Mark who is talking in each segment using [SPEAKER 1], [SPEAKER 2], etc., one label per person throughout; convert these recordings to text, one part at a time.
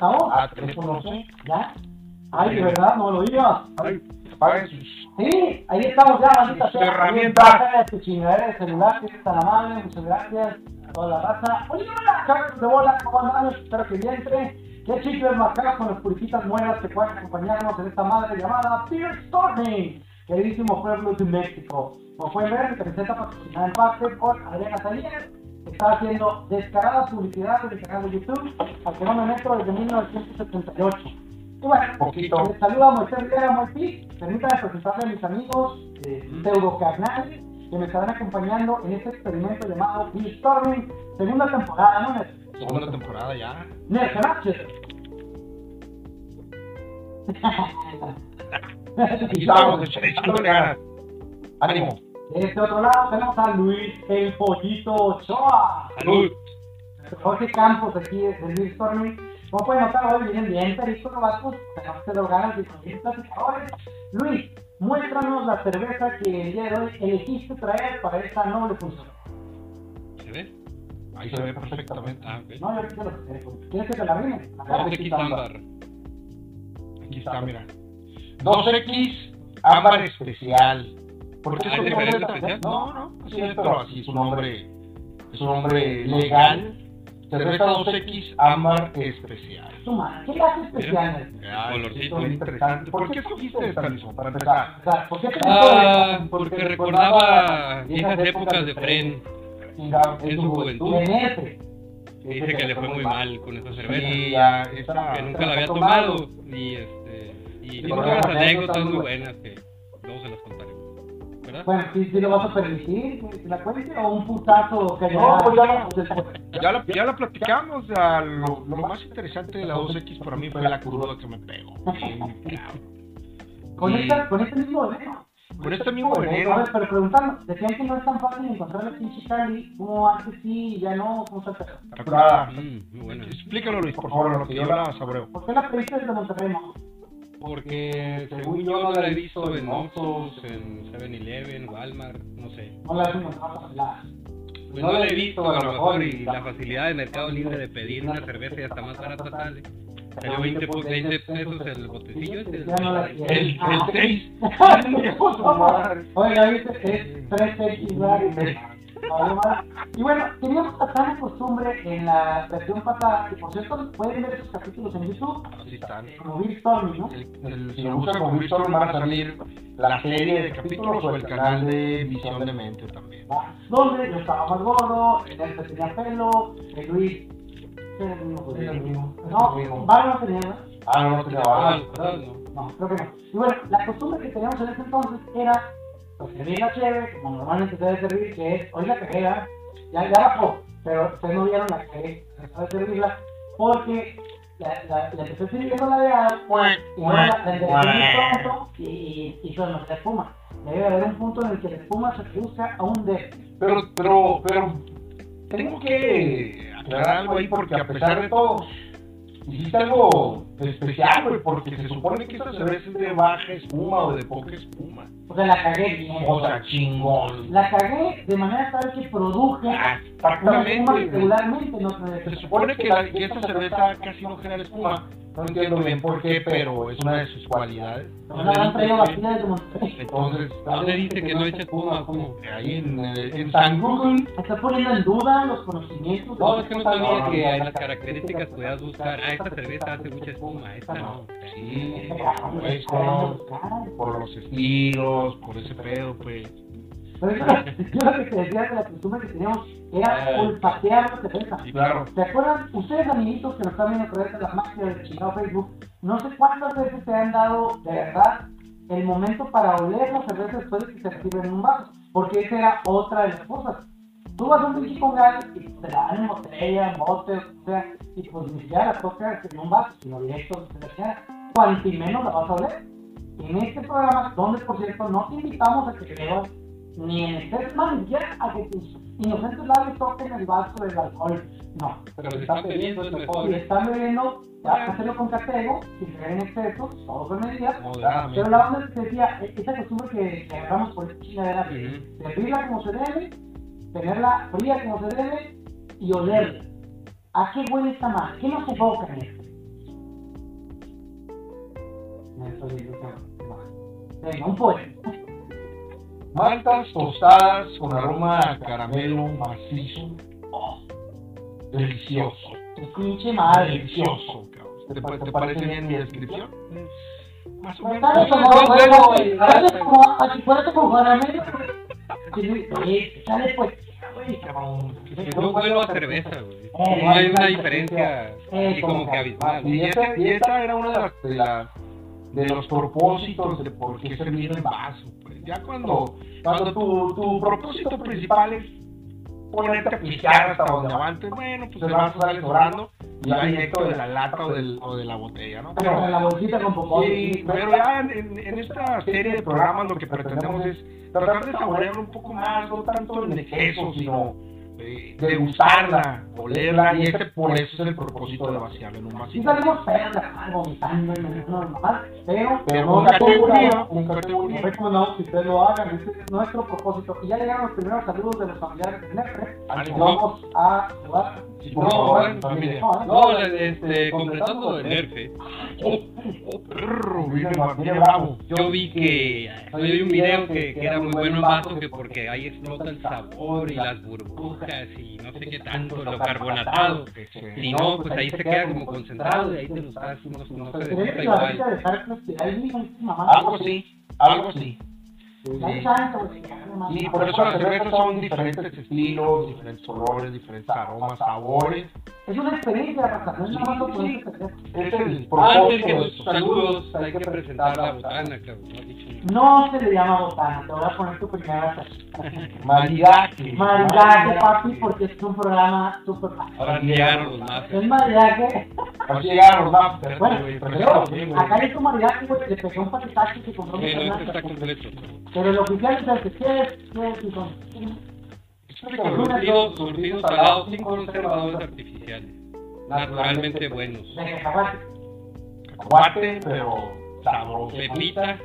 [SPEAKER 1] ahora.
[SPEAKER 2] Ah, tres,
[SPEAKER 1] Eso no sé,
[SPEAKER 2] once.
[SPEAKER 1] ya. Ay, de verdad, no lo digas.
[SPEAKER 2] Ay,
[SPEAKER 1] Ay,
[SPEAKER 2] sus-
[SPEAKER 1] Sí, ahí estamos ya, maldita
[SPEAKER 2] Sus
[SPEAKER 1] sea.
[SPEAKER 2] herramientas.
[SPEAKER 1] Baja Tu chingadera de celular, que es tan amable, muchas gracias. Toda la raza. Oye, hola, chavos de bola, ¿cómo andamos? Espero que bien entre. Qué chicles marcados con las pulquitas nuevas que puedan acompañarnos en esta madre llamada Beer Storming, queridísimo pueblo de México. Como pueden ver, mi camiseta patrocinada en parte por Adriana Salinas. Está haciendo descarada publicidad en mi canal de YouTube, al que no me meto desde 1978. Y bueno,
[SPEAKER 2] Poquito.
[SPEAKER 1] les saluda Moisés Rivera Moisés. Permítanme presentarle a mis amigos eh, pseudocarnales que me estarán acompañando en este experimento llamado Beer Storming, segunda temporada, ¿no? Ner-
[SPEAKER 2] Segunda temporada ya.
[SPEAKER 1] Nerfenaches.
[SPEAKER 2] Aquí estamos, echándole echándole ganas. Ánimo.
[SPEAKER 1] De este otro lado tenemos a Luis el Pollito Ochoa.
[SPEAKER 2] Salud.
[SPEAKER 1] Jorge Campos aquí desde Luis Stormy. Como pueden notar, hoy vienen bien peritos vascos, tenemos que drogar de los platicadores. Luis, muéstranos la cerveza que el día de hoy elegiste traer para esta noble función.
[SPEAKER 2] ¿Se ve? Ahí se ve perfectamente. Ah, ok.
[SPEAKER 1] No, yo quiero lo que sé, ¿Quieres que te la brinde? Agarra
[SPEAKER 2] 2X
[SPEAKER 1] esta tanda.
[SPEAKER 2] ámbar. Aquí está, mira. 2X ámbar especial. ¿Por qué
[SPEAKER 1] Ah,
[SPEAKER 2] es un
[SPEAKER 1] ¿es
[SPEAKER 2] nombre
[SPEAKER 1] diferente
[SPEAKER 2] especial?
[SPEAKER 1] especial?
[SPEAKER 2] No, no,
[SPEAKER 1] Sí,
[SPEAKER 2] sí, es,
[SPEAKER 1] pero
[SPEAKER 2] pero así es un nombre, es un nombre legal. Cerveza 2X ámbar especial.
[SPEAKER 1] Tu madre, ¿Qué le hace especial? Nelson?
[SPEAKER 2] Ah,
[SPEAKER 3] colorcito.
[SPEAKER 2] es interesante. ¿Por qué escogiste esta Luis? Para empezar.
[SPEAKER 1] O sea, ¿por qué te
[SPEAKER 3] Ah,
[SPEAKER 1] gustó?
[SPEAKER 3] porque recordaba viejas épocas de
[SPEAKER 1] Fren.
[SPEAKER 3] Fren. en su juventud.
[SPEAKER 1] Tenerte.
[SPEAKER 3] que Dice que le fue muy mal con esta cerveza.
[SPEAKER 2] Sí, ah, esta-
[SPEAKER 3] Que nunca la había tomado. Y este. Y tiene unas anécdotas muy buenas que luego se las contaré. ¿Verdad?
[SPEAKER 1] Bueno, si, si lo vas a permitir, si la cuente o un putazo que
[SPEAKER 2] No, pues ya
[SPEAKER 1] no.
[SPEAKER 2] no. Ya la, ya la platicamos, o sea, lo, lo más interesante de la 2X para mí fue la curva que me pegó.
[SPEAKER 1] Con,
[SPEAKER 2] Y
[SPEAKER 1] esta, con este mismo veneno.
[SPEAKER 2] Mm. con este mismo
[SPEAKER 1] Bueno, a
[SPEAKER 2] veneno,
[SPEAKER 1] ver, pero preguntando, decían que no es tan fácil encontrar la pinche Charlie, como antes sí y ya no, ¿cómo se hace?
[SPEAKER 2] ¿te acuerdas?
[SPEAKER 3] Mm, muy buenas.
[SPEAKER 2] Explícalo Luis, por favor, lo que yo la sabreo.
[SPEAKER 1] ¿Por qué la pediste desde Monterrey, no?
[SPEAKER 3] Porque según yo no la he visto en Oxxos, en 7-Eleven, Walmart, no sé.
[SPEAKER 1] No la hacemos, no la pelada.
[SPEAKER 3] Pues no la he visto a lo mejor y la facilidad de Mercado Libre de pedir una cerveza y hasta más barata sale. Salió 20, po- 20 pues, pesos el botecillo este.
[SPEAKER 1] Ya no la quiero.
[SPEAKER 2] El,
[SPEAKER 3] Ah,
[SPEAKER 2] el 6.
[SPEAKER 1] Oiga, viste, es 3X, ¿verdad? Vale, vale. Y bueno, teníamos la sana costumbre en la versión pasada, que por cierto pueden ver sus capítulos en YouTube,
[SPEAKER 2] Así están.
[SPEAKER 1] como Big Stormy, ¿no?
[SPEAKER 2] El- el- si lo buscan con Víctor van a salir la serie de capítulos o el canal de Visión de Mente también.
[SPEAKER 1] Donde yo estaba más gordo, el Elsa tenía pelo, el Luis era el mismo,
[SPEAKER 2] Era el mismo.
[SPEAKER 1] No, Barba tenía, ¿no?
[SPEAKER 2] Ah, no, no te
[SPEAKER 3] Ah,
[SPEAKER 2] va.
[SPEAKER 3] los pasados no.
[SPEAKER 1] no, creo que no. Y bueno, la costumbre que teníamos en ese entonces era pues, servir la chévere, como normalmente se debe servir, que es hoy la cajera, ya, ya bajó, pero ustedes no vieron la que debe servirla, porque la, la, la que estoy sirviendo la de Adam, Y luego la, la enderezamos pronto y, y, y se nos espuma. Debe haber un punto en el que la espuma se reduzca a un D.
[SPEAKER 2] Pero, pero, pero, tengo que aclarar algo ahí porque a pesar de todo, hiciste algo especial, güey, porque se supone que esta cerveza es de baja espuma o de poca espuma.
[SPEAKER 1] O sea, la cagué bien.
[SPEAKER 2] O sea, chingón.
[SPEAKER 1] La cagué de manera tal que produje
[SPEAKER 2] Ah,
[SPEAKER 1] una espuma
[SPEAKER 2] Exactamente. güey.
[SPEAKER 1] regularmente. No se
[SPEAKER 2] Se supone que, la- que esta cerveza casi no genera espuma. No entiendo bien por qué, pero es una de sus cualidades.
[SPEAKER 1] No la han traído vacía desde Monterrey.
[SPEAKER 2] Entonces,
[SPEAKER 3] ¿Dónde dice que no echa espuma? ¿Cómo?
[SPEAKER 2] ahí en, eh, en San Google,
[SPEAKER 1] Está poniendo en duda los conocimientos. de-
[SPEAKER 3] No, es que no sabía que en las características podías buscar. Ah, esta cerveza hace mucha espuma, esta no.
[SPEAKER 2] sí,
[SPEAKER 1] Ay,
[SPEAKER 2] pues,
[SPEAKER 1] no,
[SPEAKER 2] como
[SPEAKER 1] claro.
[SPEAKER 2] por los estilos, por ese pedo, pues.
[SPEAKER 1] Pero yo, yo lo que te decía de la costumbre que teníamos era
[SPEAKER 3] Ah.
[SPEAKER 1] olfatear la cerveza.
[SPEAKER 2] Sí, claro.
[SPEAKER 1] ¿Se acuerdan? Ustedes, amiguitos que nos están viendo a través de la magia del chingado Facebook, no sé cuántas veces se han dado, de verdad, el momento para oler la cerveza después de que se sirve en un vaso. Porque esa era otra de las cosas. Tú vas a un pinche congal y te la dan en botella, en bote, o sea, y pues ni siquiera la tocas en un vaso, sino directo de la cara. Cuanto y menos la vas a oler. En este programa, donde por cierto no te invitamos a que te bebas ni en exceso, más ni siquiera a que tus inocentes labios toquen el vaso del alcohol. No,
[SPEAKER 3] Pero si están bebiendo es
[SPEAKER 1] y
[SPEAKER 3] mejor.
[SPEAKER 1] están bebiendo, ya, pues, hacerlo con catego, sin caer en exceso, todo con medida. Pero
[SPEAKER 2] Moderadamente.
[SPEAKER 1] la onda que decía, e- esa costumbre que, que agarramos por esta chingadera, de
[SPEAKER 3] Ujú.
[SPEAKER 1] servirla como se debe, tenerla fría como se debe y olerla. ¿A qué huele esta madre? ¿Qué nos evoca en esto? Neta, yo creo que no. Venga, un pollo.
[SPEAKER 2] Maltas tostadas con aroma a caramelo macizo. Oh, delicioso. Ah,
[SPEAKER 1] Tu pinche madre.
[SPEAKER 2] Delicioso, cabrón. ¿Te, pa- te parece bien mi descripción? Pues, Más o menos.
[SPEAKER 1] Dale como huevo, güey. Dale como,
[SPEAKER 3] pues.
[SPEAKER 1] así fuerte como caramelo. Sí, güey, oye, Dale pues. Güey,
[SPEAKER 2] Cabrón, que se
[SPEAKER 3] Yo huelo a cerveza, güey. No hay una diferencia así como que abismal.
[SPEAKER 2] Y esa, y esa era una de las, de las- de los propósitos de por qué servir en vaso. Pues. Ya cuando, cuando tu, tu propósito principal es ponerte a pichar hasta donde aguantes, bueno, pues el vaso sale sobrando y va directo de la lata o, del, o de la botella, ¿no? Pero,
[SPEAKER 1] Con la bolsita con popó.
[SPEAKER 2] sí, pero ya en, en- en esta serie de programas lo que pretendemos es tratar de saborearlo un poco más, no tanto en exceso, sino eh, degustarla, olerla, y este por eso es el propósito de vaciarla en un
[SPEAKER 1] Sí
[SPEAKER 2] vasito.
[SPEAKER 1] salimos feos de acá, vomitando y no, nomás, pero
[SPEAKER 2] Pero
[SPEAKER 1] no
[SPEAKER 2] con
[SPEAKER 1] la
[SPEAKER 2] categoría, con
[SPEAKER 1] No
[SPEAKER 2] categoría.
[SPEAKER 1] recomendamos que ustedes lo hagan, ese es nuestro propósito. Y ya llegaron los primeros saludos de los familiares de Nefre.
[SPEAKER 2] Ánimo.
[SPEAKER 1] Vamos a saludar.
[SPEAKER 2] Sí,
[SPEAKER 1] No,
[SPEAKER 2] por favor,
[SPEAKER 1] no,
[SPEAKER 2] familia.
[SPEAKER 1] no, no.
[SPEAKER 3] No, este, completando el nerfe,
[SPEAKER 2] Prrr, Viene viene bravo.
[SPEAKER 3] yo vi que hay un video que, que era muy bueno en vaso, que porque ahí explota el sabor y las burbujas y no sé qué tanto, lo carbonatado. Si no, pues ahí se queda como concentrado y ahí te lo estás, no, no se Ah,
[SPEAKER 1] Tenemos
[SPEAKER 3] desfruta
[SPEAKER 1] que la vista
[SPEAKER 3] igual.
[SPEAKER 1] de Hartness, que ahí mismo es mamá.
[SPEAKER 3] pues
[SPEAKER 2] Algo sí, algo sí.
[SPEAKER 1] Ahí saben, güey, que no mames.
[SPEAKER 2] Y por eso las cervezas son diferentes estilos, diferentes olores, diferentes aromas, sabores.
[SPEAKER 1] Es una experiencia, raza, no es nada más lo que puedes hacer.
[SPEAKER 2] Es el
[SPEAKER 3] Antes que
[SPEAKER 2] propósito.
[SPEAKER 3] los saludos, hay que presentar la botana, cabrón. No he dicho nada.
[SPEAKER 1] No se le llama botana, te voy a poner tu primera taza.
[SPEAKER 2] Maridaje.
[SPEAKER 1] Maridaje, papi, porque es un programa super fácil.
[SPEAKER 3] Ahora llegaron los más.
[SPEAKER 1] Es maridaje.
[SPEAKER 2] Así llegaron los after, güey,
[SPEAKER 1] Bueno,
[SPEAKER 2] pero
[SPEAKER 1] pero
[SPEAKER 2] sí, güey.
[SPEAKER 1] acá hay tu maridaje, güey, le pegó un paquetazo y se compró un
[SPEAKER 3] Sí, no, este está
[SPEAKER 1] paquetazo.
[SPEAKER 3] completo.
[SPEAKER 1] Pero el oficial es el que quieres, quieres y con...
[SPEAKER 2] Explícalo.
[SPEAKER 3] Surtidos, surtidos salados sin conservadores artificiales. Naturalmente buenos.
[SPEAKER 1] De cacahuate.
[SPEAKER 2] Cacahuate, pero sabroso.
[SPEAKER 3] Pepita.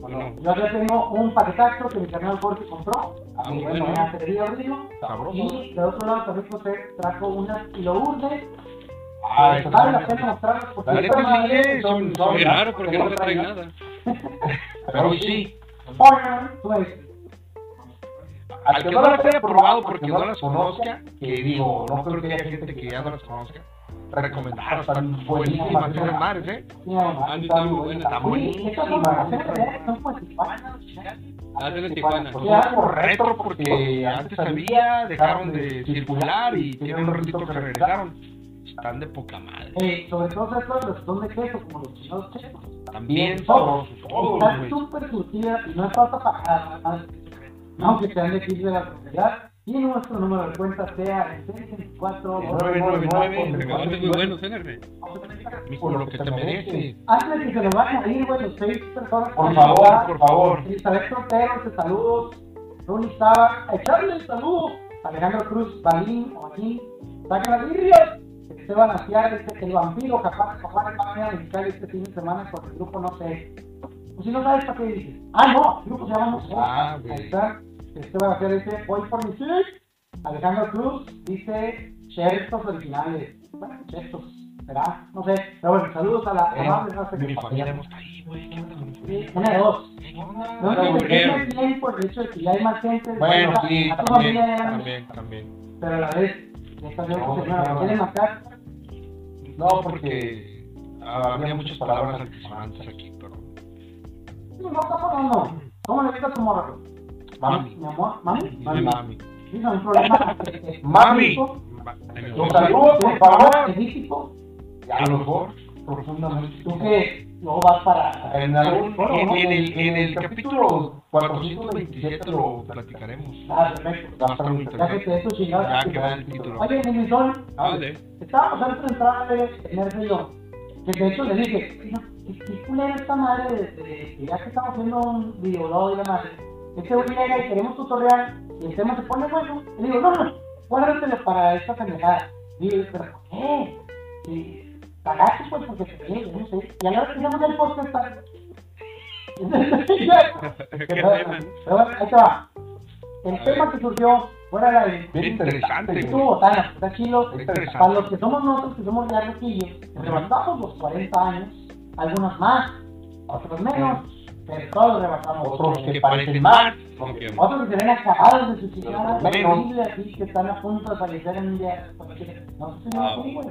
[SPEAKER 3] Bueno,
[SPEAKER 1] Yo acá tengo un paquetazo que mi carnal Jorge compró.
[SPEAKER 2] Ah, muy
[SPEAKER 1] Bueno,
[SPEAKER 2] bueno.
[SPEAKER 1] ya te digo, Rodrigo.
[SPEAKER 2] Sabroso.
[SPEAKER 1] Y de otro lado también José trajo unas kilourdes.
[SPEAKER 2] Ah,
[SPEAKER 1] que
[SPEAKER 2] eso
[SPEAKER 1] vale la
[SPEAKER 2] también.
[SPEAKER 1] pena mostrarlas porque
[SPEAKER 2] La neta
[SPEAKER 1] esta madre
[SPEAKER 2] sí, son, son-
[SPEAKER 3] qué raro porque no se trae nada.
[SPEAKER 2] Pero sí,
[SPEAKER 1] Portland, Suecia.
[SPEAKER 2] al que no las haya probado porque no las conozca, que digo, no creo que haya gente que ya no las conozca, recomendar, están buenísimas esas madres, ¿eh?
[SPEAKER 1] Mira, bueno,
[SPEAKER 3] Ah,
[SPEAKER 1] aquí
[SPEAKER 3] sí,
[SPEAKER 1] está
[SPEAKER 3] está
[SPEAKER 1] muy
[SPEAKER 3] muy
[SPEAKER 1] buena.
[SPEAKER 3] buena,
[SPEAKER 2] está
[SPEAKER 1] Sí,
[SPEAKER 2] buenísima.
[SPEAKER 1] estas son vacaciones, ¿verdad? Son pues, hispanas, chidas.
[SPEAKER 3] Hacen en Tijuana.
[SPEAKER 2] Pues es algo retro porque antes había, dejaron de circular y tienen un ratito que regresaron. Están de poca madre.
[SPEAKER 1] Eh, sobre todo estas las que son de queso, como los chinos checos.
[SPEAKER 2] También sabrosos, todos,
[SPEAKER 1] Está
[SPEAKER 2] güey.
[SPEAKER 1] súper surtida y no es falta para nada más. Aunque sean de Chile de la propiedad. Y nuestro número de cuenta sea el 664
[SPEAKER 2] 999.
[SPEAKER 3] Cacahuates muy buenos, ¿eh, Nerfe?
[SPEAKER 2] Por lo que te merece.
[SPEAKER 1] Antes de que se nos vayan a ir, güey, los seis personas.
[SPEAKER 2] Por favor, por favor.
[SPEAKER 1] Elizabeth Frontero, te saludos. Rony Saba, echarle saludos. Alejandro Cruz, Balín, Oaquín, Saca las birrias. Esteban Aciar, dice, el vampiro, capaz de tomar el baño a Mexicali este fin de semana con el grupo No sé. Pues si no sabes para qué dices. Ah, no, el grupo se llama No sé.
[SPEAKER 2] Ah, güey.
[SPEAKER 1] Ahí está. este Esteban Aciar dice, voy por mi six. Alejandro Cruz dice, Chertos originales. Bueno, Chertos, será, no sé. Pero bueno, saludos a la
[SPEAKER 2] Eh,
[SPEAKER 1] amable raza que-
[SPEAKER 2] Mi familia no está ahí, güey. ¿Qué onda con mi familia?
[SPEAKER 1] Una de dos.
[SPEAKER 2] ¿Qué onda?
[SPEAKER 1] No
[SPEAKER 3] Bueno,
[SPEAKER 1] se
[SPEAKER 3] porque-
[SPEAKER 1] entiende bien por el hecho de que ya hay más gente.
[SPEAKER 2] Bueno,
[SPEAKER 1] a-
[SPEAKER 2] sí,
[SPEAKER 1] a tu
[SPEAKER 2] también,
[SPEAKER 1] familia ya-
[SPEAKER 2] también, también.
[SPEAKER 1] Pero a la vez, esta vez,
[SPEAKER 2] No,
[SPEAKER 1] señora,
[SPEAKER 2] no,
[SPEAKER 1] ¿me
[SPEAKER 2] no.
[SPEAKER 1] quieren marcar?
[SPEAKER 2] No, porque ah, había muchas palabras antisonantes aquí, pero...
[SPEAKER 1] No, no, no, no, no. ¿Cómo le dices a tu morra?
[SPEAKER 2] Mami.
[SPEAKER 1] Mi amor, mami.
[SPEAKER 2] Mami. Mami.
[SPEAKER 1] Dice un problema. este,
[SPEAKER 2] Mami.
[SPEAKER 1] físico,
[SPEAKER 2] Los saludos, por
[SPEAKER 1] que
[SPEAKER 2] favor.
[SPEAKER 1] físico,
[SPEAKER 2] A lo mejor, profundamente.
[SPEAKER 1] Tú que luego vas para.
[SPEAKER 2] En, algún-
[SPEAKER 1] Bueno,
[SPEAKER 2] en,
[SPEAKER 1] ¿no?
[SPEAKER 2] en el, en el capítulo 427 lo platicaremos.
[SPEAKER 1] Ah, perfecto.
[SPEAKER 2] Va a estar muy
[SPEAKER 1] Ya que
[SPEAKER 2] interesante.
[SPEAKER 1] te eso
[SPEAKER 2] Ya
[SPEAKER 1] chingados.
[SPEAKER 2] que va el título.
[SPEAKER 1] Oye, mi sol.
[SPEAKER 3] Vale.
[SPEAKER 1] Estábamos antes de entrar de tener yo, que de hecho le dije, "Mira, qué- qué culera esta madre de, de- que ya que estamos haciendo un videolog y la madre, este güey llega y queremos tutorial y el tema se pone bueno, y le digo, no, no, guárdatelo para esta pendejada. Digo, pero ¿por qué? Y pagaste pues porque te pegué, no sé. Y a la hora que hicimos el podcast, tal.
[SPEAKER 3] ¿Qué
[SPEAKER 1] pero, bueno,
[SPEAKER 3] tema?
[SPEAKER 1] pero bueno, ahí te va. El
[SPEAKER 3] A
[SPEAKER 1] tema que surgió fuera la de
[SPEAKER 2] Bien interesante,
[SPEAKER 1] tú,
[SPEAKER 2] güey.
[SPEAKER 1] botana, está chilo.
[SPEAKER 2] Está interesante.
[SPEAKER 1] Para los que somos nosotros, que somos ya loquillos, que levantamos los 40 años, algunos más, otros menos, pero todos rebasamos.
[SPEAKER 4] Otros que parecen más.
[SPEAKER 3] como que-
[SPEAKER 1] Otros que se ven acabados de sus
[SPEAKER 4] Los
[SPEAKER 1] cigarras,
[SPEAKER 4] menos.
[SPEAKER 1] horrible así, que están a punto de fallecer en un día. cualquiera. No sé si
[SPEAKER 3] Ah,
[SPEAKER 1] me güey.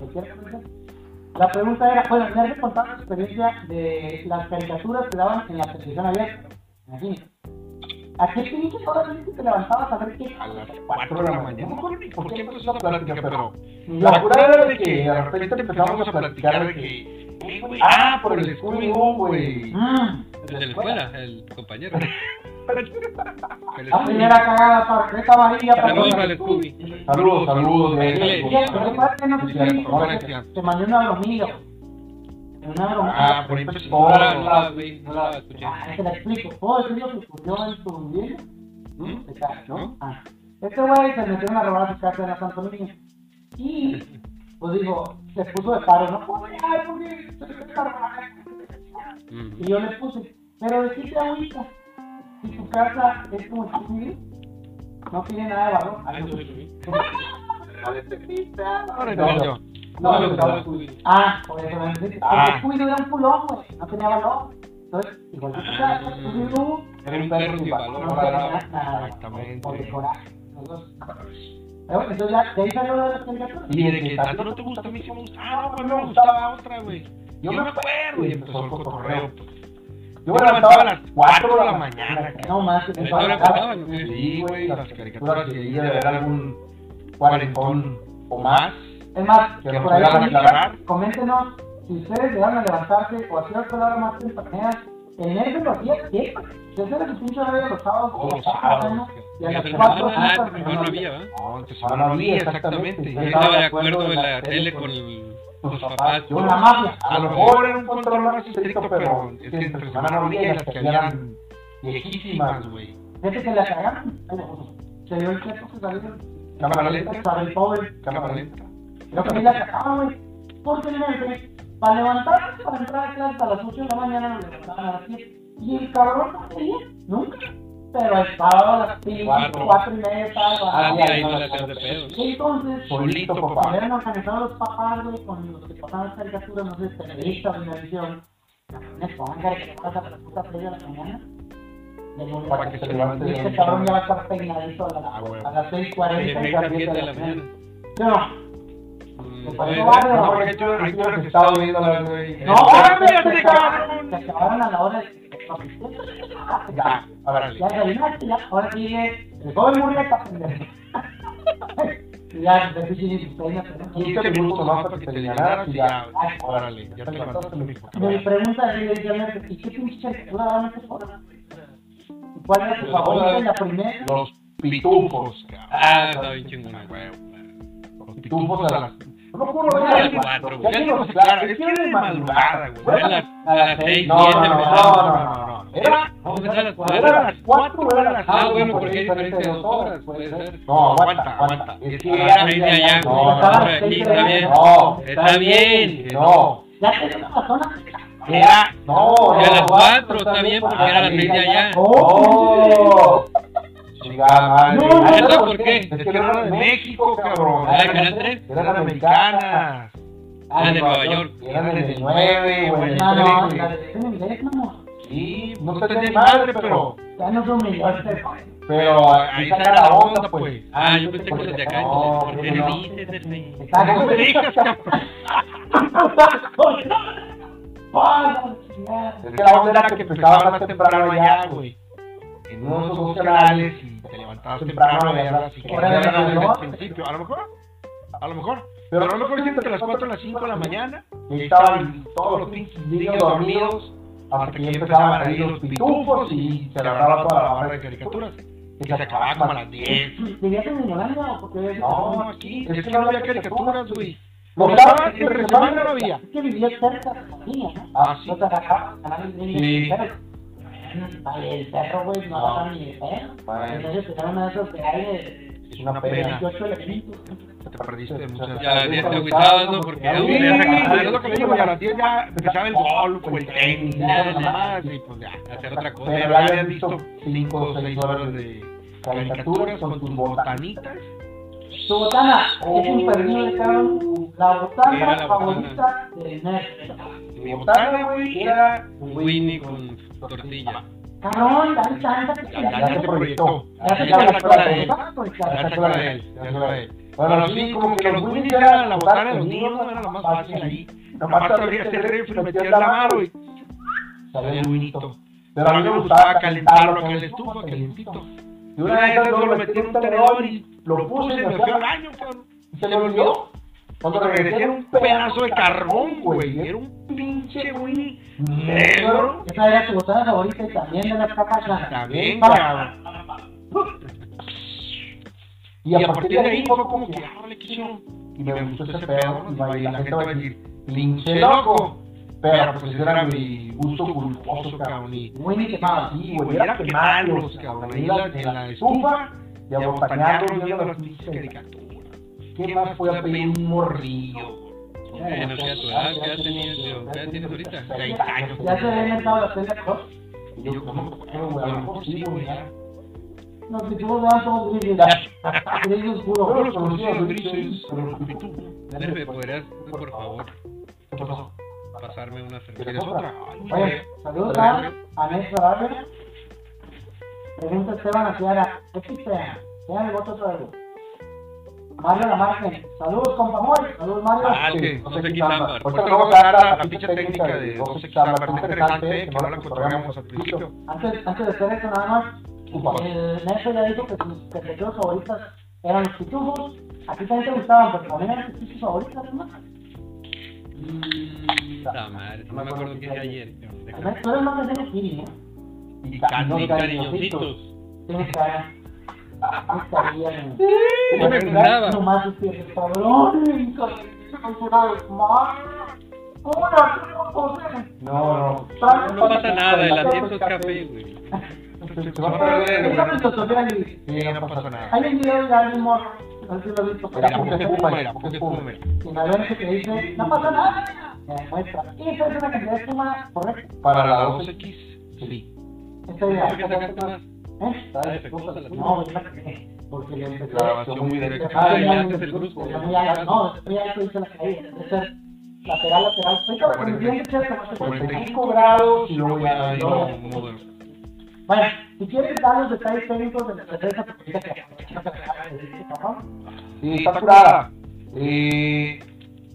[SPEAKER 1] Lo quiero pensar. La pregunta era, bueno, me has de contar la experiencia de las caricaturas que daban en la televisión abierta. Imagínate. ¿A qué pinche hora dices que te levantabas a ver qué?
[SPEAKER 4] A las 4 de la mañana. No me acuerdo ni por qué empezó la plática, pero
[SPEAKER 1] La
[SPEAKER 4] la cura era de que de repente empezamos a platicar de que. "Eh, güey, Ah, por el Scooby-Doo, güey.
[SPEAKER 1] Mm,
[SPEAKER 3] El de la escuela, el compañero.
[SPEAKER 4] Ah,
[SPEAKER 3] El
[SPEAKER 1] la
[SPEAKER 3] Scooby.
[SPEAKER 1] primera cagada, tarjeta amarilla,
[SPEAKER 3] Saludos
[SPEAKER 1] perdón.
[SPEAKER 3] al Scooby.
[SPEAKER 4] Saludos, saludos. de México.
[SPEAKER 1] Oye, pero aparte no sé
[SPEAKER 4] Sí, cierto, no,
[SPEAKER 1] si-
[SPEAKER 4] es cierto.
[SPEAKER 1] Te mandé una bromilla. Una bromilla.
[SPEAKER 4] Ah, por ahí empezó.
[SPEAKER 1] Oh,
[SPEAKER 3] No la- no la vi, no la escuché.
[SPEAKER 1] Ah, te la explico. ¿Puedo decir lo que ocurrió en tu video?
[SPEAKER 3] ¿Mm?
[SPEAKER 1] ¿No? Ah. Este güey se metieron a robar su casa de la Santo Domingo. Y, pues digo, se puso de paro, ¿no? Oye, ay, porque se me está robando.
[SPEAKER 3] Mm.
[SPEAKER 1] Y yo le puse, pero de qué te agüita. Si tu casa es como civil, no tiene nada de valor.
[SPEAKER 3] Ah, eso sí lo vi.
[SPEAKER 4] Ahora
[SPEAKER 1] No,
[SPEAKER 4] no, yo.
[SPEAKER 1] No,
[SPEAKER 3] No,
[SPEAKER 1] no,
[SPEAKER 3] no,
[SPEAKER 1] no. Ah, obviamente.
[SPEAKER 4] Ah.
[SPEAKER 1] Porque Scooby-Doo era un culón, güey. No tenía valor. Entonces, igual que tu casa,
[SPEAKER 3] Ah.
[SPEAKER 1] Scooby-Doo,
[SPEAKER 3] Era un perro sin valor.
[SPEAKER 1] no tenía nada. Por
[SPEAKER 4] Exactamente.
[SPEAKER 1] decorar. Nosotros. Pero bueno, entonces ya, de ahí salió la caricatura.
[SPEAKER 4] Y de que tanto no te gusta, a mí sí me gustaba, güey, me gustaba otra, güey. Yo me acuerdo, y empezó el cotorreo. Yo me levantaba a las 4 de la mañana, cabrón.
[SPEAKER 1] No más, que
[SPEAKER 3] ¿La
[SPEAKER 1] te
[SPEAKER 3] historia
[SPEAKER 1] faltaba.
[SPEAKER 3] empezaba, no?
[SPEAKER 4] Sí, güey, las caricaturas que debía de haber algún cuarentón o más.
[SPEAKER 1] Es más,
[SPEAKER 4] Que nos
[SPEAKER 1] por ahí
[SPEAKER 4] hagan
[SPEAKER 1] también,
[SPEAKER 4] aclarar.
[SPEAKER 1] coméntenos si ustedes llegaron a levantarse o a cierta hora más temprana. El negro lo hacía siempre. Desde las 5 de los sábados,
[SPEAKER 4] O los
[SPEAKER 1] a las cuatro de la
[SPEAKER 4] sábados,
[SPEAKER 1] mañana, y
[SPEAKER 3] Y
[SPEAKER 1] a
[SPEAKER 3] la
[SPEAKER 1] las
[SPEAKER 3] semana,
[SPEAKER 1] 4 de
[SPEAKER 3] ah,
[SPEAKER 1] la
[SPEAKER 3] esta semana no había,
[SPEAKER 1] mañana.
[SPEAKER 3] ¿verdad?
[SPEAKER 4] No, antes ahora no había, exactamente.
[SPEAKER 3] Yo estaba de acuerdo en la tele con los papás.
[SPEAKER 1] Con Ah, la mafia. Ah,
[SPEAKER 4] A lo mejor era un control más estricto, pero es que entre semana no había y las que habían viejísimas, güey.
[SPEAKER 1] Fíjate que la cagaron. pero Se dio el tiempo que salió.
[SPEAKER 4] Cámara lenta,
[SPEAKER 1] Para el pobre.
[SPEAKER 4] cámara lenta.
[SPEAKER 1] Creo que ahí la cagaron, güey. Porque el negro, para levantarse, para entrar a clase a las 8 de la mañana, nos levantaban a las 10. Y el cabrón no quería, nunca. Pero estaba a las 5,
[SPEAKER 3] Cuatro.
[SPEAKER 1] 4 y media, estaba.
[SPEAKER 3] Ah,
[SPEAKER 1] a
[SPEAKER 3] sí, ahí no la hacían de pedo.
[SPEAKER 1] Y entonces,
[SPEAKER 4] Solito,
[SPEAKER 1] se
[SPEAKER 4] papá.
[SPEAKER 1] habían organizado los papás, güey, con los que pasaban las caricaturas, no sé, periodistas, televisión. Me pongan caricaturas a las putas 6 de la mañana. De lunes
[SPEAKER 4] Para
[SPEAKER 1] a
[SPEAKER 4] que
[SPEAKER 1] viernes.
[SPEAKER 4] se levante
[SPEAKER 1] Este
[SPEAKER 4] bien.
[SPEAKER 1] cabrón ya va a estar peinadito a
[SPEAKER 4] Ah,
[SPEAKER 1] las
[SPEAKER 4] bueno.
[SPEAKER 1] a las 6:40
[SPEAKER 3] De
[SPEAKER 1] y a
[SPEAKER 3] 6 a 7 de la mañana.
[SPEAKER 1] ¿Sí o no?
[SPEAKER 3] Mm,
[SPEAKER 1] Me parece
[SPEAKER 3] eh,
[SPEAKER 1] bárbaro.
[SPEAKER 4] No, porque yo ahorita que estaba viendo la güey. eh,
[SPEAKER 1] No,
[SPEAKER 4] ahora
[SPEAKER 1] se acabaron,
[SPEAKER 4] se acabaron.
[SPEAKER 1] se acabaron a la hora de.
[SPEAKER 4] Ya, árale.
[SPEAKER 1] Ya terminaste, ya. Ahora sigue el joven Murrieta, pendejo. Ya, de pichinis, peínate, ¿no?
[SPEAKER 4] 15 minutos más para que te llenaras y ya, órale, ya te levantaste mi hijo.
[SPEAKER 1] Me pregunta de Diana, ¿y qué pinche caricatura daban esas horas? ¿Y ¿Cuál era tu favorita? ¿La primera?
[SPEAKER 4] Los pitufos, cabrón.
[SPEAKER 3] Ah, está bien chingón.
[SPEAKER 4] Los pitufos a las... No me acuerdo,
[SPEAKER 3] Era
[SPEAKER 4] ya
[SPEAKER 3] a las
[SPEAKER 4] era las cuatro,
[SPEAKER 3] 4, güey.
[SPEAKER 4] ya era las cuatro, es que era de madrugada, güey.
[SPEAKER 3] Era a las- a las 6, 7
[SPEAKER 4] No, no, no,
[SPEAKER 3] empezaba.
[SPEAKER 4] no, no, era...
[SPEAKER 3] Vamos a empezar a las
[SPEAKER 4] ¿O era a
[SPEAKER 3] 4.
[SPEAKER 4] las 4 o era a las 5?
[SPEAKER 3] Ah, bueno, porque hay diferencia de 2 horas, puede ser.
[SPEAKER 4] No, aguanta, aguanta. Es que
[SPEAKER 3] A
[SPEAKER 4] era-
[SPEAKER 3] las 6 de allá,
[SPEAKER 4] No,
[SPEAKER 3] güey.
[SPEAKER 4] estaba a
[SPEAKER 1] las
[SPEAKER 3] Sí,
[SPEAKER 1] seis de
[SPEAKER 3] está
[SPEAKER 1] la
[SPEAKER 3] bien.
[SPEAKER 1] mañana.
[SPEAKER 4] No,
[SPEAKER 3] Está bien.
[SPEAKER 4] no.
[SPEAKER 1] Ya tenemos la zona.
[SPEAKER 4] Era... No,
[SPEAKER 3] Y a
[SPEAKER 4] no,
[SPEAKER 3] las
[SPEAKER 4] no.
[SPEAKER 3] 4 está bien porque era a las 6 de allá.
[SPEAKER 4] ¡Oh! Chingada madre.
[SPEAKER 1] No,
[SPEAKER 4] Ah,
[SPEAKER 3] ¿sabes
[SPEAKER 4] ¿no?
[SPEAKER 3] por qué?
[SPEAKER 4] Es que no era de México, cabrón.
[SPEAKER 3] Ah, Canal 3.
[SPEAKER 4] Eran americanas.
[SPEAKER 3] Ah, de Nueva York.
[SPEAKER 4] Eran de 19, güey.
[SPEAKER 1] Ah, no, la de en inglés, no.
[SPEAKER 4] Sí, no te tenía madre, pero.
[SPEAKER 1] Ya nos humilló este.
[SPEAKER 4] Pero ahí está la onda, pues.
[SPEAKER 3] Ah, yo pensé que los de acá.
[SPEAKER 4] No,
[SPEAKER 3] ¿Por qué
[SPEAKER 4] no.
[SPEAKER 3] le dices el
[SPEAKER 1] Está
[SPEAKER 4] No me digas, cabrón. Es que la onda era que empezaba más temprano allá, güey. En uno de esos dos canales y te levantabas temprano a verlas y querías
[SPEAKER 1] Ahora
[SPEAKER 4] verlas desde
[SPEAKER 1] ganó.
[SPEAKER 4] el principio. A lo mejor, a lo mejor. Pero a lo mejor siempre que a las 4 o las 5 de la mañana y estaban todos los pinches niños dormidos hasta que ya empezaban a ir los pitufos y se labraba toda la barra de caricaturas. Que se acababa como a las 10.
[SPEAKER 1] ¿Vivías en Yolanda o porque vivías en
[SPEAKER 4] No,
[SPEAKER 1] Yolanda?
[SPEAKER 4] aquí es que no había caricaturas, güey.
[SPEAKER 1] Lo
[SPEAKER 4] No
[SPEAKER 1] que
[SPEAKER 4] estaba
[SPEAKER 1] pasa es que
[SPEAKER 4] entre
[SPEAKER 1] te
[SPEAKER 4] semana
[SPEAKER 1] mandan-
[SPEAKER 4] no había.
[SPEAKER 1] Es que vivías cerca de la mía, ¿no?
[SPEAKER 4] Ah, sí.
[SPEAKER 1] No te agarrabas canales de
[SPEAKER 4] Sí.
[SPEAKER 1] niños. Pero, Vale, el perro, güey, no
[SPEAKER 4] No.
[SPEAKER 1] agarra ni de perro.
[SPEAKER 4] Bueno.
[SPEAKER 1] Entonces, pues, era una de esos que hay de
[SPEAKER 4] Es una pena.
[SPEAKER 1] 28 elementos.
[SPEAKER 4] Te perdiste de muchas
[SPEAKER 3] Ya la 10 te agüitabas, ¿no? Porque ya
[SPEAKER 4] Sí,
[SPEAKER 3] volvías a
[SPEAKER 4] es lo
[SPEAKER 3] acabar.
[SPEAKER 4] que le digo, y a las 10 ya empezaba el golf o el tenis, ya las mamadas, y pues ya.
[SPEAKER 3] Hacer otra cosa.
[SPEAKER 4] Pero ya habías visto 5 o 6 horas de caricaturas con tus botanitas.
[SPEAKER 1] Su botana es imperdible, cabrón. La
[SPEAKER 3] Era la
[SPEAKER 1] botana
[SPEAKER 3] botana.
[SPEAKER 1] favorita del nerd.
[SPEAKER 3] Sí,
[SPEAKER 4] mi botana, güey, era
[SPEAKER 3] Un Winnie con tortilla.
[SPEAKER 1] Cabrón, dale chance que
[SPEAKER 4] Ya, ya se proyectó.
[SPEAKER 1] Ya se acabó la
[SPEAKER 3] Ya se acabó la
[SPEAKER 1] cola
[SPEAKER 3] de
[SPEAKER 1] de
[SPEAKER 3] él.
[SPEAKER 1] pato, y ya se
[SPEAKER 4] Ya se
[SPEAKER 1] acabó la
[SPEAKER 4] acuerda de
[SPEAKER 1] de-
[SPEAKER 4] él, ya se acuerda de él.
[SPEAKER 1] Bueno,
[SPEAKER 4] Bueno, sí, como que los Winnie era la botana de los niños, no era la más fácil ahí. Nomás te abrías el refri, metías la mano y salía el winito. Pero a mí me gustaba calentarlo acá en la estufa, calientito. Y una vez yo lo metí en un tenedor y lo puse y me fui al baño, cabrón. Se le olvidó. Cuando regresé era un pedazo de carbón, güey. Era un pinche Winnie negro.
[SPEAKER 1] Esa era tu botana favorita y también de las papas grandes.
[SPEAKER 4] También,
[SPEAKER 1] Pa-
[SPEAKER 4] cabrón. Y a partir de ahí fue como que, árale, qué chido. Y me gustó ese pedo. Y va- y la gente va a decir, linche loco. Pero pues ese era mi gusto culposo, cabrón. Y
[SPEAKER 1] Winnie quemado.
[SPEAKER 4] Sí, güey, era quemarlos, cabrón. Ahí en la, en la estufa, y
[SPEAKER 3] Ya
[SPEAKER 4] abotanearlos viendo las pinches
[SPEAKER 3] pinches
[SPEAKER 4] caricaturas.
[SPEAKER 3] caricaturas.
[SPEAKER 4] ¿Qué más fue a pedir un morrillo? Eh,
[SPEAKER 3] Bueno, que a tu edad, ¿qué edad tenías? yo? ¿Qué edad tienes ahorita? 30 años.
[SPEAKER 1] Ya se había inventado la tele ¿no?
[SPEAKER 4] Y yo, ¿cómo? güey, a lo mejor sí, güey. ya.
[SPEAKER 1] Los pitubos eran todos grises. Grises oscuros.
[SPEAKER 4] Yo los conocí a los grises, a los pitubos.
[SPEAKER 3] Nerfe, ¿podrías, por favor,
[SPEAKER 4] ¿Qué pasó?
[SPEAKER 3] pasarme una cerveza?
[SPEAKER 4] ¿Quieres otra?
[SPEAKER 1] Oye, saludos a Anés Bárbara. Pregunta Esteban a Kiara. ¿Qué pizza? Tiene el voto otra vez. Mario la margen. Saludos, compa Moy. Saludos, Mario.
[SPEAKER 3] Ah, el que
[SPEAKER 4] Sí,
[SPEAKER 3] no
[SPEAKER 4] no
[SPEAKER 3] sé
[SPEAKER 4] sé
[SPEAKER 3] qué
[SPEAKER 4] qué
[SPEAKER 3] ámbar.
[SPEAKER 4] ámbar.
[SPEAKER 3] Ahorita
[SPEAKER 4] Ahorita
[SPEAKER 3] le vamos
[SPEAKER 4] vamos
[SPEAKER 3] a
[SPEAKER 4] a
[SPEAKER 3] dar
[SPEAKER 4] dar
[SPEAKER 3] la
[SPEAKER 4] la
[SPEAKER 3] ficha
[SPEAKER 4] ficha
[SPEAKER 3] técnica
[SPEAKER 4] técnica
[SPEAKER 3] de
[SPEAKER 4] de
[SPEAKER 3] dos
[SPEAKER 4] dos
[SPEAKER 3] X
[SPEAKER 4] X
[SPEAKER 3] ámbar.
[SPEAKER 4] ámbar.
[SPEAKER 3] Está interesante, eh, que no la cotorreamos al principio.
[SPEAKER 1] Antes, antes de hacer eso, nada más. El Neto ya dijo que sus caricaturas favoritas eran los pitufos. A ti también te gustaban, pero también eran tus pitufos favoritas, ¿no?
[SPEAKER 3] Mm, puta madre, No me acuerdo qué hice ayer. cabrón, déjame.
[SPEAKER 1] Además, tú eres más de serie Kiri, ¿no?
[SPEAKER 4] Y
[SPEAKER 3] Casi cariñositos.
[SPEAKER 1] Tienes cara. No estaría, ¿no?
[SPEAKER 3] Sí, me acordaba.
[SPEAKER 1] Nomás ustedes, cabrón. Una
[SPEAKER 4] No, no.
[SPEAKER 3] No pasa nada, el asiento es café, güey.
[SPEAKER 4] Se va a perder, güey.
[SPEAKER 1] güey.
[SPEAKER 4] Sí, no pasa nada.
[SPEAKER 1] Hay un video de Alvin Morro, no sé si lo has visto, pero
[SPEAKER 4] Mira, porque se fuma, mira, porque se fuma. mira.
[SPEAKER 1] sin haberse que dice, no pasa nada, me demuestra. Y esa es una cantidad de suma correcta,
[SPEAKER 4] Para la 2X, sí.
[SPEAKER 1] esta
[SPEAKER 3] ¿Por qué
[SPEAKER 1] idea.
[SPEAKER 3] sacaste más?
[SPEAKER 1] ¿Eh?
[SPEAKER 3] Ah, defectuosa la
[SPEAKER 1] No, güey, la que- porque le empezó
[SPEAKER 4] La grabación muy directa.
[SPEAKER 3] Ah, ya
[SPEAKER 1] ya,
[SPEAKER 3] haces el brusco.
[SPEAKER 1] ya, ya, No, después ya se hizo la caída, entonces lateral, lateral, estoy con el bien que se tomó
[SPEAKER 4] 45 grados y luego ya
[SPEAKER 3] Ay,
[SPEAKER 4] no.
[SPEAKER 3] no, modo.
[SPEAKER 1] Bueno, si quieres dar los detalles técnicos de la cerveza, porque ahorita que aprovechamos a grabar, eh, cabrón.
[SPEAKER 4] Sí, está curada. Eh,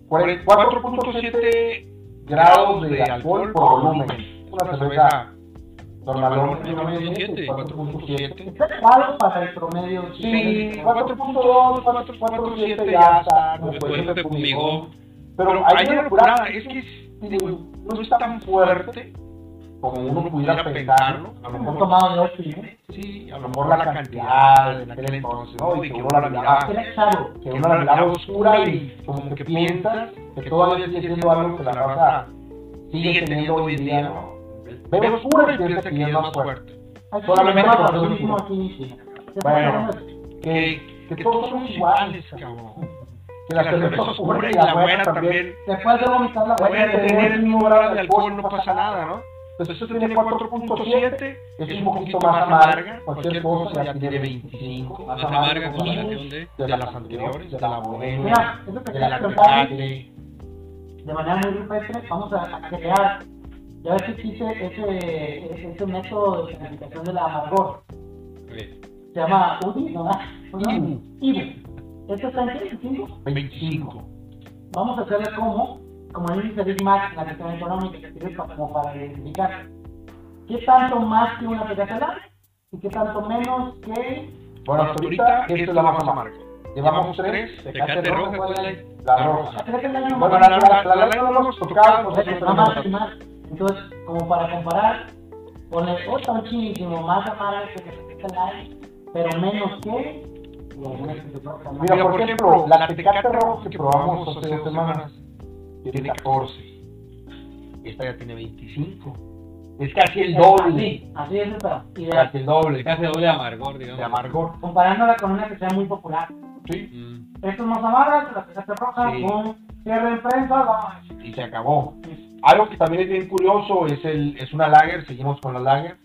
[SPEAKER 4] 4.7 grados de alcohol por volumen. Una cerveza normalón, yo me dije, 4.7.
[SPEAKER 1] Está elevado para el promedio.
[SPEAKER 4] Sí, 4.2, 4.7 ya está. no puede
[SPEAKER 3] Después
[SPEAKER 4] ser
[SPEAKER 3] te fumigó.
[SPEAKER 4] Pero ahí no era curada, es que es- digo, no es tan fuerte como uno pudiera pensarlo. A lo
[SPEAKER 1] Hemos
[SPEAKER 4] mejor,
[SPEAKER 1] tomado de ocho, ¿eh?
[SPEAKER 4] sí, a lo mejor la cantidad en aquel entonces, ¿no? Y que uno la miraba
[SPEAKER 1] Era chavo.
[SPEAKER 4] que una mirada oscura y como que piensas que todavía sigue siendo algo que la raza sigue teniendo hoy en día, ¿no? Ve oscura y piensa que ya es más fuerte.
[SPEAKER 1] Aquí
[SPEAKER 4] Solamente
[SPEAKER 1] no,
[SPEAKER 4] por
[SPEAKER 1] aquí
[SPEAKER 4] eso.
[SPEAKER 1] no, aquí ni siquiera.
[SPEAKER 4] Bueno.
[SPEAKER 3] Que,
[SPEAKER 4] Que todos somos iguales, cabrón. Que la cerveza oscura y la buena también
[SPEAKER 1] Después de vomitar la
[SPEAKER 4] voy a
[SPEAKER 1] huella,
[SPEAKER 4] tener el mismo grado de alcohol, no pasa nada, ¿no? Entonces eso tiene 4.7, es un poquito más amarga, cualquier cosa ya tiene 25,
[SPEAKER 3] más amarga comparación de...
[SPEAKER 4] de las anteriores, de la bohemia,
[SPEAKER 1] Mira, eso que
[SPEAKER 4] de
[SPEAKER 1] quería
[SPEAKER 4] la
[SPEAKER 1] contarles
[SPEAKER 4] tecate,
[SPEAKER 1] de manera muy rupestre, vamos a, a crear. Ya ves que existe ese, ese, ese método de calificación de la amargor.
[SPEAKER 3] Oye,
[SPEAKER 1] Se llama UDI, ¿no? ¿No? IBU. ¿Esto Este está en qué? ¿En cinco?
[SPEAKER 4] 25.
[SPEAKER 1] Vamos a hacerle como, como en un servicio más en la cuestión económica, que sirve pa- como para identificar qué tanto más que una pegatelada y qué tanto menos que
[SPEAKER 4] Bueno, hasta ahorita esta es la más amarga. Llevamos tres.
[SPEAKER 3] Tecate roja, ¿cuál es?
[SPEAKER 4] La roja.
[SPEAKER 1] creo que el año
[SPEAKER 4] Bueno, la la la la la no la hemos tocado,
[SPEAKER 1] O
[SPEAKER 4] por
[SPEAKER 1] sea,
[SPEAKER 4] eso
[SPEAKER 1] que
[SPEAKER 4] no
[SPEAKER 1] nada más y
[SPEAKER 4] más.
[SPEAKER 1] más. Entonces, como para comparar, ponle otra un chingo más amarga que la pero menos que. y alguna que se toca más.
[SPEAKER 4] Mira, por ejemplo, la tecate roja que probamos hace dos semanas tiene 14. Esta ya tiene 25. Es casi el doble.
[SPEAKER 1] Sí, así es el pedo. Y de-
[SPEAKER 4] Casi el doble
[SPEAKER 3] Casi doble de amargor,
[SPEAKER 4] de
[SPEAKER 3] digamos.
[SPEAKER 4] amargor.
[SPEAKER 1] comparándola con una que sea muy popular.
[SPEAKER 4] Sí.
[SPEAKER 3] Mm.
[SPEAKER 1] Esto es más amarga, la pegata roja,
[SPEAKER 4] Sí.
[SPEAKER 1] con cierre en prensa, vamos.
[SPEAKER 4] Y se acabó. Algo que también es bien curioso es, el, es una lager, seguimos con la lager,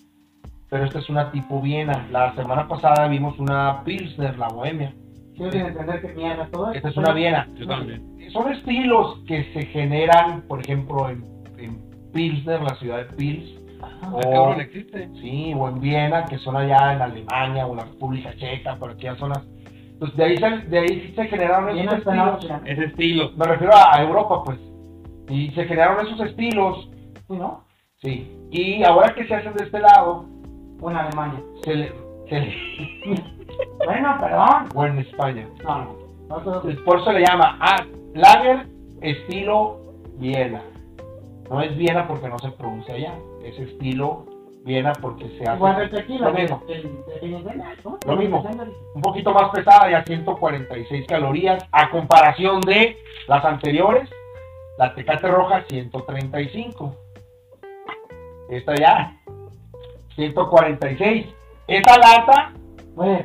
[SPEAKER 4] pero esta es una tipo Viena. La semana pasada vimos una Pilsner, la Bohemia.
[SPEAKER 1] Quiero entender que mierda es todo esto.
[SPEAKER 4] Esta es una Viena.
[SPEAKER 3] Yo también.
[SPEAKER 4] Son estilos que se generan, por ejemplo, en en Pilsner, la ciudad de Pils.
[SPEAKER 1] Oh.
[SPEAKER 3] Ah, cabrón, existe.
[SPEAKER 4] Sí, o en Viena, que son allá en Alemania, o en la República Checa, por aquí ya son las... Pues de ahí se, de ahí se generaron
[SPEAKER 1] Viena
[SPEAKER 4] esos
[SPEAKER 1] está en
[SPEAKER 4] estilos.
[SPEAKER 1] Austria,
[SPEAKER 3] Ese estilo.
[SPEAKER 4] Me refiero a Europa, pues. Y se generaron esos estilos,
[SPEAKER 1] ¿sí, no?
[SPEAKER 4] sí. Y ahora que se hacen de este lado,
[SPEAKER 1] O en Alemania.
[SPEAKER 4] se le... se le-
[SPEAKER 1] Bueno, perdón.
[SPEAKER 4] o en España.
[SPEAKER 1] No, no. No te
[SPEAKER 4] El por eso le llama a Lager estilo Viena. No es Viena porque no se pronuncia allá. Es estilo Viena porque se hace
[SPEAKER 1] Igual el tequila.
[SPEAKER 4] Lo mismo.
[SPEAKER 1] el- el- el- el- ¿cómo?
[SPEAKER 4] Lo mismo.
[SPEAKER 1] El-
[SPEAKER 4] un poquito más pesada, ya 146 calorías, a comparación de las anteriores, la Tecate Roja 135. Esta ya, 146. Esta lata,
[SPEAKER 1] Güey,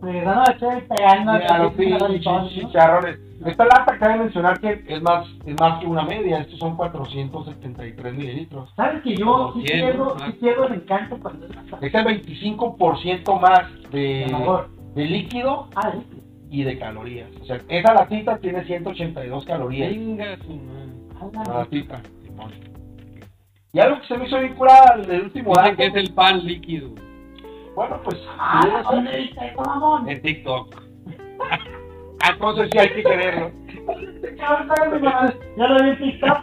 [SPEAKER 1] regresando de Chevy pegando
[SPEAKER 4] mira, los
[SPEAKER 1] tequila,
[SPEAKER 4] pinches
[SPEAKER 1] ¿no?
[SPEAKER 4] chicharrones. Esta lata cabe mencionar que es más, es más que una media, estos son 473 mililitros.
[SPEAKER 1] ¿Sabes que yo sí
[SPEAKER 3] 200,
[SPEAKER 1] pierdo,
[SPEAKER 3] ¿no?
[SPEAKER 1] sí pierdo el encanto cuando es hasta
[SPEAKER 4] Es el 25% más
[SPEAKER 1] el
[SPEAKER 4] de,
[SPEAKER 1] sabor?
[SPEAKER 4] de líquido
[SPEAKER 1] Ah, sí.
[SPEAKER 4] y de calorías. O sea, esa latita tiene 182 calorías.
[SPEAKER 3] Venga, su madre.
[SPEAKER 1] Ah, la-
[SPEAKER 4] La latita. Y algo que se me hizo bien curada del último
[SPEAKER 3] Dicen
[SPEAKER 4] dato.
[SPEAKER 3] que es el pan líquido.
[SPEAKER 4] Bueno, pues.
[SPEAKER 1] Ah,
[SPEAKER 4] sí, sí.
[SPEAKER 1] ¿dónde viste eso, mamón?
[SPEAKER 3] En TikTok.
[SPEAKER 4] Entonces sí hay que quererlo.
[SPEAKER 1] Este cabrón sabe muy mal. Yo lo vi en TikTok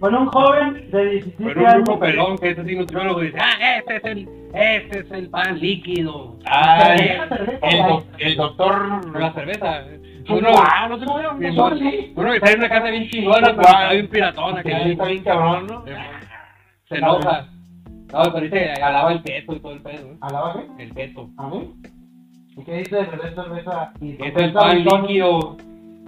[SPEAKER 1] con un joven de 17
[SPEAKER 3] Pero un
[SPEAKER 1] años.
[SPEAKER 3] grupo pelón que es así nutriólogo y dice, ah, este es el, este es el pan líquido.
[SPEAKER 1] Cerveza,
[SPEAKER 4] el,
[SPEAKER 1] cerveza,
[SPEAKER 4] doc-
[SPEAKER 1] güey.
[SPEAKER 4] el doctor.
[SPEAKER 3] La cerveza. Uno,
[SPEAKER 4] Uno, Pues no se puede.
[SPEAKER 3] bien
[SPEAKER 4] no,
[SPEAKER 3] bueno.
[SPEAKER 4] sí.
[SPEAKER 3] uno que está en una casa bien chingona, pero está bien piratona.
[SPEAKER 4] Sí,
[SPEAKER 3] Que ahí
[SPEAKER 4] está bien cabrón, ¿no?
[SPEAKER 3] Se enoja. No, pero dice, alaba el peso y todo el pedo. ¿eh?
[SPEAKER 1] ¿A la base?
[SPEAKER 3] El peso.
[SPEAKER 1] ¿A mí? ¿Y qué dice de beber cerveza? y
[SPEAKER 3] Que es
[SPEAKER 1] cerveza
[SPEAKER 3] el pan
[SPEAKER 1] y todo?
[SPEAKER 3] líquido.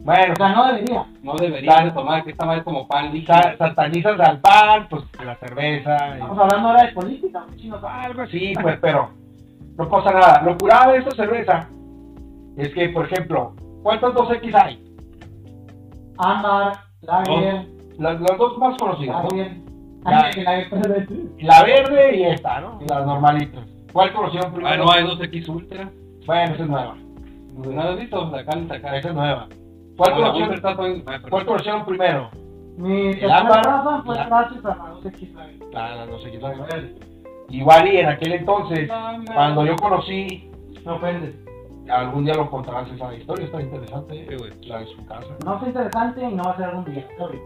[SPEAKER 4] Bueno,
[SPEAKER 1] O sea, no debería.
[SPEAKER 3] No deberías de tomar, que esta madre es como pan líquido.
[SPEAKER 4] sa- satanizas al pan, pues la cerveza. y-
[SPEAKER 1] Estamos hablando ahora de política, un chino.
[SPEAKER 4] algo así, pues, pero no pasa nada. Lo curado de esta cerveza es que, por ejemplo, ¿cuántas 2X hay?
[SPEAKER 1] Ámbar, Lager,
[SPEAKER 3] Oh,
[SPEAKER 4] Las, las dos más conocidas, ¿no?
[SPEAKER 1] Lager.
[SPEAKER 4] Ya.
[SPEAKER 1] Ay, que Lager, pero de-
[SPEAKER 4] Ah, La verde y esta, ¿no? Las normalitas. ¿Cuál conocieron
[SPEAKER 3] Ah,
[SPEAKER 4] primero?
[SPEAKER 3] no, hay 2X Ultra. Pues
[SPEAKER 4] Bueno, esa es nueva.
[SPEAKER 3] No lo has visto, la acaban de sacar.
[SPEAKER 4] Esa es nueva.
[SPEAKER 3] Ah, la
[SPEAKER 4] ¿Cuál,
[SPEAKER 3] Ultra
[SPEAKER 4] conocieron,
[SPEAKER 3] está todo en- ah, perdón.
[SPEAKER 4] cuál conocieron primero?
[SPEAKER 1] Mi tercera
[SPEAKER 4] ámbar,
[SPEAKER 1] raza fue
[SPEAKER 4] la-
[SPEAKER 1] fácil para los X Lager.
[SPEAKER 4] La, la 2X, la verde. Igual y en aquel entonces, cuando yo conocí,
[SPEAKER 1] Me ofende.
[SPEAKER 4] algún día lo contarás esa historia, está interesante.
[SPEAKER 3] Sí, güey.
[SPEAKER 4] La de su casa.
[SPEAKER 1] No es interesante y no va a ser algún día. sorry.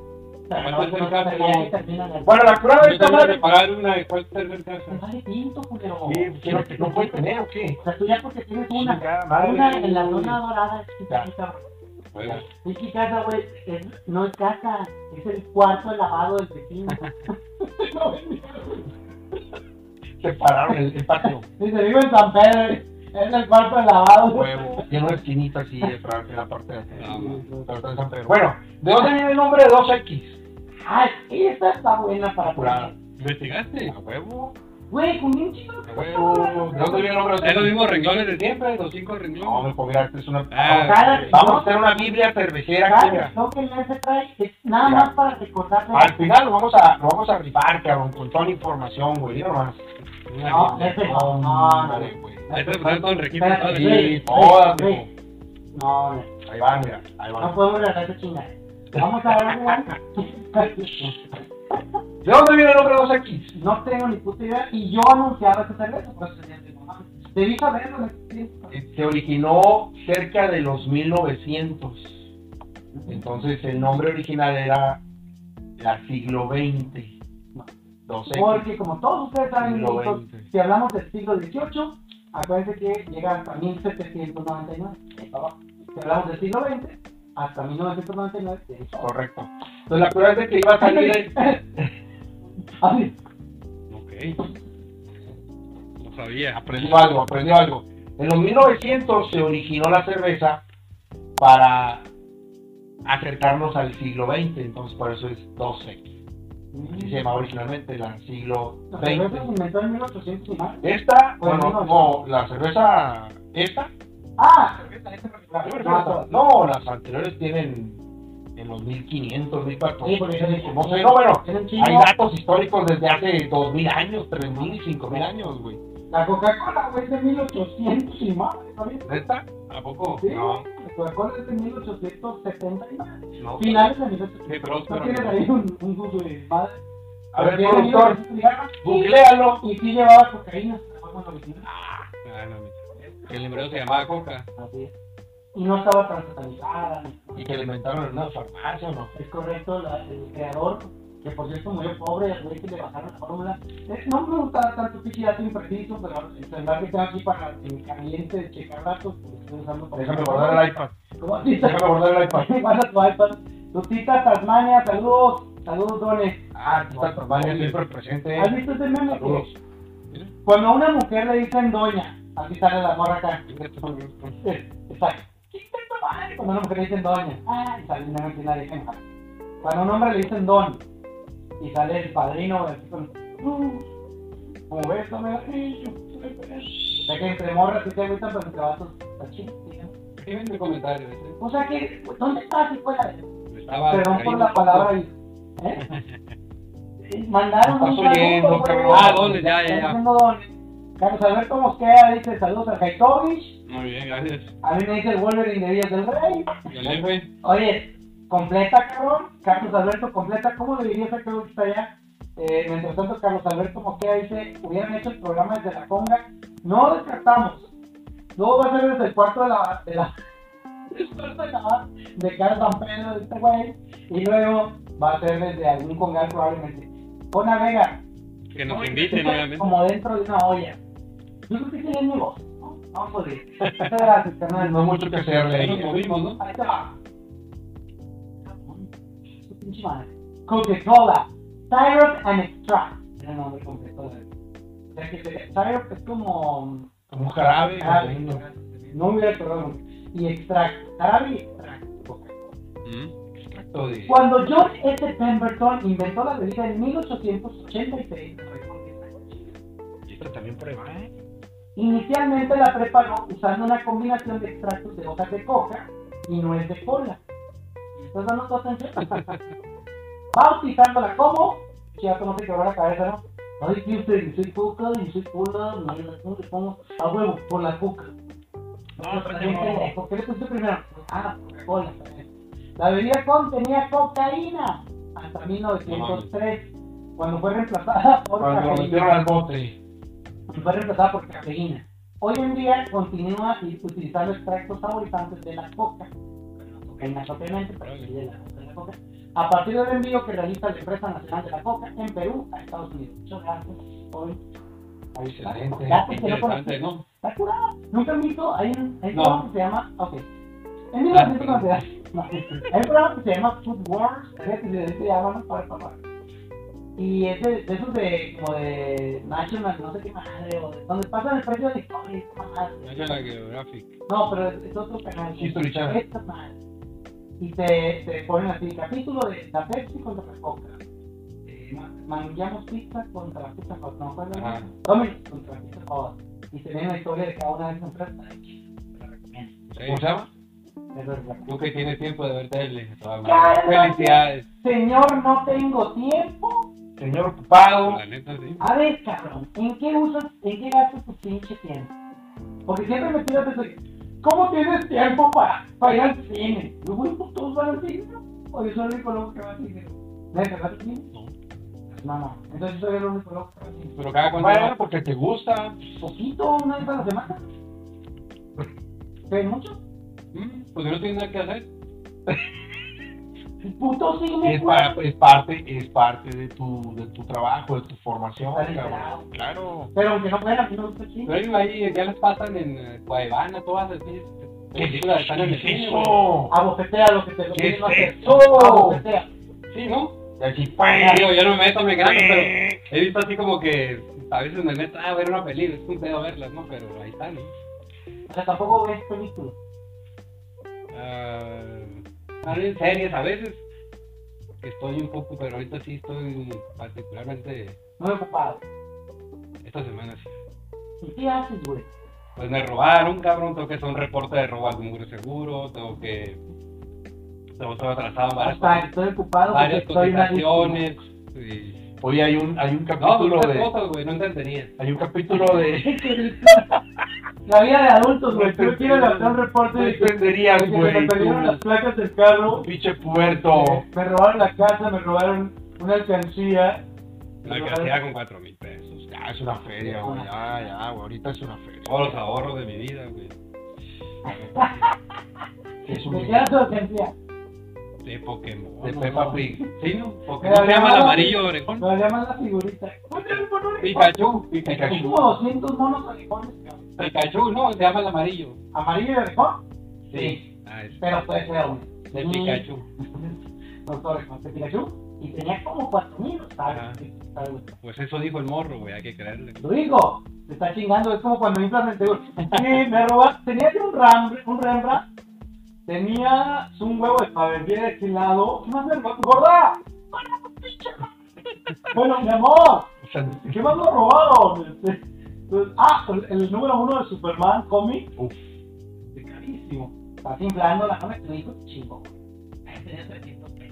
[SPEAKER 3] Además,
[SPEAKER 1] No,
[SPEAKER 3] es el
[SPEAKER 1] no,
[SPEAKER 3] caso,
[SPEAKER 1] sería
[SPEAKER 3] ¿no?
[SPEAKER 1] que termina en el-
[SPEAKER 4] Bueno, la curada de
[SPEAKER 3] Yo
[SPEAKER 4] esta
[SPEAKER 3] tengo que
[SPEAKER 4] madre.
[SPEAKER 3] preparar una de cuál tercer
[SPEAKER 1] Me
[SPEAKER 3] casa.
[SPEAKER 1] sale pinto, culero.
[SPEAKER 4] Sí, pues, ¿quién no- ¿No puede tener o qué?
[SPEAKER 1] O sea, tú ya porque tienes una.
[SPEAKER 4] Chingada madre.
[SPEAKER 1] Una en la zona dorada es
[SPEAKER 4] Ya.
[SPEAKER 1] chiquita.
[SPEAKER 3] Bueno,
[SPEAKER 1] Pinche casa, güey, es- no es casa, es el cuarto lavado del vecino.
[SPEAKER 4] Separaron el, el patio.
[SPEAKER 1] Dice, vivo en San Pedro, es el cuarto lavado.
[SPEAKER 4] Huevo. Tiene una esquinita así de fra- en la parte de atrás.
[SPEAKER 3] Ah,
[SPEAKER 4] La parte de San Pedro. Bueno, ¿de dónde viene el nombre de 2X?
[SPEAKER 1] Ay, esta está buena para
[SPEAKER 4] Curada.
[SPEAKER 1] curar.
[SPEAKER 3] ¿Investigaste?
[SPEAKER 4] A huevo.
[SPEAKER 1] Güey, con un chico.
[SPEAKER 4] A huevo. ¿De dónde viene el nombre de 2X?
[SPEAKER 3] Es los mismos renglones de siempre, los cinco
[SPEAKER 4] No,
[SPEAKER 3] renglones.
[SPEAKER 4] me podría es una.
[SPEAKER 3] Ah,
[SPEAKER 1] Cada
[SPEAKER 4] Vamos a hacer una Biblia cervecera.
[SPEAKER 1] cada
[SPEAKER 4] chinga.
[SPEAKER 1] lo que le hace trae es nada
[SPEAKER 4] Ya.
[SPEAKER 1] más para recordarle.
[SPEAKER 4] Al final lo vamos a, lo vamos a rifar, cabrón, con toda la información, güey. No más.
[SPEAKER 3] una
[SPEAKER 1] No,
[SPEAKER 3] mierda.
[SPEAKER 1] ese no, no, no.
[SPEAKER 4] Ándale, güey.
[SPEAKER 3] Ahí está empezando todo el requisito,
[SPEAKER 1] Espérate,
[SPEAKER 3] ¿sabes?
[SPEAKER 1] güey.
[SPEAKER 4] Sí, todas, güey.
[SPEAKER 1] No, no,
[SPEAKER 4] Ahí van, mira. Ahí
[SPEAKER 1] no
[SPEAKER 4] van.
[SPEAKER 1] podemos regalar esa chingada. Vamos a ver,
[SPEAKER 4] ¿De dónde viene el nombre 2X?
[SPEAKER 1] No tengo ni puta idea. Y yo anunciaba esa cerveza, por eso tenía que mamá. Debí saberlo, ¿no?
[SPEAKER 4] Eh, Se originó cerca de los 1900. Entonces el nombre original era la siglo XX. No sé.
[SPEAKER 1] Porque como todos ustedes saben,
[SPEAKER 4] Siglo
[SPEAKER 1] amigos,
[SPEAKER 4] XX.
[SPEAKER 1] si hablamos del siglo XVIII, acuérdense que llega hasta 1799. ahí para abajo. Si hablamos del siglo XX, hasta 1999. de ahí para abajo.
[SPEAKER 4] Correcto. Entonces la curiosidad es que iba a salir el-
[SPEAKER 1] Así.
[SPEAKER 3] Ok. No sabía.
[SPEAKER 4] Aprendió algo, aprendió algo. En los 1900 se originó la cerveza para acercarnos al siglo XX, entonces por eso es 12. Así se llamaba originalmente la siglo
[SPEAKER 1] La cerveza se
[SPEAKER 4] XX.
[SPEAKER 1] inventó en 1800 y más.
[SPEAKER 4] Esta,
[SPEAKER 1] Bueno,
[SPEAKER 4] bueno,
[SPEAKER 1] no.
[SPEAKER 4] no, la cerveza, esta,
[SPEAKER 1] Ah, cerveza, esta
[SPEAKER 4] Yo
[SPEAKER 1] particular.
[SPEAKER 4] me refiero
[SPEAKER 1] No,
[SPEAKER 4] a esta.
[SPEAKER 1] todas.
[SPEAKER 4] No, las anteriores tienen en los 1500, 1400.
[SPEAKER 1] Sí, porque yo dije,
[SPEAKER 4] no sé, no, bueno,
[SPEAKER 1] Era un chingo.
[SPEAKER 4] hay datos históricos desde hace 2000 años, 3000, 5000 años, güey.
[SPEAKER 1] La Coca-Cola güey, es de 1800 y más. ¿sabes?
[SPEAKER 4] ¿Neta? ¿A poco?
[SPEAKER 1] Sí,
[SPEAKER 4] No,
[SPEAKER 1] la Coca-Cola es de 1870 y más.
[SPEAKER 4] no.
[SPEAKER 1] Finales de
[SPEAKER 3] Qué
[SPEAKER 1] 1870.
[SPEAKER 3] próspero.
[SPEAKER 1] ¿No tienes ahí un, un gusto de madre?
[SPEAKER 4] pues, A ver, productor, googlealo.
[SPEAKER 1] Y sí llevaba cocaína. fue cuando lo hicieron.
[SPEAKER 3] Ah, no, mira. El embrión se llamaba Coca.
[SPEAKER 1] Así es. Y no estaba tan satanizada. ni-
[SPEAKER 4] Y que le inventaron en una farmacia, ¿no?
[SPEAKER 1] Es correcto, la- el creador, que por cierto murió pobre, el güey que le bajaron la fórmula. Es- no me gustaba tanto pinche dato impreciso, pero el celular que tengo aquí para en caliente de checar datos, pues estoy usando para.
[SPEAKER 4] Déjame guardar el iPad.
[SPEAKER 1] ¿Cómo se dice?
[SPEAKER 4] Déjame guardar el iPad.
[SPEAKER 1] Igual a tu iPad. Lucita Tasmania, saludos, saludos, dones.
[SPEAKER 4] Ah, aquí está Tasmania siempre presente.
[SPEAKER 1] ¿Has visto ese meme?
[SPEAKER 4] Saludos.
[SPEAKER 1] Cuando a una mujer le dicen doña, así sale la morra acá. Eh, Exacto. ¿Qué te madre? Cuando a una mujer le dicen doña, ah, y sale una vecina de Genja. Cuando a un hombre le dicen don, y sale el padrino, así con. "Uh, Como ves, no me da brillo. O sea que entre morras sí se gustan, pero entre vatos está chido, ¿sí, no?
[SPEAKER 3] Escriben en el comentario. ¿eh?
[SPEAKER 1] O sea que, ¿dónde está si fuera de-
[SPEAKER 3] Estaba
[SPEAKER 1] Perdón por la palabra. y- ¿Eh? Mandaron
[SPEAKER 4] Estás
[SPEAKER 1] un saludo,
[SPEAKER 4] oyendo,
[SPEAKER 1] güey.
[SPEAKER 4] cabrón.
[SPEAKER 3] Ah, ¿dónde? Ya, ya,
[SPEAKER 1] Están
[SPEAKER 3] ya.
[SPEAKER 1] haciendo dones. Carlos Alberto Mosquera dice saludos a Haitovich.
[SPEAKER 3] Muy bien, gracias.
[SPEAKER 1] A mí me dice el Wolverine de Villas del Rey.
[SPEAKER 3] Y al jefe,
[SPEAKER 1] Oye, completa, cabrón. Carlos Alberto, completa. ¿Cómo le dirías a Carlos que está allá? Eh, mientras tanto, Carlos Alberto Mosquera dice: hubieran hecho el programa desde la conga. No descartamos. Luego va a ser desde el cuarto de la. De la el cuarto de la bar de Carlos San Pedro, de este güey. Y luego va a ser desde algún congal probablemente. Con Vega.
[SPEAKER 3] que nos inviten, obviamente.
[SPEAKER 1] Como dentro de una olla. Yo creo que sería mi voz. ¿no? Vamos por ahí. Muchas gracias, carnal.
[SPEAKER 4] No hay mucho que hacerle
[SPEAKER 3] Ya Nos
[SPEAKER 4] ahí.
[SPEAKER 3] movimos, ¿no?
[SPEAKER 1] Ahí te va. Su pinche madre. Coca-Cola. Syrup and Extract. Era el nombre completo de- O sea que se- Syrup es como.
[SPEAKER 4] Como un jarabe.
[SPEAKER 1] jarabe,
[SPEAKER 4] como un-
[SPEAKER 1] No hubiera acordado. Y extract. Jarabe y extract. Coca-Cola.
[SPEAKER 3] Mm.
[SPEAKER 4] extracto de-
[SPEAKER 1] Cuando John S. Pemberton inventó la bebida en 1886,
[SPEAKER 4] Y esta también prueba, ¿eh?
[SPEAKER 1] inicialmente la preparó usando una combinación de extractos de hojas de coca y nuez de cola. ¿Estás dando tu atención? Bautizándola como, ya no se quebró la cabeza, ¿no? Ay, sí, usted, yo soy coca, yo soy cola, no, no, no le pongo a huevo por la coca.
[SPEAKER 3] No,
[SPEAKER 1] Pero
[SPEAKER 3] espérate,
[SPEAKER 1] también
[SPEAKER 3] no.
[SPEAKER 1] pendejo, ¿Qué le pusiste primero? Ah, Coca-Cola. está bien. La bebida contenía cocaína hasta 1903, cuando fue reemplazada por
[SPEAKER 4] Cuando lo
[SPEAKER 1] cafeína
[SPEAKER 4] metieron al bote.
[SPEAKER 1] y fue reemplazada por cafeína. Hoy en día continúa y- utilizando extractos saborizantes de la coca. En la cocaína, pero sí de la, de la coca. A partir del envío que realiza la empresa nacional de la coca en Perú a Estados Unidos. Muchas gracias. Hoy. Ahí está.
[SPEAKER 4] Excelente.
[SPEAKER 1] Datos que no conocía.
[SPEAKER 3] Interesante, ¿no?
[SPEAKER 1] Está curada. Nunca han visto, hay un, hay un
[SPEAKER 3] No.
[SPEAKER 1] programa que se llama. Ok. En
[SPEAKER 3] Ah,
[SPEAKER 1] 1990 no, hay un programa que se llama Food Wars, creo que se- se llama, no, por favor. Y es de, de esos de como de National, no sé qué madre, o de, donde pasan el precio de historia, esta madre.
[SPEAKER 3] National Geographic.
[SPEAKER 1] No, pero es, es otro canal.
[SPEAKER 4] History Channel.
[SPEAKER 1] Esta madre. Y te, te ponen así, capítulo de la Pepsi contra la Coca. Eh, ma- Mangueamos pizza contra la pizza Hot, ¿no? ¿Cuál era?
[SPEAKER 3] Ajá.
[SPEAKER 1] Tomen contra la pizza Hot. Y te viene la historia de cada una de esas empresas. Ay, chido, te la recomiendo.
[SPEAKER 3] Sí.
[SPEAKER 4] ¿Cómo se llama?
[SPEAKER 1] Te lo recomiendo.
[SPEAKER 3] Tú que tienes tiempo de ver tele. toda madre.
[SPEAKER 1] Cálmate.
[SPEAKER 3] Felicidades.
[SPEAKER 1] Señor, no tengo tiempo.
[SPEAKER 4] Señor ocupado.
[SPEAKER 3] La neta, sí.
[SPEAKER 1] A ver, cabrón, ¿en qué usas, en qué gastas tu pinche tiempo? Porque siempre me tiras eso. de, ¿Cómo tienes tiempo para, para ir al cine? Yo voy por todos van al cine, ¿no? O yo soy el único loco que va al cine. ¿Ves, verdad, al cine? Pues
[SPEAKER 3] No.
[SPEAKER 1] No, no. Entonces soy el único loco que va al cine.
[SPEAKER 3] Pero cada cuando
[SPEAKER 4] Bueno, porque te gusta.
[SPEAKER 1] Poquito, una vez a la semana. ¿Ves mucho?
[SPEAKER 3] Mm, Porque no tienes nada que hacer.
[SPEAKER 1] El puto cine,
[SPEAKER 4] Es,
[SPEAKER 1] güey.
[SPEAKER 4] pa- es parte, es parte de tu, de tu trabajo, de tu formación,
[SPEAKER 1] Está
[SPEAKER 4] cabrón. Claro.
[SPEAKER 1] Pero aunque no puedan, a mí me gusta el cine.
[SPEAKER 3] Pero ahí ya las pasan en eh, Cuevana, todas las pinches películas están en el
[SPEAKER 4] ¿Qué es
[SPEAKER 3] cine, güey.
[SPEAKER 4] eso?
[SPEAKER 1] Abofetea lo que te lo
[SPEAKER 4] ¿Qué
[SPEAKER 1] quieren
[SPEAKER 4] es
[SPEAKER 1] no hacer.
[SPEAKER 4] eso?
[SPEAKER 1] Abofetea.
[SPEAKER 3] Sí, ¿no?
[SPEAKER 4] Y aquí,
[SPEAKER 3] Ya,
[SPEAKER 4] ¡pam!
[SPEAKER 3] digo, yo no me meto, me quedo, pero
[SPEAKER 4] Eh.
[SPEAKER 3] he visto así como que a veces me meto ah, a ver una película, es un pedo verlas, ¿no? Pero ahí están, ¿no?
[SPEAKER 1] O sea, tampoco ves películas.
[SPEAKER 3] Ah, también series a veces que estoy un poco, pero ahorita sí estoy particularmente
[SPEAKER 1] Muy ocupado.
[SPEAKER 3] esta semana sí.
[SPEAKER 1] ¿Y qué haces, güey?
[SPEAKER 3] Pues me robaron, cabrón, tengo que hacer un reporte de robo al muro seguro, tengo que... Tengo todo atrasado en varias,
[SPEAKER 1] Hasta estoy ocupado porque
[SPEAKER 3] varias
[SPEAKER 1] estoy una
[SPEAKER 3] cotizaciones. y-
[SPEAKER 4] Hoy hay un, hay un
[SPEAKER 3] No,
[SPEAKER 4] capítulo
[SPEAKER 3] muchas
[SPEAKER 4] de.
[SPEAKER 3] cosas, güey, no entendería.
[SPEAKER 4] Hay un capítulo de.
[SPEAKER 1] La vida de adultos, güey.
[SPEAKER 4] No
[SPEAKER 1] Tú quieres
[SPEAKER 4] entenderías.
[SPEAKER 1] hacer un reporte
[SPEAKER 4] No
[SPEAKER 1] de que
[SPEAKER 4] entenderías,
[SPEAKER 1] de que me
[SPEAKER 4] güey.
[SPEAKER 1] perdieron las
[SPEAKER 4] tú,
[SPEAKER 1] placas del carro, eh,
[SPEAKER 4] Pinche puerto.
[SPEAKER 1] me robaron la casa, me robaron una alcancía,
[SPEAKER 3] No alcancé con 4 mil pesos.
[SPEAKER 4] Ya, Ah, es una feria, güey. Ah, Ya, ya, güey. Ahorita es una feria.
[SPEAKER 3] Todos los ahorros de mi vida, güey.
[SPEAKER 4] Es un
[SPEAKER 1] ¿De qué era su ausencia?
[SPEAKER 3] De Pokémon.
[SPEAKER 4] De
[SPEAKER 3] ¿no?
[SPEAKER 4] Peppa Pig.
[SPEAKER 3] Sí, ¿no? Porque
[SPEAKER 1] Pero
[SPEAKER 3] no se llama el
[SPEAKER 1] hablaba-
[SPEAKER 3] amarillo orejón.
[SPEAKER 1] Lo llaman la figurita.
[SPEAKER 3] Pikachu,
[SPEAKER 1] Hay
[SPEAKER 3] Pikachu.
[SPEAKER 1] como 200 monos orejones, cabrón.
[SPEAKER 3] Pikachu, no, se llama el amarillo.
[SPEAKER 1] Amarillo y orejón,
[SPEAKER 3] Sí. Ah, es
[SPEAKER 1] pero puede ser uno.
[SPEAKER 3] de
[SPEAKER 1] Mm.
[SPEAKER 3] Pikachu.
[SPEAKER 1] Los orejones de Pikachu. Y tenía como 4000,
[SPEAKER 3] Ajá.
[SPEAKER 1] ¿sabes? ¿sabes?
[SPEAKER 3] Pues eso dijo el morro, güey, hay que creerle.
[SPEAKER 1] Lo digo, te está chingando, es como cuando inflas el seguro. Sí, me robaste. Tenía yo un, Ram- un Rembrandt, tenías un huevo de pavelbier de aquel lado. ¿Qué más me robaste? ¡Gorda! ¡Gorda, tu pinche madre! Bueno, mi amor,
[SPEAKER 3] O sea,
[SPEAKER 1] ¿qué más me robaron? Este, pues, ah, el, el número uno de Superman cómic.
[SPEAKER 4] Uf.
[SPEAKER 1] De carísimo. Estás inflando la cama y te dijo, chingo. Ahí Tenías 300 pesos.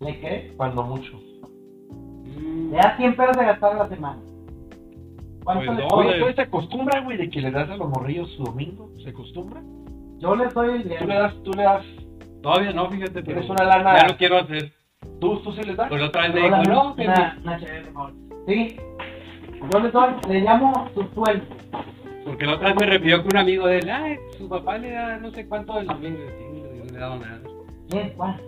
[SPEAKER 1] ¿Le crees?
[SPEAKER 4] Cuando mucho.
[SPEAKER 1] Le das 100 pesos de gastar a la semana. ¿Cuánto
[SPEAKER 3] Pues
[SPEAKER 1] le
[SPEAKER 3] no,
[SPEAKER 1] cobras?
[SPEAKER 4] Oye, ¿tú se acostumbra, güey, de que le das a los morrillos su domingo? ¿Se acostumbra?
[SPEAKER 1] Yo le doy el
[SPEAKER 4] Tú le das, tú le das,
[SPEAKER 3] Todavía no, fíjate, pero
[SPEAKER 4] tienes una lana.
[SPEAKER 3] ya lo quiero hacer. Pues
[SPEAKER 4] ¿Tú, tú sí les das?
[SPEAKER 3] Pero la otra vez me
[SPEAKER 1] Hola,
[SPEAKER 3] dijo,
[SPEAKER 1] no,
[SPEAKER 3] no, que
[SPEAKER 1] una, una chévere, por favor. Sí. Yo le, doy, le llamo su sueldo.
[SPEAKER 3] Porque la otra vez me refirió que un amigo de él, ah, su papá le da no sé cuánto del domingo. Y Yo no le he dado nada.
[SPEAKER 1] Bien, Juan.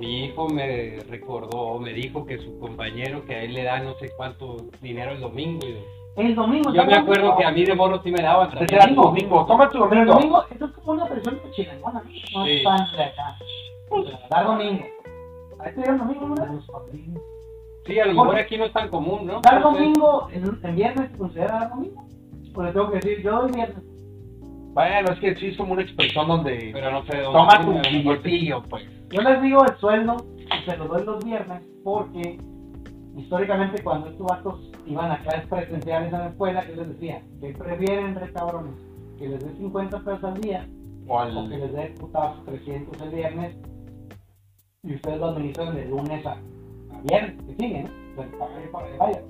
[SPEAKER 3] Mi hijo me recordó, me dijo que su compañero que a él le da no sé cuánto dinero el domingo. y
[SPEAKER 1] El domingo.
[SPEAKER 3] Yo
[SPEAKER 1] ya
[SPEAKER 3] me acuerdo que a mí de morro sí me daban.
[SPEAKER 4] Ese
[SPEAKER 3] también.
[SPEAKER 4] Pues era tu domingo. Toma tu
[SPEAKER 1] Pero el
[SPEAKER 4] domingo.
[SPEAKER 1] domingo, esto es como una versión de chilangona, ¿no? No es
[SPEAKER 3] Sí.
[SPEAKER 1] tan de acá. Dar domingo. ¿A este día el domingo, no?
[SPEAKER 3] Sí, a lo mejor aquí no es tan común, ¿no?
[SPEAKER 1] Dar domingo en, en viernes se considera dar domingo. O le tengo que decir, yo doy viernes.
[SPEAKER 4] Bueno, es que sí es como una expresión donde...
[SPEAKER 3] Pero no sé de dónde.
[SPEAKER 4] Toma tu
[SPEAKER 3] viene, a lo mejor sí.
[SPEAKER 4] billetillo, pues.
[SPEAKER 1] Yo les digo el sueldo y se lo doy los viernes porque históricamente cuando estos vatos iban a clases presenciales a la escuela, yo les decía que prefieren tres cabrones que les dé 50 pesos al día
[SPEAKER 4] O
[SPEAKER 1] o que
[SPEAKER 4] al...
[SPEAKER 1] les dé putazos 300 el viernes y ustedes lo administran de lunes a, a viernes, que siguen, ¿no? Del para allá, para allá, vaya.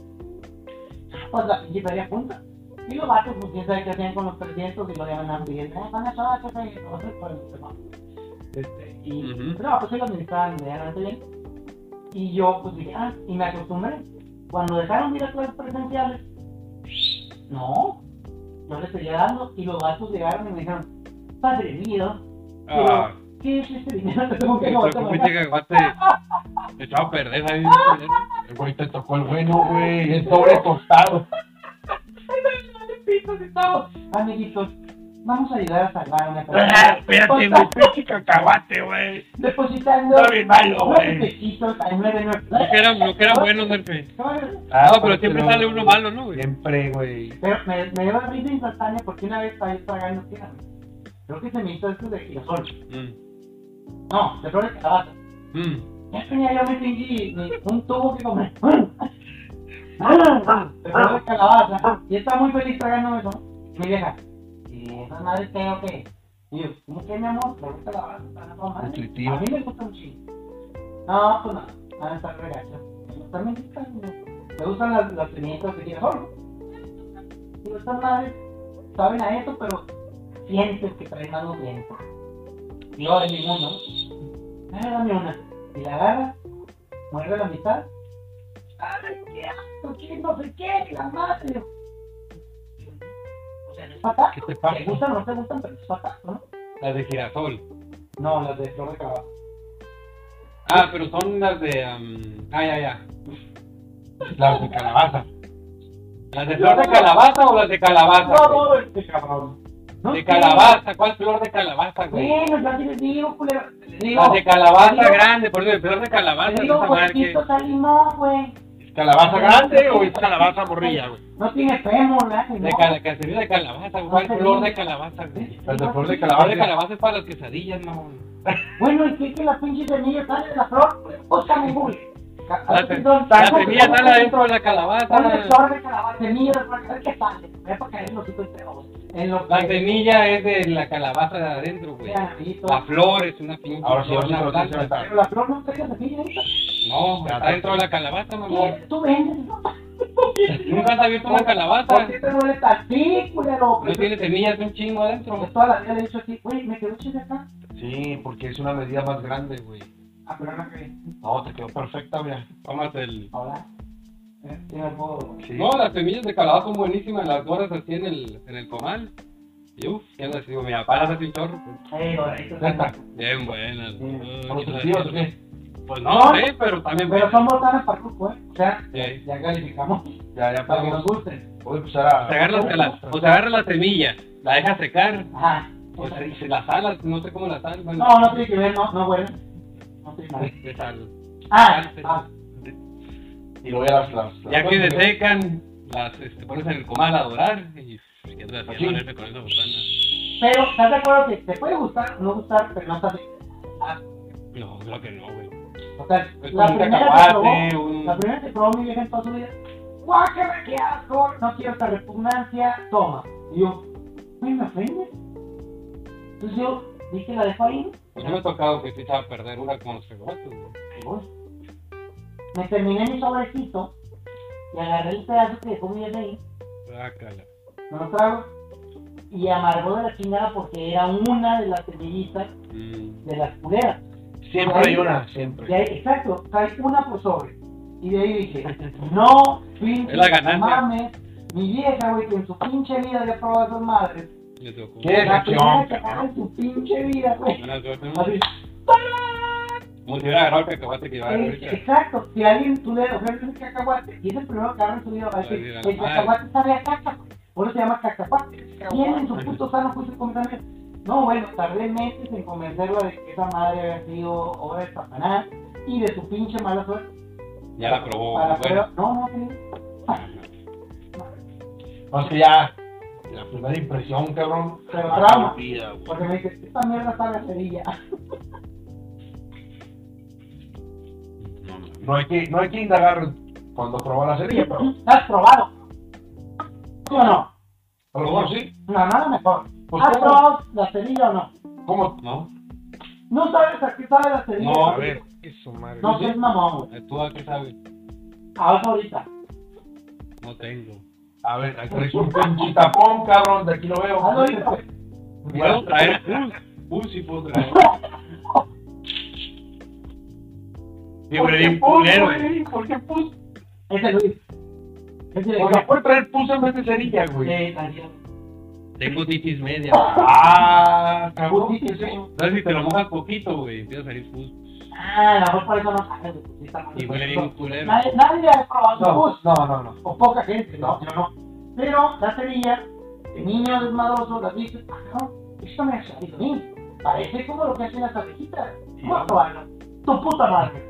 [SPEAKER 1] Pues la pinche feria junta. Y los vatos, pues quién sabe qué hacían con los 300 y lo llevan a cliente, ah, van a todas, jefe, lo vas a hacer por el tema. Este, y
[SPEAKER 3] Ujú.
[SPEAKER 1] no, pues sí lo administraban medianamente bien. Y yo, pues dije, ah, y me acostumbré. Cuando dejaron de ir a clases presenciales, no, yo les seguía dando y los vatos llegaron y me dijeron, padre mío,
[SPEAKER 3] Ah,
[SPEAKER 1] ¿qué es este dinero que tengo que
[SPEAKER 3] pero
[SPEAKER 1] gastar?
[SPEAKER 3] ¿cómo dice que aguante? Te echaba a perder ahí.
[SPEAKER 4] El güey te tocó el bueno, güey. Es sobre tostado.
[SPEAKER 1] Pitos y todo. Amiguitos, vamos a ayudar a salvar a una persona.
[SPEAKER 4] Ah, Espérate, güey. Pinche cacahuate, güey.
[SPEAKER 1] Depositando
[SPEAKER 4] Está bien malo,
[SPEAKER 1] nueve
[SPEAKER 4] güey.
[SPEAKER 1] pesitos al
[SPEAKER 3] No
[SPEAKER 1] 99.
[SPEAKER 3] que eran, no que eran buenos, Nerfe.
[SPEAKER 4] Ah,
[SPEAKER 3] No, pero siempre sale uno malo, ¿no, güey?
[SPEAKER 4] Siempre, güey.
[SPEAKER 1] Pero me, me dio la risa instantánea porque una vez estaba yo tragando, ¿qué era? Creo que se me hizo esto de girasol.
[SPEAKER 3] Mm.
[SPEAKER 1] No, de flores de calabaza.
[SPEAKER 3] Mm.
[SPEAKER 1] Ya tenía yo mi pinche mi- un tubo que comer. De flores de calabaza. Y estaba muy feliz tragando eso. ¿no? Mi vieja. ¿Y esas madres qué o qué? Y yo, ¿cómo que mi amor? Flores de calabaza están a toda madre.
[SPEAKER 4] Nutritivo.
[SPEAKER 1] A mí me gusta un chingo. No, pues no. Van a estar regacho. También están. Me gustan las, las pimientas de girasol. Digo, estas madres saben a eso, pero sientes que traen algo bien. Yo en mi mundo. Ah, dame una. Y la agarra, muerde la mitad. ¡Ay, qué asco! ¡Qué no sé qué! ¡La madre! O sea, no es pataco.
[SPEAKER 4] ¿Qué te
[SPEAKER 1] Te gustan o no te gustan, pero es pataco, ¿no?
[SPEAKER 3] Las de girasol.
[SPEAKER 1] No, las de flor de calabaza.
[SPEAKER 3] Ah, pero son las de. am, ah, ya, ya.
[SPEAKER 4] Las de calabaza.
[SPEAKER 3] ¿Las de flor de calabaza o las de calabaza?
[SPEAKER 1] No,
[SPEAKER 3] güey?
[SPEAKER 1] no, este cabrón. No
[SPEAKER 3] De
[SPEAKER 1] sé.
[SPEAKER 3] calabaza, ¿cuál flor de calabaza, güey?
[SPEAKER 1] Bueno, ya te les digo, culero. Les digo,
[SPEAKER 3] Las de calabaza
[SPEAKER 1] digo-
[SPEAKER 3] grande, por ejemplo, flor de
[SPEAKER 1] les
[SPEAKER 3] calabaza,
[SPEAKER 1] digo,
[SPEAKER 3] esa madre que-
[SPEAKER 1] huequito, sal limón, güey.
[SPEAKER 4] ¿Es calabaza grande o es calabaza morrilla, güey?
[SPEAKER 1] No tiene fémur, ¿verdad?
[SPEAKER 3] De cala- cacería de calabaza, güey. ¿Cuál
[SPEAKER 1] No sé.
[SPEAKER 3] flor de calabaza, güey?
[SPEAKER 4] Las de flor de
[SPEAKER 3] La flor de
[SPEAKER 4] calabaza.
[SPEAKER 3] calabaza es para las quesadillas, no.
[SPEAKER 1] Bueno, ¿y qué que las pinches semillas salen de la flor? Búscame en Google. Ca-
[SPEAKER 3] La, se-
[SPEAKER 1] Ah, perdón,
[SPEAKER 3] la
[SPEAKER 1] ¿cómo-
[SPEAKER 3] semilla
[SPEAKER 1] cómo-
[SPEAKER 3] sale adentro de la
[SPEAKER 1] ¿Cómo se
[SPEAKER 3] calabaza.
[SPEAKER 1] absorbe cada semilla? A ver qué sale. Voy a poner los hijos de vos. En los
[SPEAKER 3] La semilla es de la calabaza de adentro, güey. La flor es una pinche.
[SPEAKER 4] Ahora sí,
[SPEAKER 3] flor,
[SPEAKER 4] ahora sí,
[SPEAKER 3] una
[SPEAKER 4] ahora sí,
[SPEAKER 3] planta.
[SPEAKER 4] ahora sí.
[SPEAKER 1] Pero la flor no trae semilla. ¿eh?
[SPEAKER 3] No, güey, está dentro de la calabaza, mamá.
[SPEAKER 1] ¿Qué? ¿Tú vendes? ¿no?
[SPEAKER 3] Nunca has abierto una
[SPEAKER 1] ¿Por
[SPEAKER 3] calabaza.
[SPEAKER 1] qué te duele tan ti, culero?
[SPEAKER 3] No tiene semillas, de un chingo
[SPEAKER 1] Yo
[SPEAKER 3] adentro.
[SPEAKER 1] toda la vida le he dicho así, güey, me quedó chido acá.
[SPEAKER 4] Sí, porque es una medida más grande, güey.
[SPEAKER 1] Ah, pero no creí.
[SPEAKER 4] No, te quedó perfecta, mira.
[SPEAKER 3] Tómate el.
[SPEAKER 1] Ahora. eh, Tiene el modo.
[SPEAKER 4] Sí.
[SPEAKER 3] No, las semillas de calabaza son buenísimas, las gordas así en el, en el comal. Y uff, ya las digo, mira, paras así un chorro.
[SPEAKER 1] Ey, ahorita
[SPEAKER 4] Neta.
[SPEAKER 1] sale.
[SPEAKER 3] Bien buenas.
[SPEAKER 4] Sí,
[SPEAKER 3] Ay,
[SPEAKER 4] ¿Por tus
[SPEAKER 3] las-
[SPEAKER 4] tíos o qué?
[SPEAKER 3] Pues no, sí, pero también
[SPEAKER 1] Pero
[SPEAKER 3] buenas.
[SPEAKER 1] son botanas para cuco, ¿eh? O sea,
[SPEAKER 3] Sí.
[SPEAKER 1] ya calificamos
[SPEAKER 4] Ya,
[SPEAKER 1] para que
[SPEAKER 4] ya podemos.
[SPEAKER 1] nos gusten.
[SPEAKER 4] Voy a empezar a.
[SPEAKER 3] Te agarras de la- o te agarras la semilla, la dejas secar,
[SPEAKER 1] Ajá.
[SPEAKER 3] o se, y se las alas, no sé cómo las alas. bueno,
[SPEAKER 1] No, no tiene que ver, no, no huele. No tiene nada.
[SPEAKER 3] de sal.
[SPEAKER 1] Ah, ah,
[SPEAKER 4] Y luego ya las. las- las-
[SPEAKER 3] Ya que se secan, las este, pones en el comal a dorar y pues, ya te las
[SPEAKER 4] Así.
[SPEAKER 3] amanece con esa botana.
[SPEAKER 1] pero ¿estás de acuerdo que te puede gustar, no gustar, pero no estás de-
[SPEAKER 3] No, creo que no, güey.
[SPEAKER 1] O sea,
[SPEAKER 3] Es
[SPEAKER 1] la
[SPEAKER 3] como un
[SPEAKER 1] primera que probó,
[SPEAKER 3] cacahuate, un...
[SPEAKER 1] la primera que probó mi vieja en toda su vida, guácala, qué asco, no quiero esta repugnancia, toma. Y yo, güey, me ofende. Entonces yo dije, la dejo ahí,
[SPEAKER 3] Pues yo me he tocado que se echaba a perder una con los cacahuates, güey.
[SPEAKER 1] y voy. Me terminé mi sobrecito y agarré el pedazo que dejó mi vieja ahí,
[SPEAKER 3] Sácala.
[SPEAKER 1] me lo trago, y amargó de la chingada porque era una de las semillitas
[SPEAKER 3] Mm.
[SPEAKER 1] de las culeras.
[SPEAKER 4] Siempre hay una, siempre.
[SPEAKER 1] De ahí- exacto, hay una por sobre. Y de ahí dije, no pinche
[SPEAKER 3] Es la ganancia.
[SPEAKER 1] mames, mi vieja, güey, que en su pinche vida había probado esas madres.
[SPEAKER 3] Yo te ocupo.
[SPEAKER 4] ¿Qué?
[SPEAKER 1] La primera
[SPEAKER 4] decepción,
[SPEAKER 1] que agarra
[SPEAKER 4] cabrón.
[SPEAKER 1] en su pinche vida, güey.
[SPEAKER 3] Buenas suerte, ¿no?
[SPEAKER 1] Así,
[SPEAKER 3] Como si hubiera agarrado el cacahuate que iba a
[SPEAKER 1] eh,
[SPEAKER 3] agarrar ahorita.
[SPEAKER 1] exacto, si alguien tú le ofreces un cacahuate y es el primero que agarra en su vida, va a
[SPEAKER 3] Ay,
[SPEAKER 1] decir,
[SPEAKER 3] la
[SPEAKER 1] el
[SPEAKER 3] madre.
[SPEAKER 1] cacahuate sabe a caca, güey. Por eso se llama cacahuate. ¿Quién en su puto sano juicio comenzar No, bueno, tardé meses en convencerlo de que esa madre había sido obra de Satanás y de su pinche mala suerte.
[SPEAKER 3] Ya la probó.
[SPEAKER 1] Para
[SPEAKER 3] güey.
[SPEAKER 1] poder- No, no, no.
[SPEAKER 4] No sé, ya. La primera impresión, cabrón. Ah,
[SPEAKER 1] Pero trauma.
[SPEAKER 4] Vida, güey.
[SPEAKER 1] Porque me dice, esta mierda sabe a cerilla.
[SPEAKER 3] No, no.
[SPEAKER 4] No hay que, no hay que indagar cuando probó la cerilla, pero
[SPEAKER 1] ¿La has probado? ¿Sí o no?
[SPEAKER 4] a lo mejor sí.
[SPEAKER 1] No, nada mejor.
[SPEAKER 4] Pues
[SPEAKER 1] ¿Has
[SPEAKER 4] ¿cómo?
[SPEAKER 1] probado la cerilla o no?
[SPEAKER 4] ¿Cómo?
[SPEAKER 3] ¿No?
[SPEAKER 1] No sabes a qué sabe la cerilla.
[SPEAKER 3] No,
[SPEAKER 4] a ver.
[SPEAKER 2] Eso, madre.
[SPEAKER 1] No seas mamón, güey.
[SPEAKER 3] eh, ¿Tú a qué sabes?
[SPEAKER 1] Ahora ahorita.
[SPEAKER 3] No tengo.
[SPEAKER 4] A ver, aquí traes un pinche tapón, cabrón. De aquí lo veo.
[SPEAKER 1] Hazlo ahorita.
[SPEAKER 4] pues.
[SPEAKER 3] ¿Puedo traer? Uh, uh, sí puedo traer. Siempre bien culero, güey.
[SPEAKER 4] güey? ¿Por qué pus?
[SPEAKER 1] Ese Luis. Ese Eh, le
[SPEAKER 4] ¿Por qué puede traer pus en vez de cerilla, güey?
[SPEAKER 1] Sí, tranquilo.
[SPEAKER 3] Tengo titis media.
[SPEAKER 4] Ah, cabrón.
[SPEAKER 1] Pus, sí, sí.
[SPEAKER 3] ¿Sabes si te lo mojas poquito, güey? Empieza a salir pus.
[SPEAKER 1] Ah, a lo mejor por eso no sabes, güey. Sí, está mal.
[SPEAKER 3] Y huele bien culero.
[SPEAKER 1] Nadie, nadie ha probado su
[SPEAKER 4] No,
[SPEAKER 1] bus,
[SPEAKER 4] no, no, no.
[SPEAKER 1] o poca gente, no, yo no. Pero la cerilla, el niño desmadroso, las dice, ah, no, esto me ha salido a mí. Parece como lo que hacen las abejitas. ¿Cómo probarlo? Tu puta madre.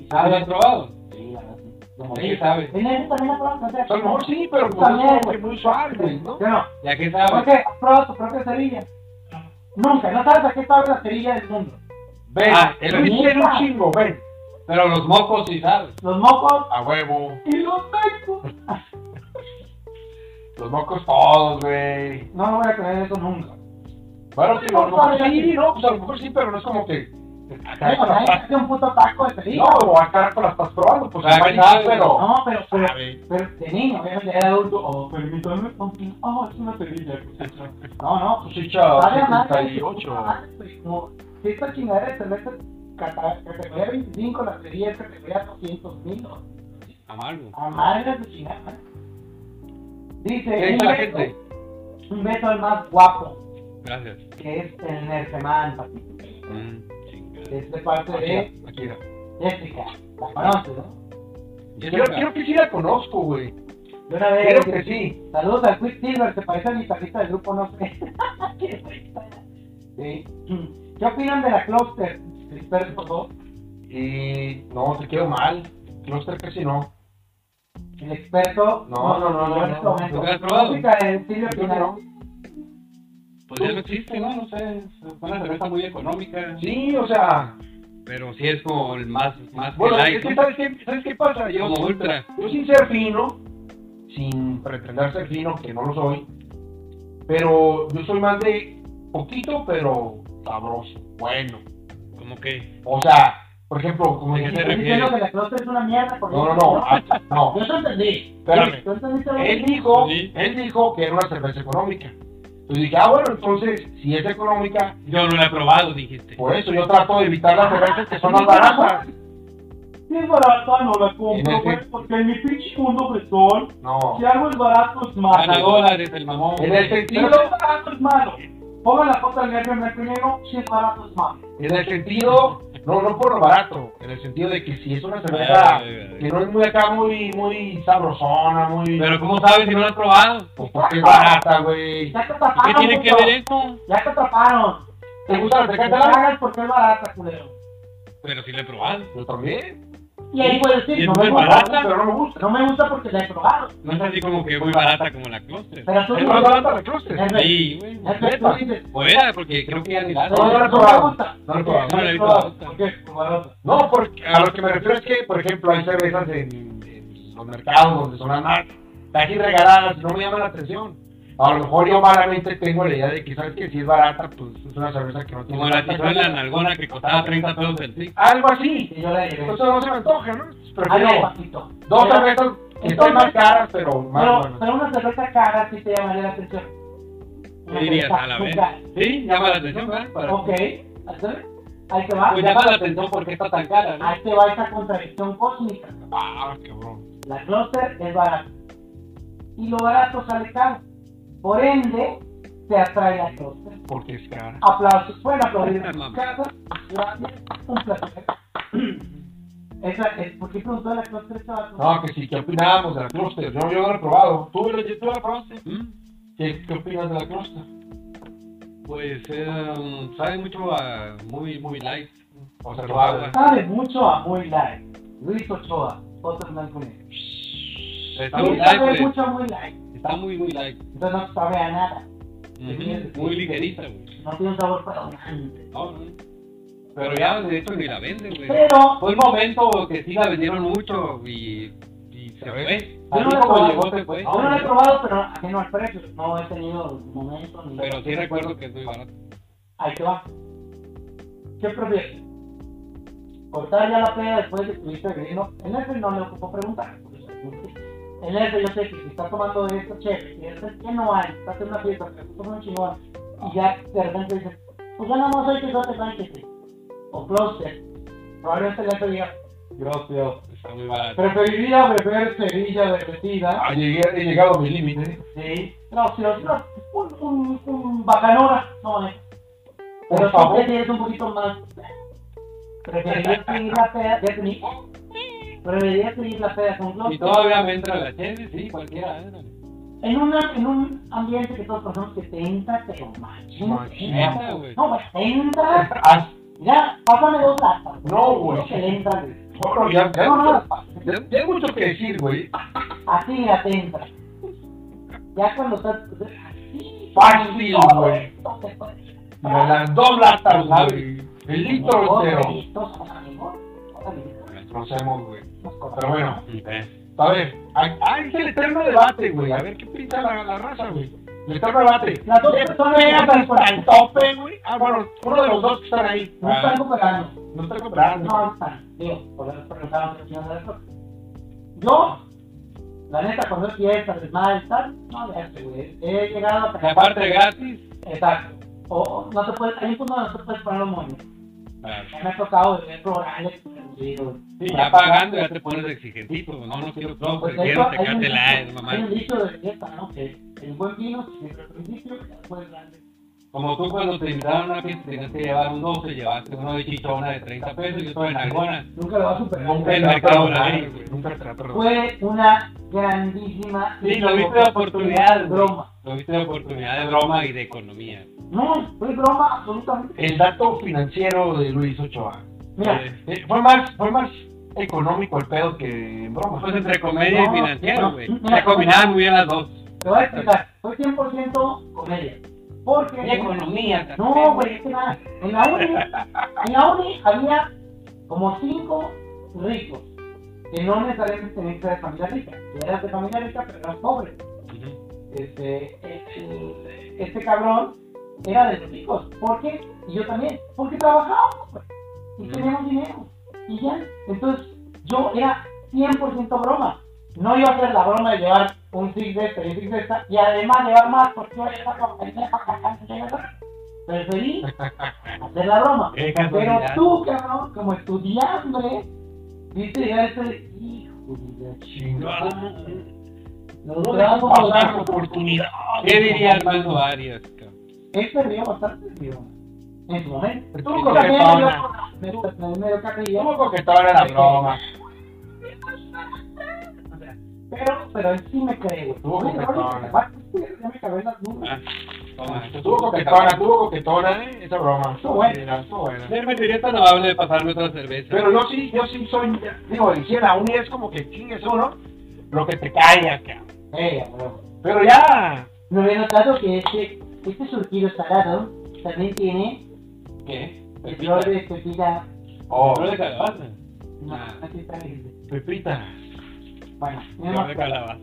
[SPEAKER 3] ¿Y sabes? ¿Lo has probado?
[SPEAKER 1] Sí, la verdad, sí. Como
[SPEAKER 3] ¿Ya qué
[SPEAKER 1] dice.
[SPEAKER 3] sabes?
[SPEAKER 1] En eso también la prueba
[SPEAKER 4] O sea, a lo mejor sí, pero pues,
[SPEAKER 1] También,
[SPEAKER 4] es como que muy suave, güey, ¿no?
[SPEAKER 1] Yo no.
[SPEAKER 3] ¿Ya qué
[SPEAKER 1] ¿Por
[SPEAKER 3] sabes?
[SPEAKER 1] qué? ¿Has probado tu propia cerilla? Nunca, no sabes a qué sabe la cerilla del mundo.
[SPEAKER 4] Ven,
[SPEAKER 3] Ah,
[SPEAKER 4] el
[SPEAKER 3] pero-
[SPEAKER 4] Luis tiene un chingo, ven.
[SPEAKER 3] Pero los mocos sí sabes.
[SPEAKER 1] Los mocos
[SPEAKER 4] A huevo.
[SPEAKER 1] y los mecos.
[SPEAKER 4] Los mocos todos, güey.
[SPEAKER 1] No me voy a creer eso nunca.
[SPEAKER 4] Bueno, digo, a lo mejor sí, no, pues a lo mejor sí, pero no es como que.
[SPEAKER 1] Sí, o sea,
[SPEAKER 4] Acá
[SPEAKER 1] es un puto taco de cerilla.
[SPEAKER 4] no, o acá la estás probando, pues
[SPEAKER 3] Ah,
[SPEAKER 4] igual y
[SPEAKER 3] que
[SPEAKER 4] sí,
[SPEAKER 3] sabe,
[SPEAKER 4] pero.
[SPEAKER 1] No, pero, pero,
[SPEAKER 4] Sabe.
[SPEAKER 1] pero de niño, obviamente ya de adulto, oh, permítame, papi, oh, es una perilla. No, no,
[SPEAKER 4] Pues sí,
[SPEAKER 3] Ah,
[SPEAKER 4] chao,
[SPEAKER 1] vale a madre,
[SPEAKER 4] 78.
[SPEAKER 1] madre, pues, como, si esta chingadera de cerveza cata- categoría 25, la perilla es categoría 200 mil,
[SPEAKER 3] Amargo.
[SPEAKER 1] amarga de chingada.
[SPEAKER 3] ¿Qué
[SPEAKER 1] Dice, un
[SPEAKER 3] dice la
[SPEAKER 1] beso,
[SPEAKER 3] gente?
[SPEAKER 1] un beso al más guapo,
[SPEAKER 3] Gracias.
[SPEAKER 1] que es el Nerfeman, papi,
[SPEAKER 3] Mm, chingada.
[SPEAKER 1] que es de parte de
[SPEAKER 4] Akira, Akira.
[SPEAKER 1] Jessica, la conoces, ¿no?
[SPEAKER 4] Quiero, quiero que sí la conozco, güey.
[SPEAKER 1] De una vez,
[SPEAKER 4] Quiero que sí.
[SPEAKER 1] Saludos al Quick Silver, se parece al guitarrista del grupo No sé. sí. ¿Qué opinan de la Cluster? Crisper, por favor.
[SPEAKER 4] Y. No, te quedo mal. Cluster casi no.
[SPEAKER 1] El experto.
[SPEAKER 4] No, no, no, no,
[SPEAKER 1] en este
[SPEAKER 4] no.
[SPEAKER 1] momento.
[SPEAKER 3] ¿Lo has probado?
[SPEAKER 1] Música de Silver
[SPEAKER 4] Yo
[SPEAKER 1] Pinal.
[SPEAKER 4] no.
[SPEAKER 3] Pues ya no existe, ¿no? No sé. Es una cerveza muy económica.
[SPEAKER 4] Sí, o sea.
[SPEAKER 3] Pero sí es como el más, más
[SPEAKER 4] Bueno,
[SPEAKER 3] que
[SPEAKER 4] es
[SPEAKER 3] light.
[SPEAKER 4] que
[SPEAKER 3] ¿no?
[SPEAKER 4] ¿sabes qué, ¿sabes qué pasa? Yo,
[SPEAKER 3] Como ultra.
[SPEAKER 4] yo sin ser fino, sin pretender ser fino, que no lo soy, pero yo soy más de poquito, pero sabroso, bueno.
[SPEAKER 3] ¿Cómo que?
[SPEAKER 4] O sea, por ejemplo, como
[SPEAKER 3] ¿De qué
[SPEAKER 1] Estoy
[SPEAKER 3] te
[SPEAKER 4] dije,
[SPEAKER 1] diciendo
[SPEAKER 3] refieres?
[SPEAKER 1] que la Cluster es una mierda. por
[SPEAKER 4] no, no,
[SPEAKER 1] eso.
[SPEAKER 4] no, ah, no.
[SPEAKER 1] Yo te entendí.
[SPEAKER 4] Espérame.
[SPEAKER 1] ¿Tú entendiste lo que
[SPEAKER 4] Él
[SPEAKER 1] dije?
[SPEAKER 4] dijo,
[SPEAKER 3] Sí.
[SPEAKER 4] él dijo que era una cerveza económica. Entonces dije, ah, bueno, entonces, si es económica,
[SPEAKER 3] Yo no la he probado, dijiste.
[SPEAKER 4] por eso yo trato de evitar las cervezas que son las baratas.
[SPEAKER 2] Si es barata, no la
[SPEAKER 4] En
[SPEAKER 2] compro,
[SPEAKER 4] ese-
[SPEAKER 2] güey, porque en mi pinche mundo fresón,
[SPEAKER 4] No.
[SPEAKER 2] si algo es barato es
[SPEAKER 3] Gana
[SPEAKER 2] malo.
[SPEAKER 3] dólares el mamón.
[SPEAKER 4] En el
[SPEAKER 2] Si
[SPEAKER 4] sentido,
[SPEAKER 2] algo es barato es malo. Pongan la foto del negro en el primero, si es barato es malo.
[SPEAKER 4] en el sentido, no, no por lo barato, en el sentido de que si es una cerveza que no es muy acá, muy, muy sabrosona, muy...
[SPEAKER 3] Pero ¿cómo sabes si no la has probado?
[SPEAKER 4] Pues porque es barata, güey.
[SPEAKER 1] Ya te
[SPEAKER 3] ¿Y ¿Qué
[SPEAKER 1] atraparon.
[SPEAKER 3] tiene que
[SPEAKER 1] puto.
[SPEAKER 3] ver esto?
[SPEAKER 1] Ya te atraparon.
[SPEAKER 4] ¿Te gusta la tecate
[SPEAKER 1] No
[SPEAKER 4] larga?
[SPEAKER 1] hagas porque es barata, culero.
[SPEAKER 3] Pero si la he probado.
[SPEAKER 4] Yo también.
[SPEAKER 1] Y ahí puedes
[SPEAKER 3] Y
[SPEAKER 1] decir,
[SPEAKER 3] es
[SPEAKER 1] no
[SPEAKER 3] muy
[SPEAKER 1] me gusta.
[SPEAKER 3] barata.
[SPEAKER 4] Pero no me gusta.
[SPEAKER 1] No me gusta porque la he probado.
[SPEAKER 3] No es así como que muy barata como la Cluster.
[SPEAKER 1] Pero tú
[SPEAKER 4] Es
[SPEAKER 1] dices,
[SPEAKER 4] más barata la Cluster.
[SPEAKER 1] es de-
[SPEAKER 3] Sí, güey.
[SPEAKER 1] es de- tú dices,
[SPEAKER 3] O era, porque creo que ya ni la
[SPEAKER 4] No, no la he probado. No la he probado.
[SPEAKER 3] No la he
[SPEAKER 1] probado.
[SPEAKER 3] visto.
[SPEAKER 2] ¿Por qué? Por barato.
[SPEAKER 4] No, porque a lo que me refiero es que, por ejemplo, hay cervezas en, en los mercados donde son las más casi regaladas y no me llama la atención. A lo mejor yo malamente tengo la idea de que, ¿sabes que Si es barata, pues es una cerveza que no tiene...
[SPEAKER 3] Como la
[SPEAKER 4] tanta
[SPEAKER 3] tijuana
[SPEAKER 4] calidad.
[SPEAKER 3] nalgona que costaba 30 pesos el tic.
[SPEAKER 4] Algo así.
[SPEAKER 1] Y yo la llevé.
[SPEAKER 4] Entonces no se me antoja,
[SPEAKER 1] Ah,
[SPEAKER 4] ¿no?
[SPEAKER 1] no,
[SPEAKER 4] Prefiero
[SPEAKER 1] papito.
[SPEAKER 4] dos
[SPEAKER 1] Pero-
[SPEAKER 4] cervezas que estén más caras, pero más
[SPEAKER 1] Pero,
[SPEAKER 4] buenas.
[SPEAKER 1] pero una cerveza cara sí te llamaría la atención.
[SPEAKER 3] Yo diría, a la vez.
[SPEAKER 1] azúcar.
[SPEAKER 3] Sí, llama la atención, ¿verdad? Para-
[SPEAKER 1] Ok, ¿así? ahí te va.
[SPEAKER 3] Pues llama la atención porque está tan cara, ¿no?
[SPEAKER 1] Ahí te va esa contradicción cósmica.
[SPEAKER 4] Ah, cabrón.
[SPEAKER 1] La cluster es barata. Y lo barato sale caro. Por ende, te atrae la cluster.
[SPEAKER 4] Porque es cara.
[SPEAKER 1] Aplausos. Pueden aplaudir en
[SPEAKER 3] Esta
[SPEAKER 1] su
[SPEAKER 3] mamá.
[SPEAKER 1] casa. Gracias. Un placer. Esa, es, ¿Por qué preguntó la cluster chaval?
[SPEAKER 4] No, que sí, ¿qué opinábamos de la Cluster? Yo, yo no la he probado. ¿Tú, tú la probaste?
[SPEAKER 3] ¿Mm?
[SPEAKER 4] ¿Qué, ¿Qué opinas de la Cluster?
[SPEAKER 3] Pues eh, sabe mucho a muy, muy light.
[SPEAKER 4] O sea, probable.
[SPEAKER 1] Sabe mucho a muy light. Luis Ochoa, otro blanco y negro.
[SPEAKER 3] Está
[SPEAKER 1] También
[SPEAKER 3] muy light,
[SPEAKER 1] sabe
[SPEAKER 3] pues.
[SPEAKER 1] mucho a muy light.
[SPEAKER 3] Está muy, muy light.
[SPEAKER 1] Entonces no sabe a nada.
[SPEAKER 3] Ujú, Muy ligerita, güey.
[SPEAKER 1] No tiene un sabor predominante.
[SPEAKER 3] No, no. Pero ya, de hecho, ni la venden, güey.
[SPEAKER 1] Pero
[SPEAKER 3] Fue un momento que sí la vendieron mucho y, y se fue.
[SPEAKER 1] Yo no
[SPEAKER 3] Así
[SPEAKER 1] la
[SPEAKER 3] como
[SPEAKER 1] probaba.
[SPEAKER 3] llegó, se fue.
[SPEAKER 1] Aún no lo he probado, pero ajeno al precio. No he tenido momento ni.
[SPEAKER 3] Pero sí recuerdo que es muy barato.
[SPEAKER 1] Ahí te va. ¿Qué prefieres? Cortar ya la peda después de que estuviste bebiendo. En ese no le ocupó preguntar. por eso pregunté. En ese yo sé que si está tomando de esto, che, y este que no hay, está haciendo una fiesta, te puso un chingón. Y ya de repente dices, pues ya nada más hay que darte banquete. O closer. Probablemente el otro diga,
[SPEAKER 2] Gracias.
[SPEAKER 3] Está muy barato.
[SPEAKER 2] Preferiría beber cerilla derretida.
[SPEAKER 4] Ah, llegué, he llegado a mi límite.
[SPEAKER 1] sí, closer, no, un, un, un bacanora, no es.
[SPEAKER 4] Por
[SPEAKER 1] Pero tú
[SPEAKER 4] favor.
[SPEAKER 1] prefieres un poquito más. Preferiría seguir la peda, ya tení. Preferiría seguir la peda con
[SPEAKER 3] Y
[SPEAKER 1] Glock.
[SPEAKER 3] todavía me entra la cheve, sí, cualquiera. ándale.
[SPEAKER 1] En, una, en un ambiente que todos conocemos que te entra, pero machín.
[SPEAKER 4] Machín.
[SPEAKER 1] te entra.
[SPEAKER 3] Neta, güey.
[SPEAKER 1] No, pues te entra.
[SPEAKER 4] Ah,
[SPEAKER 1] Ya, pásame dos latas.
[SPEAKER 4] No, güey.
[SPEAKER 1] Que le entra, güey.
[SPEAKER 4] bueno, ya, ya,
[SPEAKER 1] No, no,
[SPEAKER 4] ya,
[SPEAKER 1] las pasas.
[SPEAKER 4] ya hay mucho que decir, güey.
[SPEAKER 1] Así mira, te entra. Ya cuando estás. así,
[SPEAKER 4] Fácil,
[SPEAKER 1] no,
[SPEAKER 4] güey.
[SPEAKER 1] no te puedes.
[SPEAKER 4] Me las dos latas, güey. El litro
[SPEAKER 1] Dos
[SPEAKER 4] entero.
[SPEAKER 1] deditos, o sea, amigos, o sea, amigos,
[SPEAKER 4] Lo hacemos, güey.
[SPEAKER 1] nos
[SPEAKER 4] Pero
[SPEAKER 1] cortamos.
[SPEAKER 4] bueno,
[SPEAKER 3] Ok.
[SPEAKER 4] a ver, hay, hay el eterno debate, güey. A ver qué pinta la, la raza, güey. El eterno debate.
[SPEAKER 1] Las dos personas que
[SPEAKER 4] Pegas
[SPEAKER 1] están
[SPEAKER 4] hasta el tope, güey. Ah, bueno, uno de los dos que están ahí.
[SPEAKER 1] No están cooperando.
[SPEAKER 4] No está
[SPEAKER 1] No,
[SPEAKER 4] comprando.
[SPEAKER 1] no están. Digo, por eso preguntaron qué opinan de esto. Yo, la neta, cuando es fiesta, desmadre y tal, no le hace, güey. He llegado hasta
[SPEAKER 3] La parte gratis.
[SPEAKER 1] Exacto. O- O no te puedes, hay un punto donde no te puedes poner los moños.
[SPEAKER 3] ah,
[SPEAKER 1] Ya me ha tocado beber plurales, digo.
[SPEAKER 3] sí, ya pagando ya te pones exigentito. No, no quiero
[SPEAKER 1] Pues
[SPEAKER 3] closer,
[SPEAKER 1] de
[SPEAKER 3] quiero
[SPEAKER 1] hecho, hay un,
[SPEAKER 3] sacarte la
[SPEAKER 1] dicho, hay un
[SPEAKER 3] mamá.
[SPEAKER 1] dicho de fiesta, ¿no? Que el buen vino siempre al principio y después grande.
[SPEAKER 3] Como tú cuando te invitaron a una fiesta tenías que llevar un 12, llevaste uno de chichona de 30 pesos y otro de nalgona.
[SPEAKER 1] Nunca lo va a superar.
[SPEAKER 4] Nunca
[SPEAKER 3] El
[SPEAKER 4] te
[SPEAKER 3] mercado
[SPEAKER 4] va a perdonar,
[SPEAKER 3] libre.
[SPEAKER 4] güey. Nunca te va a perdonar.
[SPEAKER 1] Fue una grandísima
[SPEAKER 3] Sí, lo viste de oportunidad, güey.
[SPEAKER 1] broma.
[SPEAKER 3] Lo viste de oportunidad de broma y de economía.
[SPEAKER 1] No, fue broma absolutamente.
[SPEAKER 4] El dato financiero de Luis Ochoa.
[SPEAKER 1] Mira,
[SPEAKER 3] Eh,
[SPEAKER 4] Eh, Fue más, fue más económico el pedo que en broma.
[SPEAKER 3] Pues entre comedia y
[SPEAKER 1] No,
[SPEAKER 3] financiero,
[SPEAKER 1] no,
[SPEAKER 3] güey.
[SPEAKER 1] no,
[SPEAKER 3] Se combinaban muy bien las dos.
[SPEAKER 1] te voy a explicar. Fue 100% comedia. Porque.
[SPEAKER 3] economía.
[SPEAKER 1] No, güey, es que nada. En la uni, en la uni había como cinco ricos. Que no necesariamente tenían que ser de familia rica. Tú eras de familia rica, pero eras pobre. Este, este, este cabrón era de los ricos. ¿Por qué? Y yo también. Porque trabajábamos, güey. Y
[SPEAKER 3] Ujú.
[SPEAKER 1] teníamos dinero. Y ya. Entonces, yo era 100% broma. No iba a hacer la broma de llevar un zig de este y un zig de esta, y además llevar más, porque yo esta compañía para acá, preferí hacer la broma.
[SPEAKER 3] Qué
[SPEAKER 1] Pero
[SPEAKER 3] casualidad.
[SPEAKER 1] tú, cabrón, como estudiante, viste ya ese hijo de la
[SPEAKER 3] No,
[SPEAKER 1] chingada.
[SPEAKER 3] no, no.
[SPEAKER 1] Nos
[SPEAKER 4] No
[SPEAKER 1] damos
[SPEAKER 4] dejamos pasar
[SPEAKER 1] los
[SPEAKER 4] la
[SPEAKER 1] datos.
[SPEAKER 4] oportunidad.
[SPEAKER 3] ¿Qué diría Armando Arias? cabrón?
[SPEAKER 1] Él perdió bastante, tío. En su momento.
[SPEAKER 4] Porque
[SPEAKER 1] Tú
[SPEAKER 4] no
[SPEAKER 1] coges
[SPEAKER 4] se
[SPEAKER 1] medio,
[SPEAKER 4] pasa.
[SPEAKER 1] medio, medio carrillo.
[SPEAKER 4] ¿Cómo coquetaban a la broma?
[SPEAKER 1] Pero, pero él sí me cree, güey.
[SPEAKER 4] Tuvo
[SPEAKER 1] Güey,
[SPEAKER 4] coquetón.
[SPEAKER 1] ahora que te vas, Ya me acabé las nubes.
[SPEAKER 3] Ah, toma.
[SPEAKER 4] Tuvo coquetona, tuvo coquetona, ¿eh? Esa broma.
[SPEAKER 1] Estuvo buena.
[SPEAKER 4] estuvo buena.
[SPEAKER 3] Ser me sería tan amable de pasarme otra cerveza.
[SPEAKER 4] Pero yo sí, yo sí soy, digo, el 100 aún es como que chingues uno, lo que te cae acá.
[SPEAKER 1] Ey, a huevo.
[SPEAKER 4] Pero ya,
[SPEAKER 1] Me había notado que este, este surtido salado también tiene
[SPEAKER 3] ¿Qué?
[SPEAKER 1] el flor
[SPEAKER 3] Pepita.
[SPEAKER 1] de pepita.
[SPEAKER 4] oh,
[SPEAKER 3] Flor de calabaza.
[SPEAKER 1] No,
[SPEAKER 3] Ah.
[SPEAKER 1] aquí está el-
[SPEAKER 4] Pepita,
[SPEAKER 1] Bueno,
[SPEAKER 3] Flor de
[SPEAKER 1] tenemos-
[SPEAKER 3] calabaza.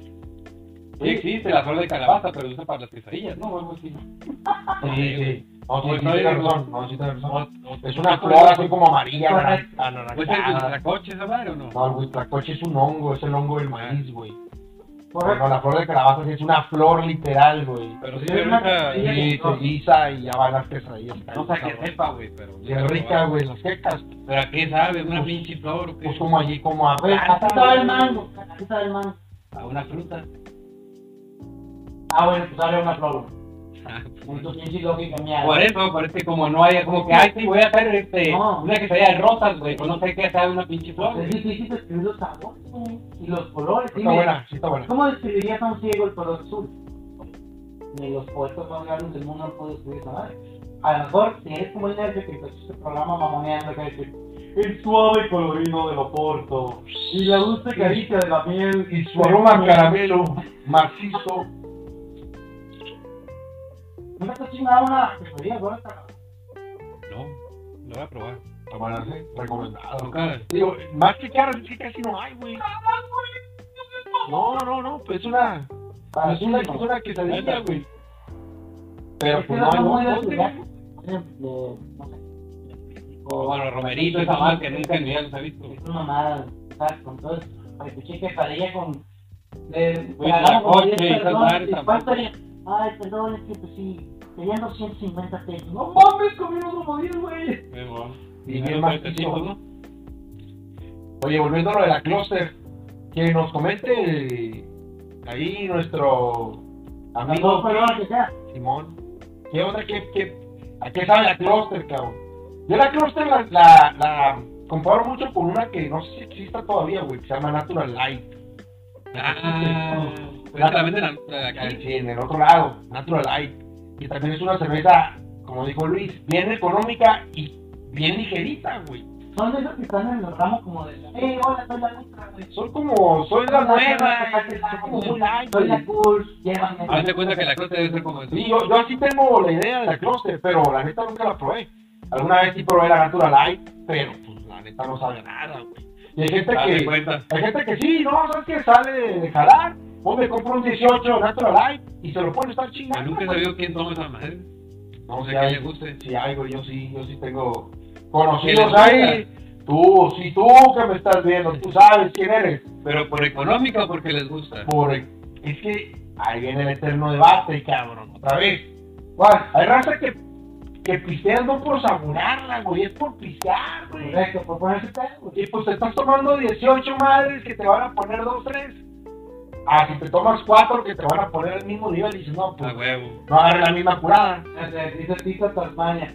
[SPEAKER 3] Sí existe la flor de calabaza, pero se usa para las quesadillas, ¿no? O algo así.
[SPEAKER 4] sí, Oh, sí, no, sí, sí, tienes razón, no, ah, sí, tienes razón. Pues
[SPEAKER 3] O- o-
[SPEAKER 4] Es una flor así como amarilla,
[SPEAKER 1] Correcto.
[SPEAKER 3] ¿Pues el
[SPEAKER 4] anaranjada.
[SPEAKER 3] huitlacoche esa madre o no?
[SPEAKER 4] No, el huitlacoche es un hongo, es el hongo del maíz, güey.
[SPEAKER 1] correcto.
[SPEAKER 4] Bueno, la flor de calabaza sí es una flor literal, güey.
[SPEAKER 3] Pero sí se usa...
[SPEAKER 4] Y se guisa y ya van las quesadillas.
[SPEAKER 3] No sé que sepa, güey, pero...
[SPEAKER 4] Y es rica, güey, las quecas.
[SPEAKER 3] ¿Pero a qué sabe? ¿Una pinche flor o qué?
[SPEAKER 4] Pues como allí, como a
[SPEAKER 1] Güey, Aquí estaba el mango, aquí estaba el mango.
[SPEAKER 3] A una fruta.
[SPEAKER 1] Ah, bueno, pues sale una flor.
[SPEAKER 3] Ah, pues.
[SPEAKER 1] Con tu pinche lógica mía.
[SPEAKER 3] Por eso, por eso que como no hay, como que, ay, sí, voy a hacer este,
[SPEAKER 1] No.
[SPEAKER 3] una que sea de rosas, güey, pues no sé qué sabe una pinche flor.
[SPEAKER 1] Es
[SPEAKER 3] güey.
[SPEAKER 1] difícil describir los sabores güey, y los colores.
[SPEAKER 4] Está
[SPEAKER 1] Dime,
[SPEAKER 4] buena, sí está buena.
[SPEAKER 1] ¿Cómo describirías a un ciego el color azul? Ni los poetas más grandes del mundo han podido describir esa madre. A lo mejor, si eres como el nerd que empezó este programa mamoneando, que dice, el suave colorino de Oporto y la dulce caricia de la miel
[SPEAKER 4] Y su aroma a caramelo macizo.
[SPEAKER 1] No me estás chingando una cafetería, ¿dónde está?
[SPEAKER 3] No, lo voy a probar.
[SPEAKER 4] Está buena, sí, recomendado.
[SPEAKER 3] Tocar.
[SPEAKER 4] Digo, más que caras, es que casi no hay, güey. No, no, no, pues es una,
[SPEAKER 1] Para
[SPEAKER 4] es
[SPEAKER 1] ti,
[SPEAKER 4] una,
[SPEAKER 1] no.
[SPEAKER 4] es una quesadilla, güey. Pero
[SPEAKER 1] Es que
[SPEAKER 4] pues
[SPEAKER 1] no
[SPEAKER 4] no hay
[SPEAKER 1] muy
[SPEAKER 4] un
[SPEAKER 1] de
[SPEAKER 4] bote,
[SPEAKER 1] ciudad.
[SPEAKER 4] güey.
[SPEAKER 1] De- no sé.
[SPEAKER 3] O bueno, romerito,
[SPEAKER 1] esa
[SPEAKER 3] esa más que nunca en mi vida los he visto.
[SPEAKER 1] Es una mamada, ¿sabes? Con todo esto. Ay, escuché que para ella con. de-
[SPEAKER 3] Pues,
[SPEAKER 1] pagamos
[SPEAKER 3] la
[SPEAKER 1] como
[SPEAKER 3] coche,
[SPEAKER 1] 10
[SPEAKER 3] esas
[SPEAKER 1] personas,
[SPEAKER 3] madres
[SPEAKER 1] ¿y
[SPEAKER 3] tampoco.
[SPEAKER 1] cuánto era? Ay, perdón, es que pues sí. Tenían 250 pesos. No mames, comimos como 10, güey.
[SPEAKER 3] Pero,
[SPEAKER 4] Y
[SPEAKER 3] no,
[SPEAKER 4] bien macizo.
[SPEAKER 3] ¿no?
[SPEAKER 4] Oye, volviendo a lo de la cluster, que nos comente ahí nuestro
[SPEAKER 1] Dos
[SPEAKER 4] amigo
[SPEAKER 1] colores que sea.
[SPEAKER 4] Simón. ¿Qué otra? ¿Qué, qué, ¿A qué sabe la cluster, cabrón? Yo la cluster la, la, la comparo mucho con una que no sé si exista todavía, güey, que se llama Natural Light.
[SPEAKER 3] Ah, pero esa la venden a- a- aquí.
[SPEAKER 4] Sí, en el otro lado, Natural Light. Que también es una cerveza, como dijo Luis, bien económica y bien ligerita, güey.
[SPEAKER 1] Son de esos que están en los ramos como de. la- Ey, hola, soy la nuestra, güey.
[SPEAKER 4] Son como, soy la nueva, son como muy light.
[SPEAKER 1] Soy
[SPEAKER 4] güey.
[SPEAKER 1] la cool, llévame.
[SPEAKER 3] Haz de cuenta que la cosa debe ser como el
[SPEAKER 4] Sí, yo, yo sí tengo la idea de la Cluster, pero la neta nunca la probé. Alguna vez sí probé la Natural Light, pero pues la neta no sabe a nada, güey. Y hay gente
[SPEAKER 3] Haz de
[SPEAKER 4] que,
[SPEAKER 3] cuenta.
[SPEAKER 4] hay gente que sí, no, sabes que sale de, de jalar, o me compro un 18 Natural Light y se lo pone a estar
[SPEAKER 3] Yo
[SPEAKER 4] chingando.
[SPEAKER 3] nunca he
[SPEAKER 4] güey.
[SPEAKER 3] sabido quién toma esa madre.
[SPEAKER 4] No
[SPEAKER 3] No
[SPEAKER 4] sé
[SPEAKER 3] sé
[SPEAKER 4] qué
[SPEAKER 3] qué
[SPEAKER 4] hay,
[SPEAKER 3] le guste.
[SPEAKER 4] sí hay, güey, yo sí, yo sí tengo
[SPEAKER 3] ¿Quién
[SPEAKER 4] conocidos
[SPEAKER 3] les
[SPEAKER 4] ahí. Tú, sí, tú que me estás viendo, tú sabes quién eres.
[SPEAKER 3] Pero por económica o porque les gusta.
[SPEAKER 4] Por, es que ahí viene el eterno debate, cabrón, otra vez.
[SPEAKER 1] ¿Cuál?
[SPEAKER 4] Hay raza que, que pisteas no por saborearla, güey, es por pistear, güey.
[SPEAKER 1] Correcto, por ponerse pedo, güey.
[SPEAKER 4] Y pues te estás tomando 18 madres que te van a poner 2, 3. Ah, si te tomas 4 que te van a poner el mismo nivel y dices, no, pues
[SPEAKER 3] A huevo.
[SPEAKER 4] no agarre la misma curada.
[SPEAKER 1] Dice- Dice Tito Tasmania.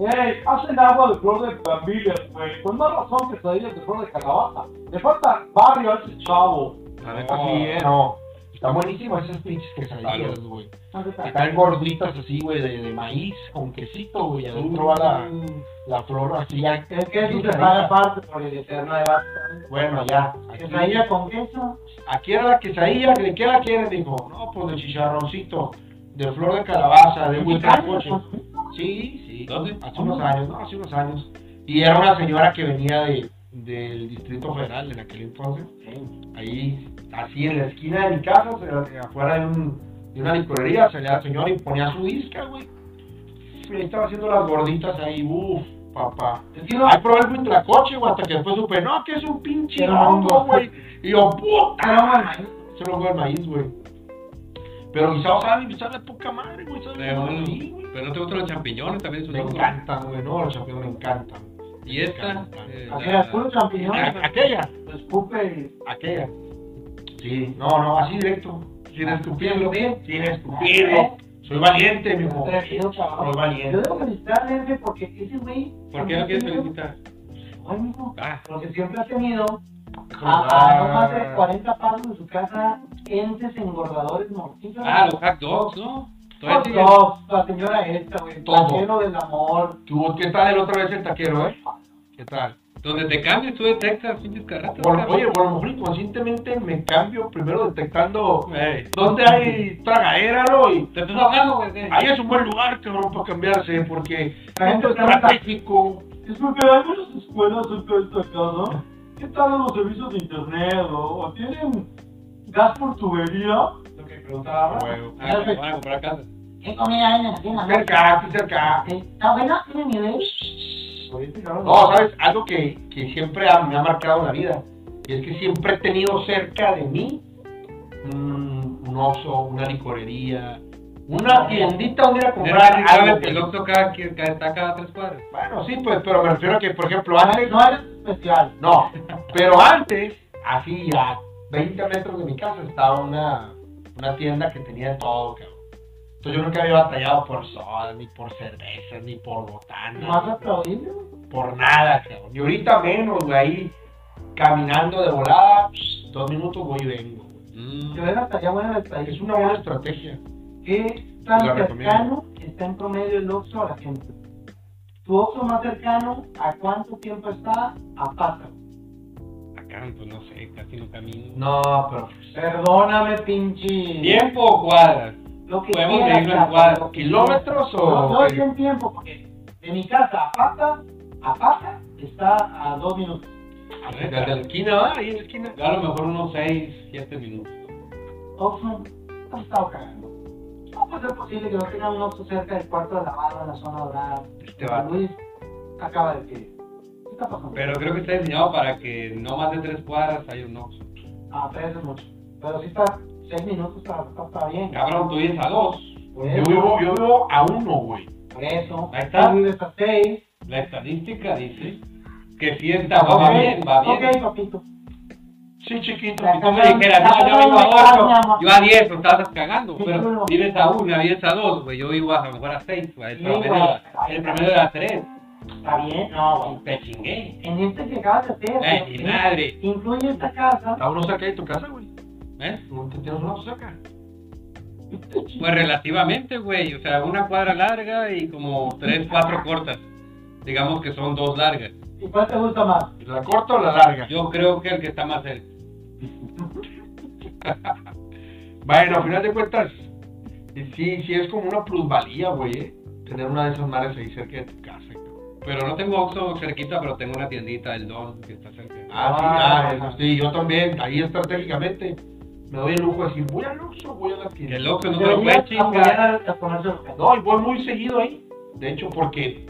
[SPEAKER 1] Ey, hacen agua de flor de familia, güey. Con más razón que ellos de flor de calabaza. Le falta barrio a ese chavo.
[SPEAKER 3] La
[SPEAKER 4] No,
[SPEAKER 3] neta sí, eh.
[SPEAKER 4] no. Están buenísimas esas pinches quesadillas, güey. Que
[SPEAKER 1] Acá
[SPEAKER 4] Están gorditas así, güey, de, de maíz con quesito, güey. Adentro va la, la flor así. ya-
[SPEAKER 1] Es que eso se para aparte por el eterno debate.
[SPEAKER 4] Bueno, ya.
[SPEAKER 1] Que
[SPEAKER 4] aquí-
[SPEAKER 1] traía con queso.
[SPEAKER 4] Aquí era la quesadilla, ¿de qué la quieres? Dijo, no, pues de chicharroncito, de flor de calabaza, de huitlacoche. Sí, sí,
[SPEAKER 3] ¿Dónde?
[SPEAKER 4] hace unos años, ¿no? Hace unos años. Y era una señora que venía de, del Distrito Federal en aquel entonces. Ahí, así en la esquina de mi casa, se- afuera de, un- de una licorería, salía la señora y ponía su disca, güey. Y estaba haciendo las gorditas ahí, uff, papá.
[SPEAKER 1] Es que no-
[SPEAKER 4] Ahí probé el huitlacoche, güey, hasta que después supe, no, que es un pinche
[SPEAKER 1] Era hongo.
[SPEAKER 4] hongo, güey. Y yo, puta.
[SPEAKER 1] pero, bueno,
[SPEAKER 4] Se lo fue al maíz, güey. Pero mi sao sabe, mi sao de poca madre, güey. sabe
[SPEAKER 3] Pero,
[SPEAKER 4] como
[SPEAKER 3] bueno,
[SPEAKER 4] sí, güey.
[SPEAKER 3] pero no te gustan los champiñones también. son
[SPEAKER 4] Me
[SPEAKER 3] ricos.
[SPEAKER 4] encantan, güey, no, los champiñones me encantan.
[SPEAKER 3] Y esta. eh,
[SPEAKER 1] Aquella,
[SPEAKER 3] la-
[SPEAKER 1] puro pues, champiñón,
[SPEAKER 4] A- Aquella,
[SPEAKER 1] escupe.
[SPEAKER 4] aquella. Sí, no, no, así directo. Sin estupirlo, sin
[SPEAKER 1] ¿Eh?
[SPEAKER 4] estupirlo. Soy valiente, mi hijo.
[SPEAKER 1] Atrevido, cabrón.
[SPEAKER 4] Soy
[SPEAKER 1] Yo
[SPEAKER 4] valiente.
[SPEAKER 1] debo felicitarle Henry, porque ese güey.
[SPEAKER 3] ¿Por qué no quieres felicitar?
[SPEAKER 1] Ay, mijo,
[SPEAKER 3] Ah,
[SPEAKER 1] Porque siempre ha tenido a, a no más de 40 pasos de su casa entes engordadores morcillos.
[SPEAKER 3] ah, los hot dogs, ¿no? Todavía
[SPEAKER 1] Hot
[SPEAKER 3] siguen.
[SPEAKER 1] dogs, la señora esta, güey.
[SPEAKER 4] Todo.
[SPEAKER 1] Taquero del amor.
[SPEAKER 4] ¿Tú- ¿Qué tal el otra vez el taquero, eh? ¿Qué tal?
[SPEAKER 3] Donde te cambies tú detectas pinches carretas.
[SPEAKER 4] Por-
[SPEAKER 3] cabrón.
[SPEAKER 4] oye, por lo mejor inconscientemente me cambio primero detectando
[SPEAKER 3] Ey,
[SPEAKER 4] dónde hay tragadera, ¿no? Y
[SPEAKER 3] Te estás ahogando, güey. ¿qué?
[SPEAKER 4] ahí es un buen lugar, cabrón, para cambiarse, porque
[SPEAKER 1] La gente
[SPEAKER 4] esto es
[SPEAKER 1] pregunta-
[SPEAKER 4] estratégico.
[SPEAKER 2] Es porque hay muchas escuelas cerca de esta casa. ¿Qué tal los servicios de internet? ¿O o tienen gas por tubería? Lo que preguntaba.
[SPEAKER 3] Ah, güey, van a comprar casa.
[SPEAKER 1] ¿Qué comida hay en la tienda?
[SPEAKER 4] Cerca, aquí cerca.
[SPEAKER 1] ¿Está buena? ¿Tiene nivel?
[SPEAKER 4] No, ¿sabes? Algo que, que siempre ha- me ha marcado la vida. Y es que siempre he tenido cerca de mí un, un oso, una licorería, una tiendita donde ir a comprar
[SPEAKER 3] Era
[SPEAKER 4] algo.
[SPEAKER 3] algo que el Oxxo cada, que- cada- está cada tres cuadras.
[SPEAKER 4] Bueno, sí, pues, pero me refiero a que, por ejemplo, antes...
[SPEAKER 1] No eres especial.
[SPEAKER 4] No, pero antes, así a 20 metros de mi casa estaba una, una tienda que tenía de todo, cabrón. Entonces yo nunca había batallado por soda, ni por cerveza, ni por botana,
[SPEAKER 1] Más aplaudible, güey.
[SPEAKER 4] por nada, cabrón. Y ahorita menos, güey, ahí caminando de volada, dos minutos voy y vengo, güey.
[SPEAKER 1] Que ven hasta allá buena la
[SPEAKER 4] Es
[SPEAKER 1] estadística.
[SPEAKER 4] una buena estrategia.
[SPEAKER 1] ¿Qué tan
[SPEAKER 4] La
[SPEAKER 1] cercano está en promedio el Oxxo a la gente? Tu Oxxo más cercano, ¿a cuánto tiempo está? A pata.
[SPEAKER 3] Acá, pues no sé, casi no camino.
[SPEAKER 4] No, pero...
[SPEAKER 1] Perdóname, pinche.
[SPEAKER 3] ¿Tiempo o cuadras?
[SPEAKER 1] Lo que
[SPEAKER 3] Podemos
[SPEAKER 1] quieras,
[SPEAKER 3] medirlo en
[SPEAKER 1] cabrón,
[SPEAKER 3] cuadros,
[SPEAKER 1] lo que
[SPEAKER 4] ¿Kilómetros o...?
[SPEAKER 1] No, no es en tiempo, porque de mi casa a pata, a pata, está a dos minutos.
[SPEAKER 4] Ah, pues, Desde la esquina, ¿va? Ahí en la esquina.
[SPEAKER 3] A lo mejor unos 6, 7 minutos.
[SPEAKER 1] Oxxo, has estado cagando. ¿Cómo puede ser posible que no tenga un Oxxo cerca del cuarto de lavado en la zona dorada?
[SPEAKER 4] Este va.
[SPEAKER 1] Luis acaba de decir. ¿Qué está pasando?
[SPEAKER 3] Pero creo que está diseñado para que no más de tres cuadras haya un Oxxo.
[SPEAKER 1] Ah, pero eso es mucho. Pero si está seis minutos, está, está, está bien.
[SPEAKER 3] Cabrón, tú vienes a dos.
[SPEAKER 1] Por
[SPEAKER 4] Yo
[SPEAKER 1] eso,
[SPEAKER 4] vivo, yo vivo a uno, güey.
[SPEAKER 1] por eso.
[SPEAKER 3] Ahí está.
[SPEAKER 1] Tú vives a seis.
[SPEAKER 3] La estadística dice que sí está, va bien, va bien.
[SPEAKER 1] Ok, papito.
[SPEAKER 4] Sí, chiquito.
[SPEAKER 1] La
[SPEAKER 3] Si tú me
[SPEAKER 1] casa-
[SPEAKER 3] dijeras,
[SPEAKER 1] la
[SPEAKER 3] no, yo
[SPEAKER 1] casa
[SPEAKER 3] vivo
[SPEAKER 1] donde estás, mi
[SPEAKER 3] a 8,
[SPEAKER 1] amor.
[SPEAKER 3] yo a 10, lo estás cagando,
[SPEAKER 1] Sí,
[SPEAKER 3] pero
[SPEAKER 1] claro.
[SPEAKER 3] vienes a 1, vienes a 2, güey, yo vivo a, lo mejor a 6, güey, el
[SPEAKER 1] Sí,
[SPEAKER 3] promedio,
[SPEAKER 1] güey.
[SPEAKER 3] era- el promedio era 3,
[SPEAKER 1] Está bien, no, güey.
[SPEAKER 3] te chingué,
[SPEAKER 1] En este que acabas de hacer,
[SPEAKER 3] eh,
[SPEAKER 1] güey,
[SPEAKER 3] mi madre,
[SPEAKER 1] incluye esta casa.
[SPEAKER 4] ¿Está uno cerca de tu casa, güey?
[SPEAKER 3] ¿eh?
[SPEAKER 4] ¿No te tienes uno cerca?
[SPEAKER 3] Pues relativamente, güey, o sea, una cuadra larga y como 3, 4 cortas, digamos que son dos largas,
[SPEAKER 1] ¿Y cuál te gusta más?
[SPEAKER 4] ¿La corta o la larga?
[SPEAKER 3] yo creo que el que está más cerca,
[SPEAKER 4] Bueno, a final de cuentas, sí, sí es como una plusvalía, güey, eh, tener una de esas madres ahí cerca de tu casa. cabrón.
[SPEAKER 3] pero no tengo Oxxo cerquita, pero tengo una tiendita del Don que está cerca.
[SPEAKER 4] Ah, sí, ah, eso sí, yo también, ahí estratégicamente me doy el lujo de decir, voy al Oxxo, voy a la
[SPEAKER 3] Que
[SPEAKER 4] tienda.
[SPEAKER 3] el Oxxo no te Pues lo puedes
[SPEAKER 1] Deberías apoyar
[SPEAKER 3] chingar,
[SPEAKER 1] al al comercio local.
[SPEAKER 4] No, y voy muy seguido ahí, de hecho, porque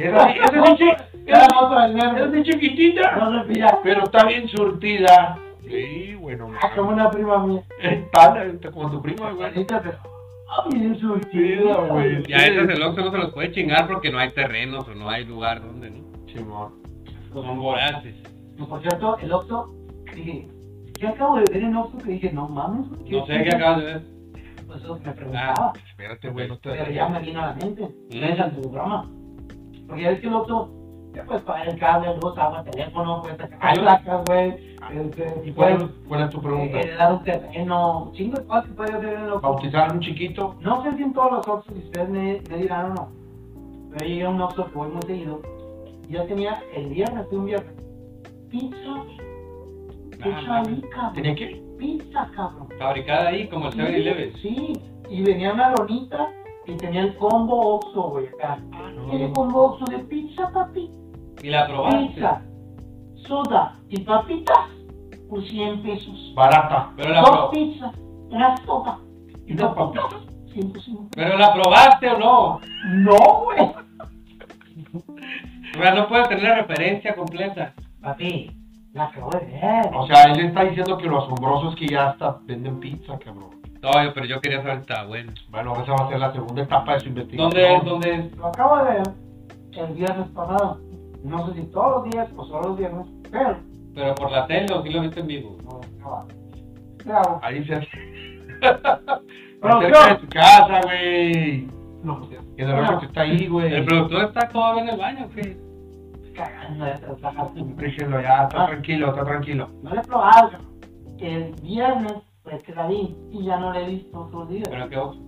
[SPEAKER 4] es así, es así, chi- es
[SPEAKER 1] Ya
[SPEAKER 4] así-
[SPEAKER 1] la otra del
[SPEAKER 4] es
[SPEAKER 1] nervio.
[SPEAKER 4] así chiquitita,
[SPEAKER 1] No se pilla.
[SPEAKER 4] pero está bien surtida. Sí, bueno,
[SPEAKER 1] Ah, como una prima mía.
[SPEAKER 4] Está como tu prima, güey.
[SPEAKER 1] Ahorita, pero. Ah, bien surtida,
[SPEAKER 4] Surtida, güey.
[SPEAKER 3] ya esas el Oxxo no se los puede chingar porque no hay terrenos o no hay lugar donde, ¿no?
[SPEAKER 4] Simón.
[SPEAKER 3] Son voraces.
[SPEAKER 1] No, Por cierto, el Oxxo, dije, ¿qué acabo de ver en Oxxo? Que dije, no mames, güey,
[SPEAKER 3] No sé qué acabas de ver.
[SPEAKER 1] Pues eso me preguntaba,
[SPEAKER 4] Espérate, güey, no te
[SPEAKER 1] pero ya me vino a la mente. Piensa en tu broma. Porque ya ves que el Oxxo, ya puedes pagar el cable, luz, agua, teléfono, puedes sacar
[SPEAKER 4] Ay,
[SPEAKER 1] placas, güey. este,
[SPEAKER 4] ¿Y
[SPEAKER 1] puedes
[SPEAKER 4] cuál, cuál es tu pregunta?
[SPEAKER 1] heredar un terreno. Chingo de cosas que puedes hacer en el Oxxo.
[SPEAKER 4] ¿Bautizar a un chiquito?
[SPEAKER 1] No sé si en todos los Oxxos si ustedes me, me dirán o no. Pero yo llegué a un Oxxo que voy muy seguido. Y yo tenía el viernes, fui un viernes. Pizza. Pizza
[SPEAKER 3] mames.
[SPEAKER 1] ahí, cabrón.
[SPEAKER 4] ¿Tenía que?
[SPEAKER 1] Pizza, cabrón.
[SPEAKER 3] Fabricada ahí como el 7-Eleven.
[SPEAKER 1] Sí. Y venía una lonita y tenía el combo Oxxo, güey. Acá.
[SPEAKER 4] Ah,
[SPEAKER 1] Tiene combo Oxxo de pizza, papi.
[SPEAKER 3] Y la probaste.
[SPEAKER 1] Pizza. Soda y papitas por 100 pesos.
[SPEAKER 4] Barata.
[SPEAKER 3] Pero la,
[SPEAKER 1] Dos
[SPEAKER 3] pro-
[SPEAKER 1] pizzas, una sopa y dos papitas. 150.
[SPEAKER 3] pero la probaste o no.
[SPEAKER 1] No, güey.
[SPEAKER 3] O sea, no puedes tener la referencia completa.
[SPEAKER 1] Papi, la acabo de ver.
[SPEAKER 4] O sea, él está diciendo que lo asombroso es que ya hasta venden pizza, cabrón.
[SPEAKER 3] No, pero yo quería saber si estaba bueno.
[SPEAKER 4] Bueno, esa va a ser la segunda etapa de su investigación.
[SPEAKER 3] ¿Dónde es? ¿Dónde es?
[SPEAKER 1] Lo acabo de ver el viernes pasado. No sé si todos los días o solo los viernes, pero
[SPEAKER 3] ¿Pero por la tele o si lo viste en vivo?
[SPEAKER 1] no, no va. Grabo.
[SPEAKER 4] Ahí se hace.
[SPEAKER 1] Pero,
[SPEAKER 4] cerca de tu casa, güey.
[SPEAKER 1] No, pues ya.
[SPEAKER 4] Que de repente está ahí,
[SPEAKER 3] ¿El
[SPEAKER 4] güey.
[SPEAKER 3] productor está todavía en el baño o qué?
[SPEAKER 1] Cagando de
[SPEAKER 4] Ah,
[SPEAKER 1] trabajar.
[SPEAKER 4] pues, Déjelo ya, está tranquilo, está tranquilo.
[SPEAKER 1] No le he probado. El viernes, pues que la vi y ya no la he visto otros días.
[SPEAKER 3] Pero qué oso.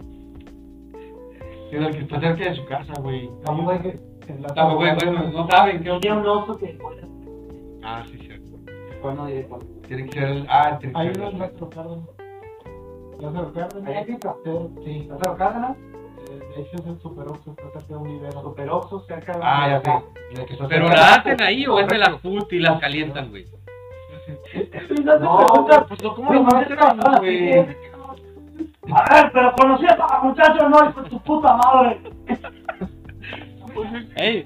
[SPEAKER 4] Pero el que está cerca de su casa, güey.
[SPEAKER 1] Tampoco hay que. en la-
[SPEAKER 3] Tampoco es bueno, no saben qué
[SPEAKER 1] Yo
[SPEAKER 3] oso.
[SPEAKER 1] tenía un oso que bueno,
[SPEAKER 4] Ah, sí, cierto.
[SPEAKER 1] bueno, diré cuál.
[SPEAKER 4] Tiene que ser el. Ah, tiene
[SPEAKER 5] Hay
[SPEAKER 4] que
[SPEAKER 5] uno en
[SPEAKER 4] ser
[SPEAKER 5] Lázaro Cárdenas. Lázaro Cárdenas.
[SPEAKER 1] Ahí está.
[SPEAKER 5] Sí,
[SPEAKER 1] Lázaro Cárdenas,
[SPEAKER 5] eh, de hecho es el Super Oxxo, está cerca de un nivel.
[SPEAKER 1] Super Oxxo, cerca de
[SPEAKER 4] Ah, ya sé. El que está
[SPEAKER 3] Pero
[SPEAKER 4] cerca-
[SPEAKER 3] la hacen ahí o es de las put y las calientan, güey.
[SPEAKER 1] No,
[SPEAKER 4] pues no, ¿cómo lo van a hacer ahí, güey?
[SPEAKER 1] A ver, pero conocí a papá muchacho, no, hijo de tu puta madre.
[SPEAKER 3] Ey,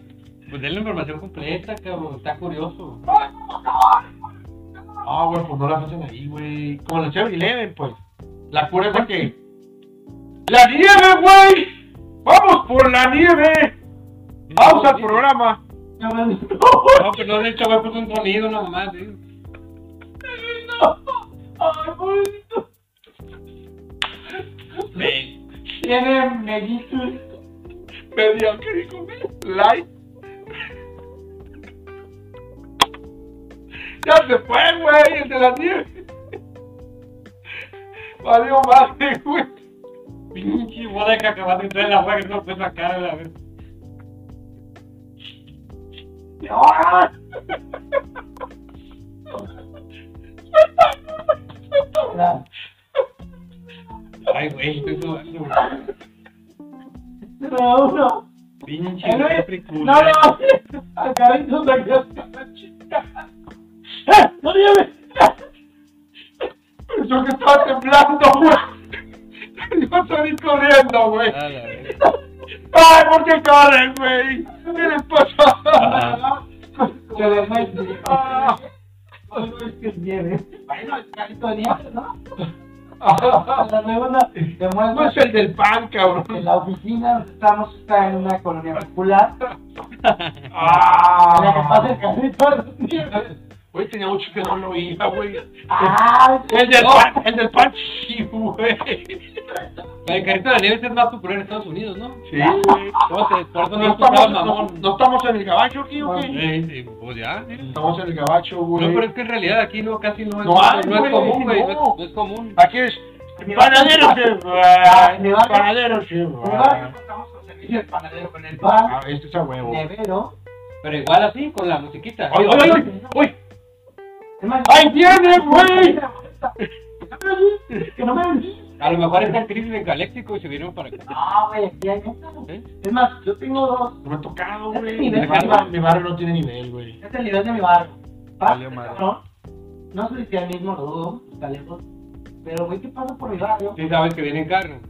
[SPEAKER 3] pues denle información completa, cabrón. Está curioso.
[SPEAKER 4] Ah, güey, pues no la hacen ahí, güey. Como la Chevy Eleven, pues. La cura es de que. ¡La nieve, güey! ¡Vamos por la nieve! ¡Vamos al programa!
[SPEAKER 1] Yo me
[SPEAKER 3] No, pero no, de hecho, güey, puso un sonido nada más, ¿sí?
[SPEAKER 1] Ay, pobrecito.
[SPEAKER 3] Ey,
[SPEAKER 1] Tiene mellitus.
[SPEAKER 4] Mediocre, Light. Ya se fue, güey, el de la nieve. Valió madre, güey.
[SPEAKER 3] Pinche boda que acabas de entrar en la agua que no fue sacar a la vez.
[SPEAKER 1] ¡Ah! La-
[SPEAKER 3] Ay, güey, estoy sudando, güey.
[SPEAKER 1] la uno.
[SPEAKER 3] Pinche
[SPEAKER 1] Eh, no,
[SPEAKER 3] refri culo.
[SPEAKER 1] No le bajes al carrito de la chica. ¡Eh! ¡No le llames!
[SPEAKER 4] Pero yo que estaba temblando, güey. Yo salí corriendo, güey.
[SPEAKER 3] A Ah, la vez.
[SPEAKER 4] ¡Ay, por qué corren, güey! ¿Qué les pasa?
[SPEAKER 3] Ajá.
[SPEAKER 1] Se le fue el-
[SPEAKER 4] Ah.
[SPEAKER 1] No, no, es que es nieve. Bueno, el carrito de nieve, ¿no?
[SPEAKER 4] Ah,
[SPEAKER 1] La segunda te
[SPEAKER 4] No es
[SPEAKER 1] muestras
[SPEAKER 4] el del pan,
[SPEAKER 1] en
[SPEAKER 4] cabrón.
[SPEAKER 1] la oficina donde estamos, está en una colonia popular.
[SPEAKER 4] Ah,
[SPEAKER 1] En la que pasa el carrito de nieve.
[SPEAKER 4] Güey, tenía mucho que no lo oía, güey.
[SPEAKER 1] ¡Ah!
[SPEAKER 4] El del pan, el del pan, sí, güey.
[SPEAKER 3] La carita de la nieve es más popular en Estados Unidos, ¿no?
[SPEAKER 4] Sí, güey.
[SPEAKER 3] No sé, por eso
[SPEAKER 4] No
[SPEAKER 3] no escuchaba
[SPEAKER 4] estamos, no,
[SPEAKER 3] mamón.
[SPEAKER 4] no estamos en el gabacho aquí, ¿o qué?
[SPEAKER 3] Ey, sí, pues ya, mira.
[SPEAKER 4] Estamos en el gabacho, güey.
[SPEAKER 3] No, pero es que en realidad aquí no casi no es,
[SPEAKER 4] No
[SPEAKER 3] no
[SPEAKER 4] hay,
[SPEAKER 3] es
[SPEAKER 4] güey,
[SPEAKER 3] común, güey. No.
[SPEAKER 4] no.
[SPEAKER 3] es- no es común.
[SPEAKER 4] Aquí es. Panadero,
[SPEAKER 1] Me
[SPEAKER 4] sí.
[SPEAKER 1] va a-
[SPEAKER 4] Panadero, sí.
[SPEAKER 1] Ahora estamos con servicio del panadero con el pan,
[SPEAKER 4] Ah, este es a huevo.
[SPEAKER 1] nevero.
[SPEAKER 3] Pero igual así, con la musiquita.
[SPEAKER 4] ¡Ay, ay, ay! ¡Uy!
[SPEAKER 1] Es más,
[SPEAKER 4] ¡Ahí viene, güey!
[SPEAKER 1] Que no me ven.
[SPEAKER 3] A lo mejor está en crisis de galéxico y se vinieron para acá.
[SPEAKER 1] No, güey, aquí hay muchas.
[SPEAKER 3] ¿Eh?
[SPEAKER 1] Es más, yo tengo dos.
[SPEAKER 4] No me ha tocado, güey.
[SPEAKER 1] Mi
[SPEAKER 4] Mi
[SPEAKER 1] barrio-
[SPEAKER 4] barrio, mi barrio no tiene nivel, güey.
[SPEAKER 1] Este es el nivel de mi barrio. Pasa,
[SPEAKER 4] Valió madre.
[SPEAKER 1] cabrón. No sé si sea el mismo, lo dudo, está lejos. Pero, güey, ¿qué pasa por mi barrio?
[SPEAKER 3] Sí sabes que viene en carne.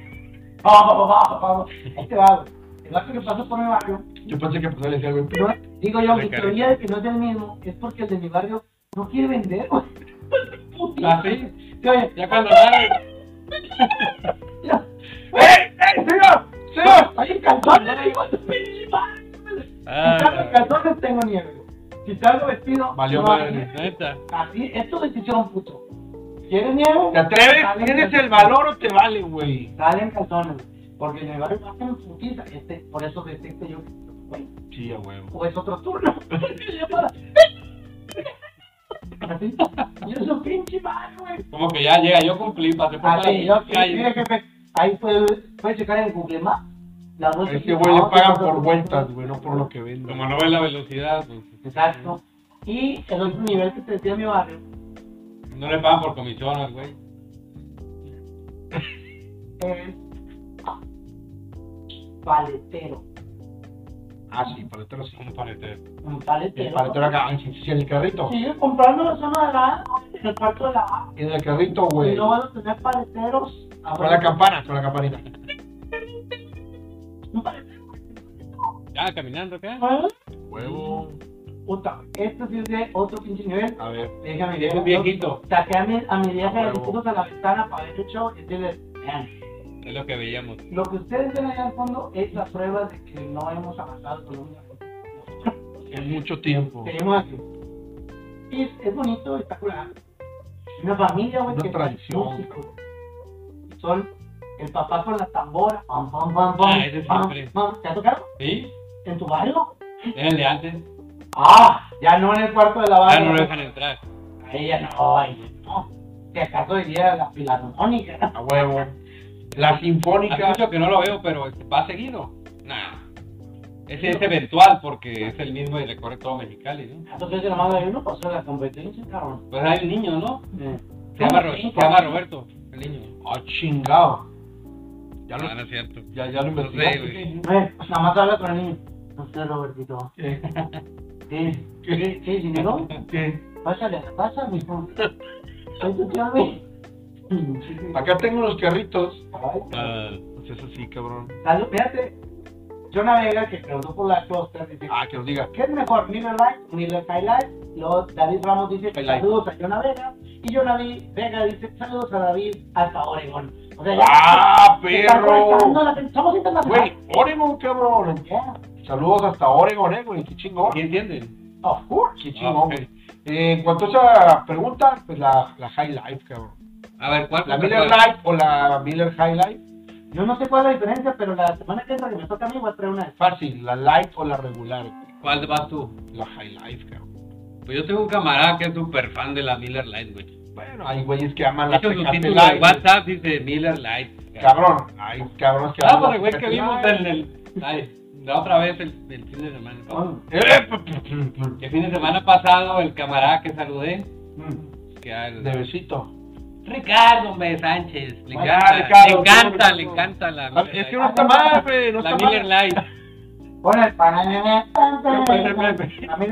[SPEAKER 1] Vamos, vamos, vamos, vamos. Este va, güey. El barrio que pasa por mi barrio.
[SPEAKER 4] Yo pensé que pues, le decía, güey.
[SPEAKER 1] no- digo yo,
[SPEAKER 3] La
[SPEAKER 1] mi
[SPEAKER 3] careta.
[SPEAKER 1] teoría de que no es el mismo es porque el de mi barrio no quiere vender, güey. Puta.
[SPEAKER 3] Ah, sí.
[SPEAKER 1] Sí, oye,
[SPEAKER 3] Ya cuando sale,
[SPEAKER 1] ya.
[SPEAKER 4] ¡Eh! ¡Eh! ¡Señor! ¡Señor!
[SPEAKER 1] Hay calzones, güey, hijo de tu pinche madre.
[SPEAKER 3] Ah,
[SPEAKER 1] Si salgo en calzones, tengo nieve. güey. Si salgo vestido,
[SPEAKER 4] Valió
[SPEAKER 1] no hay
[SPEAKER 4] madre.
[SPEAKER 1] nieve.
[SPEAKER 3] neta.
[SPEAKER 1] Así, es tu decisión, puto. ¿Quieres nieve?
[SPEAKER 4] ¿Te atreves? ¿Tienes el valor o te vale, güey?
[SPEAKER 1] Salen calzones, güey, porque en el barrio más que me putiza, este, por eso detecté yo, güey,
[SPEAKER 4] Sí, a huevo.
[SPEAKER 1] o es otro turno. Y yo para- Así, y es un pinche barrio, güey.
[SPEAKER 3] Como que ya llega, yo cumplí, pasé
[SPEAKER 4] Ah,
[SPEAKER 3] por
[SPEAKER 1] Así,
[SPEAKER 3] la
[SPEAKER 1] yo, mire, jefe, ahí puede, puede checar en Google Maps. Las dos
[SPEAKER 4] Es que,
[SPEAKER 1] opciones.
[SPEAKER 4] Este güey, le
[SPEAKER 1] Ah,
[SPEAKER 4] pagan
[SPEAKER 1] sí,
[SPEAKER 4] por
[SPEAKER 1] sí,
[SPEAKER 4] vueltas,
[SPEAKER 1] sí.
[SPEAKER 4] güey, no por lo que venden.
[SPEAKER 3] Como no ve la velocidad, pues
[SPEAKER 1] Exacto. Y el otro nivel que te decía mi barrio,
[SPEAKER 3] no le pagan por comisión al güey.
[SPEAKER 1] es paletero.
[SPEAKER 4] Ah, sí, paletero sí.
[SPEAKER 3] Como paletero.
[SPEAKER 1] Un
[SPEAKER 4] El
[SPEAKER 1] paletero.
[SPEAKER 4] paletero acá, ah, sí, sí, en el carrito.
[SPEAKER 1] Sigue comprando en la zona de la A, en el cuarto de la A.
[SPEAKER 4] En el carrito,
[SPEAKER 1] Y
[SPEAKER 4] güey.
[SPEAKER 1] no van a tener paleteros.
[SPEAKER 4] Con la campana, con la campanita.
[SPEAKER 1] Un paletero.
[SPEAKER 3] Ya, caminando acá.
[SPEAKER 1] ¿eh?
[SPEAKER 4] Huevo.
[SPEAKER 1] puta, esto sí es de otro pinche nivel.
[SPEAKER 4] A ver,
[SPEAKER 1] Déjame
[SPEAKER 4] es un viejito.
[SPEAKER 1] Saqué a mi, a mi vieja
[SPEAKER 4] Ah,
[SPEAKER 1] de
[SPEAKER 4] huevo.
[SPEAKER 1] discursos a la ventana para ver el show y decirles, vean,
[SPEAKER 3] Es lo que veíamos.
[SPEAKER 1] lo que ustedes ven allá al fondo es la prueba de que no hemos avanzado Colombia.
[SPEAKER 4] En mucho tiempo.
[SPEAKER 1] Tenemos aquí. Y es, es bonito, está curado. Una familia, güey,
[SPEAKER 4] Una
[SPEAKER 1] que
[SPEAKER 4] tradición.
[SPEAKER 1] son músicos. Son el papá con la tambora, pam, pam, pam, pam.
[SPEAKER 3] Ah, ese
[SPEAKER 1] pam,
[SPEAKER 3] siempre.
[SPEAKER 1] pam. ¿Te ha tocado?
[SPEAKER 3] ¿Sí?
[SPEAKER 1] ¿En tu barrio?
[SPEAKER 3] Era el de antes.
[SPEAKER 1] Ah, ya no en el cuarto de la
[SPEAKER 3] Ah,
[SPEAKER 1] barra.
[SPEAKER 3] no lo dejan entrar.
[SPEAKER 1] Ahí ya no, ahí no. Si acaso diría la filarmónica.
[SPEAKER 4] A huevo. La
[SPEAKER 3] Hace
[SPEAKER 4] sinfónica.
[SPEAKER 3] mucho que no lo veo, pero este, va seguido. Nah. Ese es eventual porque es el mismo y recorre todo Mexicali, ¿no?
[SPEAKER 1] Entonces yo nomás hay uno pasó la competencia, cabrón.
[SPEAKER 3] Pues hay un niño, ¿no?
[SPEAKER 1] Eh,
[SPEAKER 3] Se
[SPEAKER 1] ¿cómo
[SPEAKER 3] llama, Ro-
[SPEAKER 1] que?
[SPEAKER 3] se llama Roberto, el niño.
[SPEAKER 4] Ah, chingado. Ya lo,
[SPEAKER 3] Ah, No, no es cierto.
[SPEAKER 4] ya, ya lo
[SPEAKER 3] No
[SPEAKER 4] investigué.
[SPEAKER 3] sé, güey.
[SPEAKER 1] Eh, nada más habla con el niño. No sé, Robertito.
[SPEAKER 4] ¿Qué?
[SPEAKER 1] ¿Qué? ¿Qué? ¿Qué? ¿Dinero?
[SPEAKER 4] ¿Qué?
[SPEAKER 1] Pásale, pásale, hijo. Soy tu tío, güey.
[SPEAKER 4] Acá tengo unos carritos.
[SPEAKER 3] Ah,
[SPEAKER 4] Pues es así, cabrón.
[SPEAKER 1] Salud, fíjate. Yo navega que preguntó por la costa, dice,
[SPEAKER 4] Ah, que nos diga.
[SPEAKER 1] ¿qué es mejor, Miller Light, Miller High Light? Luego David Ramos dice,
[SPEAKER 4] High Life.
[SPEAKER 1] saludos a Jonah Vega. Y Jonah Vi- Vega dice, saludos a David hasta Oregón. O sea,
[SPEAKER 4] ¡Ah,
[SPEAKER 1] se está
[SPEAKER 4] perro!
[SPEAKER 1] conectando la gente. Somos
[SPEAKER 4] Güey,
[SPEAKER 1] internacionales.
[SPEAKER 4] Oregon, cabrón.
[SPEAKER 1] Yeah,
[SPEAKER 4] Saludos hasta Oregon, eh, güey. Qué chingón.
[SPEAKER 3] ¿Sí entienden?
[SPEAKER 1] of course.
[SPEAKER 4] Qué
[SPEAKER 3] Ah,
[SPEAKER 4] chingón,
[SPEAKER 3] ok.
[SPEAKER 4] güey. Eh, en cuanto a esa pregunta, pues la, la High Life, cabrón.
[SPEAKER 3] A ver, ¿cuál
[SPEAKER 4] La
[SPEAKER 3] fue?
[SPEAKER 4] Miller Life o la Miller High Life,
[SPEAKER 1] Yo no sé cuál es la diferencia, pero la semana que entra que me toca a mí voy a traer una de
[SPEAKER 4] fácil. La Life o la regular, güey.
[SPEAKER 3] ¿Cuál vas tú?
[SPEAKER 4] La High Life, cabrón.
[SPEAKER 3] Pues yo tengo un camarada que es súper fan de la Miller Light, güey.
[SPEAKER 4] Bueno, hay güeyes que aman
[SPEAKER 3] De
[SPEAKER 4] la
[SPEAKER 3] hecho, su
[SPEAKER 4] Tecate
[SPEAKER 3] título de
[SPEAKER 4] Light, güey.
[SPEAKER 3] WhatsApp dice Miller Light.
[SPEAKER 4] Cabrón, hay cabrones que
[SPEAKER 3] Ah,
[SPEAKER 4] aman
[SPEAKER 3] pues
[SPEAKER 4] la
[SPEAKER 3] el güey que
[SPEAKER 4] Tecate
[SPEAKER 3] vimos
[SPEAKER 4] Light.
[SPEAKER 3] en el... ay, la otra vez el, el fin de semana.
[SPEAKER 4] Eh, pu- pu- pu- pu-
[SPEAKER 3] El fin de semana pasado, el camarada que saludé, que al-
[SPEAKER 4] De besito.
[SPEAKER 3] Ricardo, hombre, Sánchez. Le
[SPEAKER 4] Bueno,
[SPEAKER 3] encanta,
[SPEAKER 4] Ricardo,
[SPEAKER 3] le encanta,
[SPEAKER 4] Ricardo.
[SPEAKER 3] le encanta la
[SPEAKER 4] Ah,
[SPEAKER 3] Miller
[SPEAKER 4] Es que
[SPEAKER 3] Lite.
[SPEAKER 4] no está mal, güey. No
[SPEAKER 3] La
[SPEAKER 4] está
[SPEAKER 3] Miller
[SPEAKER 4] mal.
[SPEAKER 3] Light.
[SPEAKER 1] Pon el pan. A mí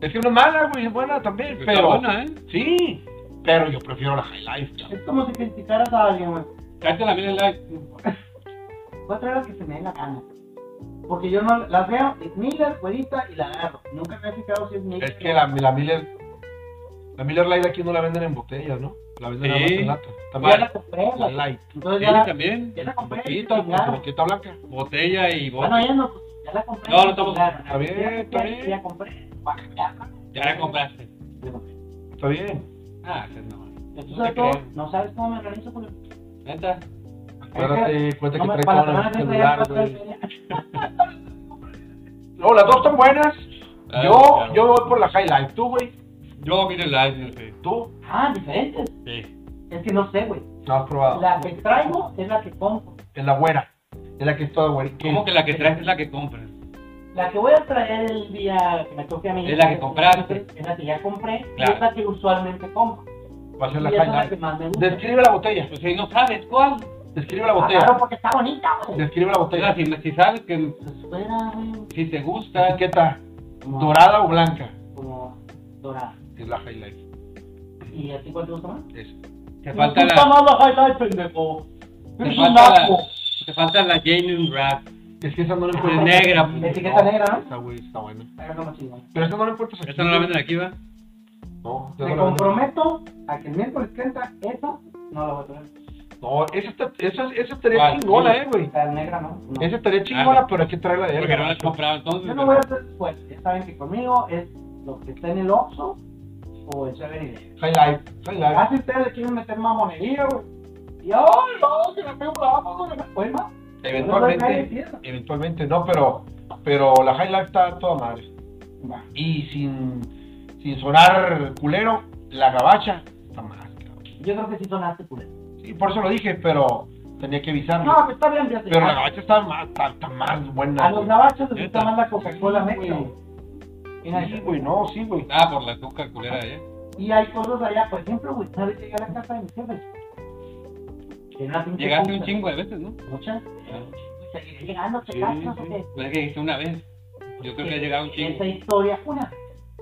[SPEAKER 4] Es que no es mala, güey. Es buena también.
[SPEAKER 3] Está
[SPEAKER 4] Pero.
[SPEAKER 3] buena, ¿eh?
[SPEAKER 4] Sí. Pero yo prefiero la High Life, cabrón.
[SPEAKER 1] Es como si criticaras a alguien, güey.
[SPEAKER 3] Cállate la Miller Light.
[SPEAKER 1] Voy a traer las que se me dé la gana. Porque yo no las veo, es Miller, güerita y la agarro. Nunca me he fijado si es Miller.
[SPEAKER 4] Es que la, la Miller. La Miller Light aquí no la venden en botellas, ¿no? La venden
[SPEAKER 3] Sí.
[SPEAKER 4] nada más en lata.
[SPEAKER 1] Ya
[SPEAKER 4] También
[SPEAKER 1] la compré,
[SPEAKER 4] la
[SPEAKER 1] güey.
[SPEAKER 4] Light.
[SPEAKER 1] Entonces
[SPEAKER 3] Sí,
[SPEAKER 1] ya la,
[SPEAKER 3] también.
[SPEAKER 1] ya la compré.
[SPEAKER 4] Poquita,
[SPEAKER 1] ya,
[SPEAKER 4] con poquita blanca.
[SPEAKER 3] Botella y
[SPEAKER 4] Ah,
[SPEAKER 3] bo-
[SPEAKER 1] Bueno, ya no, pues, ya la compré.
[SPEAKER 3] No, no estamos-
[SPEAKER 1] Ya,
[SPEAKER 4] está bien,
[SPEAKER 1] ya,
[SPEAKER 4] está
[SPEAKER 1] ya,
[SPEAKER 4] bien.
[SPEAKER 1] Ya compré. Bueno, ya,
[SPEAKER 3] Ya la compraste.
[SPEAKER 1] ya compré.
[SPEAKER 4] Está bien.
[SPEAKER 3] Ah, ese es nomás.
[SPEAKER 1] Entonces,
[SPEAKER 3] No te
[SPEAKER 1] todo,
[SPEAKER 3] creo.
[SPEAKER 1] no sabes cómo me organizo, Julio.
[SPEAKER 3] Neta.
[SPEAKER 4] Acuérdate, cuenta
[SPEAKER 1] No
[SPEAKER 4] que
[SPEAKER 1] me- para la
[SPEAKER 4] trae todo en
[SPEAKER 1] semana
[SPEAKER 4] el
[SPEAKER 1] que entra ya
[SPEAKER 4] celular,
[SPEAKER 1] no traes
[SPEAKER 4] güey.
[SPEAKER 1] feria.
[SPEAKER 4] pues. No, las dos están buenas.
[SPEAKER 3] Ah,
[SPEAKER 4] Yo,
[SPEAKER 3] claro.
[SPEAKER 4] yo voy por la High Life. Tú, güey.
[SPEAKER 3] Yo Miller Light, no sé.
[SPEAKER 4] Tú.
[SPEAKER 1] Ah, diferentes.
[SPEAKER 3] Sí.
[SPEAKER 1] Es que no sé, güey.
[SPEAKER 4] No has probado.
[SPEAKER 1] La que traigo es la que compro.
[SPEAKER 4] Es la güera. Es la que es toda güerita.
[SPEAKER 3] ¿Cómo que la que traes es la que compras?
[SPEAKER 1] La que voy a traer el día que me toque a mí.
[SPEAKER 3] Es la que compraste.
[SPEAKER 1] Es la que ya compré.
[SPEAKER 3] Claro.
[SPEAKER 1] Y es la que usualmente compro.
[SPEAKER 4] Va a ser
[SPEAKER 1] Y
[SPEAKER 4] la
[SPEAKER 1] esa es
[SPEAKER 4] High
[SPEAKER 1] la que
[SPEAKER 4] Life.
[SPEAKER 1] más me gusta.
[SPEAKER 4] Describe la botella.
[SPEAKER 3] Pues si no sabes cuál.
[SPEAKER 4] Describe la
[SPEAKER 1] Ah,
[SPEAKER 4] botella.
[SPEAKER 1] Claro, porque está bonita, güey.
[SPEAKER 4] Describe la
[SPEAKER 3] O sea,
[SPEAKER 4] botella.
[SPEAKER 3] si, si sabes que
[SPEAKER 1] Pues fuera, güey.
[SPEAKER 3] si te
[SPEAKER 4] La
[SPEAKER 3] gusta,
[SPEAKER 4] etiqueta.
[SPEAKER 1] Como,
[SPEAKER 4] ¿Dorada o blanca?
[SPEAKER 1] Como dorada.
[SPEAKER 4] Es la High Life.
[SPEAKER 1] ¿Y a ti cuál te gusta más?
[SPEAKER 3] te falta
[SPEAKER 1] Me gusta
[SPEAKER 3] la,
[SPEAKER 1] más la highlight, pendejo.
[SPEAKER 3] te
[SPEAKER 1] Eres un
[SPEAKER 3] falta la,
[SPEAKER 1] naco.
[SPEAKER 3] te falta la Jalen Wrap.
[SPEAKER 4] Es que esa no la
[SPEAKER 3] Es
[SPEAKER 4] encuentras.
[SPEAKER 3] negra.
[SPEAKER 1] Etiqueta negra, ¿no?
[SPEAKER 4] Esa, güey, está buena.
[SPEAKER 1] Pero no me chingo.
[SPEAKER 4] Pero esa no la encuentras aquí.
[SPEAKER 3] Esta no la venden aquí, ¿va?
[SPEAKER 4] No, esa
[SPEAKER 1] Me
[SPEAKER 4] no la venden.
[SPEAKER 1] comprometo a que el miércoles que entra, esa no la voy a traer.
[SPEAKER 4] No, esa, está- esa, esa estaría
[SPEAKER 3] Ah,
[SPEAKER 4] chingona,
[SPEAKER 3] sí.
[SPEAKER 4] eh, güey.
[SPEAKER 1] La negra no. no.
[SPEAKER 4] Esa estaría chingona,
[SPEAKER 3] Ah, no.
[SPEAKER 4] pero hay que traerla de
[SPEAKER 3] Porque no la
[SPEAKER 4] él.
[SPEAKER 3] has comprado entonces.
[SPEAKER 1] Yo no voy a hacer esfuerzo. Ya saben que conmigo es lo que está en el Oxxo o el 7
[SPEAKER 4] High Life, High Life.
[SPEAKER 1] Ah, si ustedes le quieren meter mamonería, güey. Y ay, no, que me pego para abajo, no me puede más.
[SPEAKER 4] Eventualmente, eventualmente, no, pero, pero la High Life está a toda madre.
[SPEAKER 1] Va.
[SPEAKER 4] Y sin, sin sonar culero, la gabacha está más, cabrón.
[SPEAKER 1] Yo creo que sí sonaste culero.
[SPEAKER 4] Sí, por eso lo dije, pero tenía que avisarlo.
[SPEAKER 1] No, Ah, pues está bien, fíjate.
[SPEAKER 4] pero la
[SPEAKER 1] A-
[SPEAKER 4] gabacha está más, está, está más buena.
[SPEAKER 1] A los
[SPEAKER 4] güey.
[SPEAKER 1] navachos les gusta
[SPEAKER 3] Neta.
[SPEAKER 1] más la Coca-Cola
[SPEAKER 4] Sí,
[SPEAKER 1] negra,
[SPEAKER 4] güey.
[SPEAKER 1] güey. Y nada,
[SPEAKER 4] Sí, güey, no, sí, güey.
[SPEAKER 3] Ah, por la tuca culera ¿eh? de allá.
[SPEAKER 1] Y hay cosas allá, por ejemplo, güey, una vez llegué a la casa de mis jefes. En una pinche
[SPEAKER 3] Llegaste un
[SPEAKER 1] junta.
[SPEAKER 3] chingo Ah. de veces, ¿no?
[SPEAKER 1] Muchas. Pues, Seguiré llegando, checando, no sé qué.
[SPEAKER 3] Pues es que dijiste una vez. Yo creo que ha llegado un chingo.
[SPEAKER 1] pues, Esa historia, una.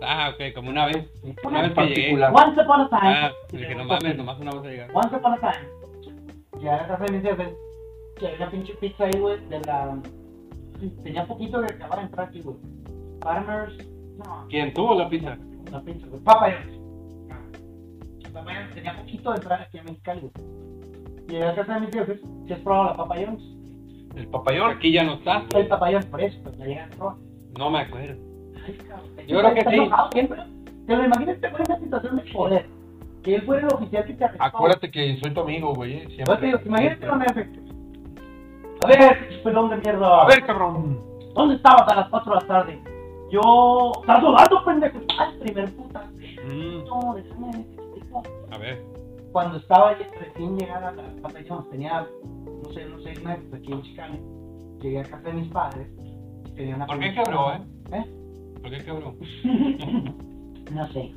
[SPEAKER 3] Ah, ok, como una vez.
[SPEAKER 1] Una
[SPEAKER 3] Una vez que llegué.
[SPEAKER 4] particular.
[SPEAKER 1] Once upon a time.
[SPEAKER 3] Ah, dije, no mames, nomás una vez ha llegado.
[SPEAKER 1] Once upon a time. Llegué a la casa de mis jefes. Que había una pinche pizza ahí, güey, de la. Tenía poquito de acabar de entrar aquí, güey. Farmers
[SPEAKER 4] ¿Quién tuvo la pizza?
[SPEAKER 1] La pinche de Papayón. Papayón tenía poquito de entrar aquí a Mexicali. Y en la casa de mis tíos, si has probado la papayón,
[SPEAKER 4] ¿El papayón? Aquí ya no está.
[SPEAKER 1] el papayón por eso, pues la llegan a probar.
[SPEAKER 4] No me acuerdo.
[SPEAKER 1] Ay, cabrón.
[SPEAKER 4] Yo creo que
[SPEAKER 1] Está
[SPEAKER 4] sí.
[SPEAKER 1] enojado siempre. Te lo imaginas que fue una situación de poder. Que él fuera el oficial que te arrestó.
[SPEAKER 4] Acuérdate que soy tu amigo, güey. eh,
[SPEAKER 1] Yo te
[SPEAKER 4] Siempre.
[SPEAKER 1] digo, imagínate lo A ver, pelón de mierda.
[SPEAKER 4] A ver, cabrón.
[SPEAKER 1] ¿Dónde estabas a las 4 de la tarde? Yo. ¡Estás jugando, pendejo! ¡Al primer puta!
[SPEAKER 4] Mm,
[SPEAKER 1] No, déjame explicar.
[SPEAKER 4] a ver.
[SPEAKER 1] Cuando estaba ya recién llegada a la batallón, tenía, no sé, no sé, meses aquí en Chicago. Llegué a casa de mis padres. y Tenía una
[SPEAKER 4] ¿Por qué
[SPEAKER 1] prima-
[SPEAKER 4] quebró, eh?
[SPEAKER 1] ¿Eh?
[SPEAKER 4] ¿Por qué quebró?
[SPEAKER 1] No sé.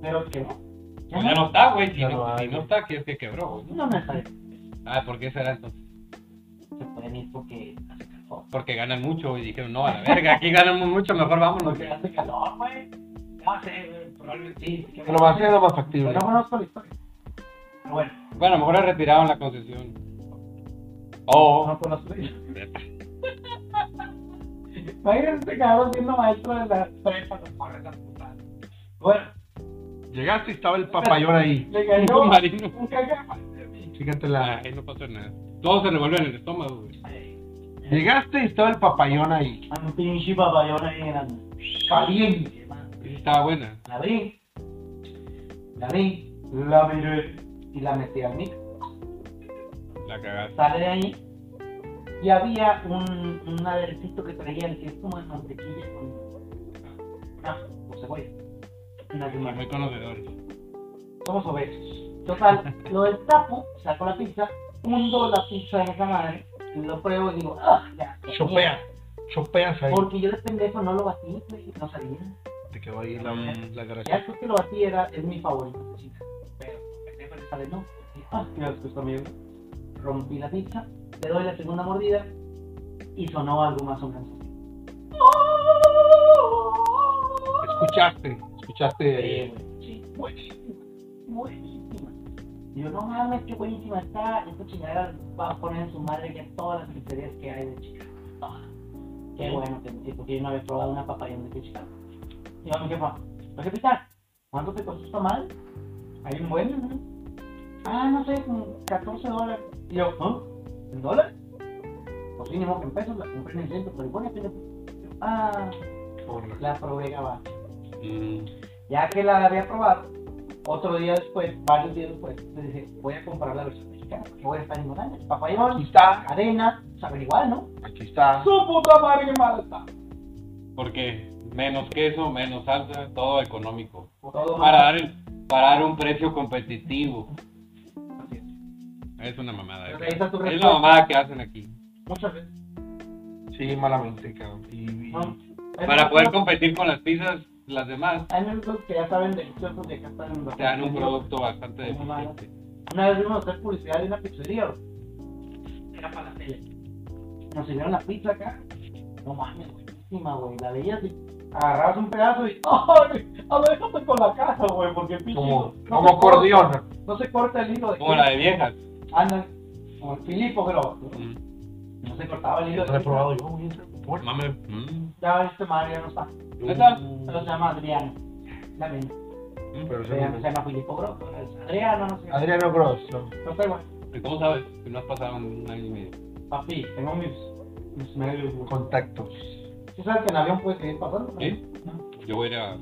[SPEAKER 1] Pero que no.
[SPEAKER 4] Pues ya no está, güey. Si
[SPEAKER 1] Ya
[SPEAKER 4] no,
[SPEAKER 1] no hay,
[SPEAKER 4] si no
[SPEAKER 1] güey.
[SPEAKER 4] está, que es que quebró, güey.
[SPEAKER 1] No me parece.
[SPEAKER 4] Ah, ¿por qué será entonces?
[SPEAKER 1] Se pueden ir porque hace calor.
[SPEAKER 4] Porque ganan mucho y dijeron, no, a la verga, aquí ganamos mucho, mejor vámonos.
[SPEAKER 1] Porque hace calor, güey. No sé, güey, probablemente sí. que-
[SPEAKER 4] Pero va a ser lo más
[SPEAKER 1] Pero
[SPEAKER 4] factible.
[SPEAKER 1] no conozco la historia. Pero bueno,
[SPEAKER 4] Bueno, a lo mejor le retiraron la concesión. Oh,
[SPEAKER 1] no conozco la historia. Imagínense cabrón siendo maestro de la prepa, no corre esa puta. Bueno,
[SPEAKER 4] llegaste y estaba el papayón ahí.
[SPEAKER 1] le cayó
[SPEAKER 4] Un marino.
[SPEAKER 1] un caca.
[SPEAKER 4] Fíjate la.
[SPEAKER 3] Ahí no pasa nada. Todo se revuelve en el estómago, güey.
[SPEAKER 4] Llegaste y estaba el papayón ahí.
[SPEAKER 1] Un pinche papayón ahí grande. Caliente, man.
[SPEAKER 3] Esa estaba buena.
[SPEAKER 1] La abrí. La abrí. La miré. Y la metí al micro.
[SPEAKER 3] La cagaste.
[SPEAKER 1] Sale de ahí. Y había un, un aderecito que traía el que es como de mantequilla con. Ah, con cebolla. Una
[SPEAKER 3] Somos
[SPEAKER 1] semana.
[SPEAKER 3] Muy conocedores.
[SPEAKER 1] Somos obesos. Total, lo destapo, saco la pizza, hundo la pizza en esa madre, y lo pruebo y digo, ¡ah! Ya, qué
[SPEAKER 4] Chopea. Chopeas ahí.
[SPEAKER 1] mierda". Porque yo de pendejo no lo batí, güey, no sabía.
[SPEAKER 4] Te quedó ahí la, la
[SPEAKER 1] Ya
[SPEAKER 4] gracia.
[SPEAKER 1] después que lo batí era, es mi favorito, sí. Pero pendejo le sale no. Y, ¡ah! Ya después también rompí la pizza, le doy la segunda mordida y sonó algo más o menos así.
[SPEAKER 4] Escuchaste. Escuchaste.
[SPEAKER 1] Sí, güey, sí. Buenísima. Buenísima. Digo, no mames, qué buenísima está. Esta chingadera va a poner en su madre ya todas las pizzerías que hay de Chicago. Todas. Qué bueno que me porque yo no había probado una papayón de Chicago. Y yo a mi jefa, ¿lo que pita? ¿Cuánto te costó esta madre? Hay un buen, ¿no? Ah, no sé, como 14 dólares. Y yo, ¿ah? ¿En dólares? Pues sí, ni modo que en pesos, la compré en el centro, pero bueno, pendejo. Y yo, Ah, la probé gabacho.
[SPEAKER 3] Mm.
[SPEAKER 1] Ya que la había probado, otro día después, varios días después, le dije, voy a comprar la versión mexicana, porque voy a estar ignorando. El papayón,
[SPEAKER 4] Aquí está.
[SPEAKER 1] arena, saben igual, ¿no?
[SPEAKER 4] Aquí
[SPEAKER 3] Ah.
[SPEAKER 4] está.
[SPEAKER 1] ¡Su puta madre, qué mala está!
[SPEAKER 4] Porque menos queso, menos salsa, todo económico.
[SPEAKER 1] Todo
[SPEAKER 4] Para
[SPEAKER 1] mal.
[SPEAKER 4] dar, para dar un precio competitivo.
[SPEAKER 3] Es una mamada.
[SPEAKER 1] Pero
[SPEAKER 3] güey.
[SPEAKER 1] ahí está tu
[SPEAKER 3] Es
[SPEAKER 1] respuesta.
[SPEAKER 3] la mamada que hacen aquí.
[SPEAKER 1] Muchas veces.
[SPEAKER 4] Sí, malamente, cabrón. Y, y-
[SPEAKER 1] ¿no? Hay
[SPEAKER 3] Para
[SPEAKER 1] muchos-
[SPEAKER 3] poder competir con las pizzas, las demás,
[SPEAKER 1] Hay muchos que ya saben deliciosos de acá están en
[SPEAKER 3] te dan un producto bastante deficiente.
[SPEAKER 1] Una vez vimos hacer publicidad de una pizzería, bro. Era para la tele. Nos sirvieron la pizza acá. No mames, buenísima, güey. La veías y agarrabas un pedazo y. ¡Ay! A ver, déjate con la casa, güey, porque el pinche.
[SPEAKER 4] como,
[SPEAKER 1] no
[SPEAKER 4] como
[SPEAKER 1] se corta-
[SPEAKER 4] acordeón.
[SPEAKER 1] No se corta el hilo de.
[SPEAKER 3] Como la de viejas.
[SPEAKER 1] Anda, como el Filipo, pero.
[SPEAKER 3] Mm.
[SPEAKER 1] No se cortaba el hilo de.
[SPEAKER 4] Reprobado yo, güey, ese por-
[SPEAKER 3] Mame. Mm.
[SPEAKER 1] Ya este madre ya no está.
[SPEAKER 3] ¿Qué tal?
[SPEAKER 1] Pero se llama Adriano. También.
[SPEAKER 4] Pero
[SPEAKER 3] Pues
[SPEAKER 1] Se llama, se
[SPEAKER 4] ese-
[SPEAKER 1] llama Filipo, bro. pero es Adriano, no sé.
[SPEAKER 4] Adriano Gross, ¿no?
[SPEAKER 1] No sé, güey.
[SPEAKER 3] ¿Y Pues, ¿Cómo sabes que no has pasado un año y medio?
[SPEAKER 1] Papi, tengo mis. Mis medios, güey.
[SPEAKER 4] contactos.
[SPEAKER 1] ¿Sí sabes que en avión puede seguir pasando? pero-
[SPEAKER 3] ¿Sí? Yo voy a ir a...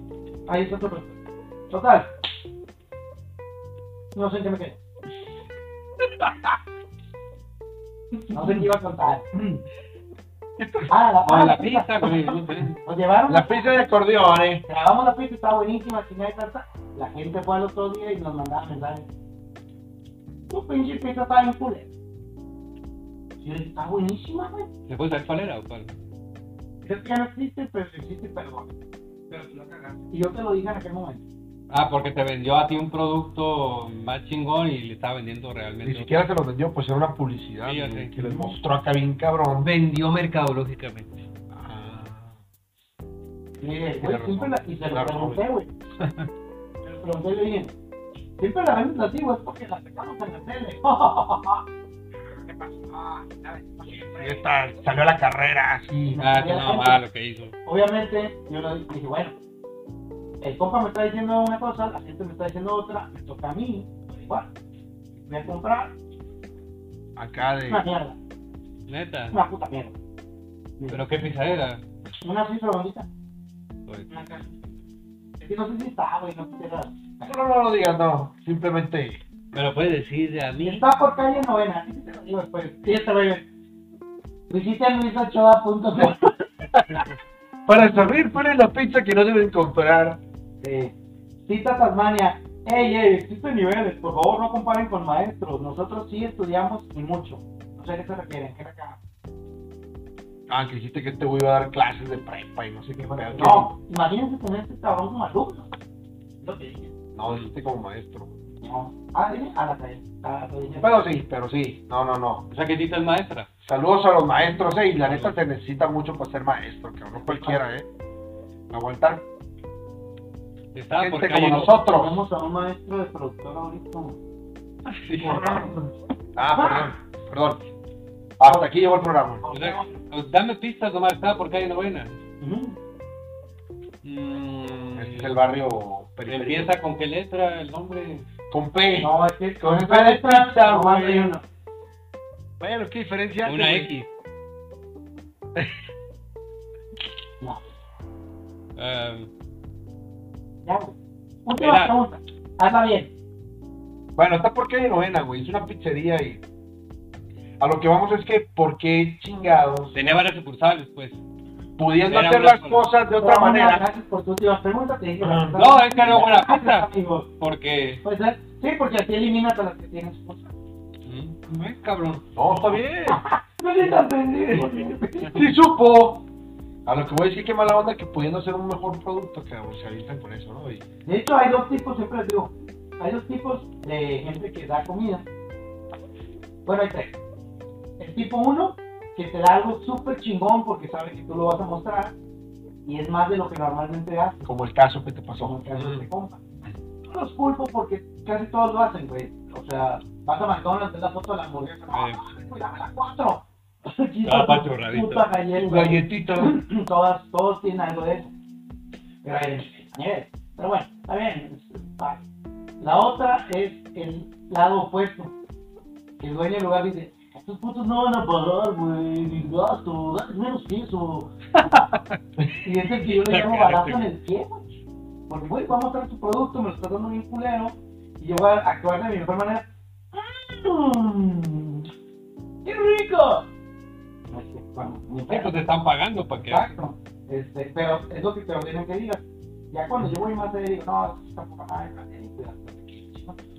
[SPEAKER 1] Ahí está tu respuesta. Total. No sé en qué me quedé. No sé qué iba a contar. Ah, la, ah,
[SPEAKER 3] Con la pizza, güey. no sé.
[SPEAKER 1] Nos llevaron,
[SPEAKER 4] La pizza de acordeón, eh.
[SPEAKER 1] grabamos la pista, estaba buenísima, chingada y tanta. La gente fue al otro día y nos mandaba mensajes. Tu pinche pizza está bien culera. Y yo dije, está buenísima, güey.
[SPEAKER 3] ¿Le puedes saber cuál era o cuál?
[SPEAKER 1] Es que ya no existe, pero si existe, perdón. Pero la cagaste. Y yo te lo dije en aquel momento.
[SPEAKER 3] Ah, porque te vendió a ti un producto más chingón y le estaba vendiendo realmente.
[SPEAKER 4] Ni
[SPEAKER 3] otro.
[SPEAKER 4] siquiera se los vendió, pues era una publicidad
[SPEAKER 3] Sí, ya
[SPEAKER 4] güey,
[SPEAKER 3] sé.
[SPEAKER 4] que les mostró acá bien cabrón.
[SPEAKER 3] Vendió mercadológicamente.
[SPEAKER 4] Ah,
[SPEAKER 1] Y le dije,
[SPEAKER 4] Sí,
[SPEAKER 1] güey,
[SPEAKER 4] la
[SPEAKER 1] siempre la.
[SPEAKER 4] razón.
[SPEAKER 1] Y se
[SPEAKER 4] La
[SPEAKER 1] lo
[SPEAKER 4] razón.
[SPEAKER 1] pregunté, güey. Se lo pregunté y le dije, siempre la vemos así, güey, es porque la sacamos en la tele. pasó? ¿Sabes?
[SPEAKER 4] Y esta salió a la carrera así.
[SPEAKER 3] Ah, qué mamá lo que hizo.
[SPEAKER 1] Obviamente, yo lo dije, bueno, el compa me está diciendo una cosa, la gente me está diciendo otra, me toca a mí, pues igual. Voy a comprar
[SPEAKER 4] Acá de.
[SPEAKER 1] una mierda,
[SPEAKER 3] Neta.
[SPEAKER 1] una puta mierda.
[SPEAKER 3] Pero qué pizza era.
[SPEAKER 1] Una así redondita,
[SPEAKER 3] Pues,
[SPEAKER 1] una caja. Es que no sé si está, güey, no sé si era.
[SPEAKER 4] No, no lo digas, no. Simplemente.
[SPEAKER 3] Me lo puedes decir de a mí.
[SPEAKER 1] Está por calle novena, así que te lo digo después. Sí, este güey. Visiten luisochoa.com.
[SPEAKER 4] Para servir, ponen la pizza que no deben comprar.
[SPEAKER 1] Sí. Cita Tasmania. Ey, ey, existen niveles. Por favor, no comparen con maestros. Nosotros sí estudiamos y mucho. No sé a qué se refieren. ¿Qué acá?
[SPEAKER 4] Ah, que dijiste que este güey iba a dar clases de prepa y no sé qué pedo.
[SPEAKER 1] No, imagínense tener este cabrón como alumno. Lo que dije.
[SPEAKER 4] No, dijiste como maestro.
[SPEAKER 1] No. Ah, dime, a la calle. A la calle.
[SPEAKER 4] Pero sí, pero sí. No, no, no.
[SPEAKER 3] O sea, que Tita es maestra.
[SPEAKER 4] Saludos a los maestros, eh. Y la neta se necesita mucho para ser maestro, que no cualquiera, eh. Aguantar
[SPEAKER 3] Estaba por
[SPEAKER 4] gente
[SPEAKER 3] calle
[SPEAKER 4] como
[SPEAKER 3] no-
[SPEAKER 4] nosotros.
[SPEAKER 1] Tenemos a un maestro de productor ahorita.
[SPEAKER 3] Sí.
[SPEAKER 4] Ah, perdón, perdón. Hasta aquí llegó el programa.
[SPEAKER 3] O sea, o- Pues, Dame pistas, nomás. Estaba por calle novena.
[SPEAKER 1] Ujú.
[SPEAKER 3] Mm,
[SPEAKER 4] Este es el barrio periférico.
[SPEAKER 3] Empieza con qué letra el nombre.
[SPEAKER 4] con P.
[SPEAKER 1] No, es que
[SPEAKER 4] Con
[SPEAKER 1] esta
[SPEAKER 4] esta
[SPEAKER 1] letra,
[SPEAKER 4] letra,
[SPEAKER 1] nomás hay
[SPEAKER 4] güey.
[SPEAKER 1] uno.
[SPEAKER 4] Bueno, qué diferencia.
[SPEAKER 3] Una
[SPEAKER 4] hace,
[SPEAKER 3] X.
[SPEAKER 1] No.
[SPEAKER 3] Eh,
[SPEAKER 1] Ya, güey. Última
[SPEAKER 3] Era-
[SPEAKER 1] pregunta. Hazla bien.
[SPEAKER 4] güey. Bueno, está por calle novena, güey. Es una pizzería y. A lo que vamos es que, ¿por qué chingados?
[SPEAKER 3] tenía varias sucursales, pues.
[SPEAKER 4] Pudiendo
[SPEAKER 3] Era
[SPEAKER 4] hacer
[SPEAKER 3] una
[SPEAKER 4] las
[SPEAKER 3] sola.
[SPEAKER 4] cosas de otra
[SPEAKER 1] Ramona,
[SPEAKER 4] manera.
[SPEAKER 1] Gracias por tu última pregunta. Te dije la verdad.
[SPEAKER 3] No, es que era buena
[SPEAKER 1] Gracias,
[SPEAKER 3] pizza.
[SPEAKER 1] amigos.
[SPEAKER 3] Porque.
[SPEAKER 1] Puede ser. Sí, porque así eliminas a las que tienes cosas.
[SPEAKER 3] Mm, eh, cabrón.
[SPEAKER 4] No, está bien.
[SPEAKER 1] No les aprendí.
[SPEAKER 4] Sí supo. A lo que voy a decir que mala onda que pudiendo hacer un mejor producto, que se avistan con eso, ¿no? Y
[SPEAKER 1] De hecho, hay dos tipos, siempre les digo, hay dos tipos de gente que da comida. Bueno, hay tres. El tipo uno, que te da algo súper chingón porque sabe que tú lo vas a mostrar y es más de lo que normalmente haces,
[SPEAKER 4] como el caso que te
[SPEAKER 1] como
[SPEAKER 4] pasó.
[SPEAKER 1] el caso de este compa. No los culpo porque casi todos lo hacen, güey. O sea, vas a McDonald's, te das foto de la hamburguesa. No,
[SPEAKER 3] Eh.
[SPEAKER 1] mames, güey, dame la cuatro.
[SPEAKER 3] Ah, pa' churradito.
[SPEAKER 1] Puta galleta.
[SPEAKER 4] Tu galletita.
[SPEAKER 1] todas, todos tienen algo de eso. Pero hay diferentes niveles. Pero bueno, está bien. es- vale. La otra es el lado opuesto. El dueño del lugar dice, estos putos no van a pagar, güey, mi gasto, dale menos queso. y es el que yo le llamo barato en el pie, güey. Porque, güey, vamos a mostrar tu producto, me lo está dando bien culero, y yo voy a actuar de mi mejor manera. ¡Mmm! ¡Qué rico! No sé, cuando- ni
[SPEAKER 3] Eh,
[SPEAKER 1] pedo.
[SPEAKER 3] pues te están pagando para que.
[SPEAKER 1] Exacto. Este, pero es lo que te ordenan que digas. Ya cuando yo voy más allá digo, no, es tampoco nada,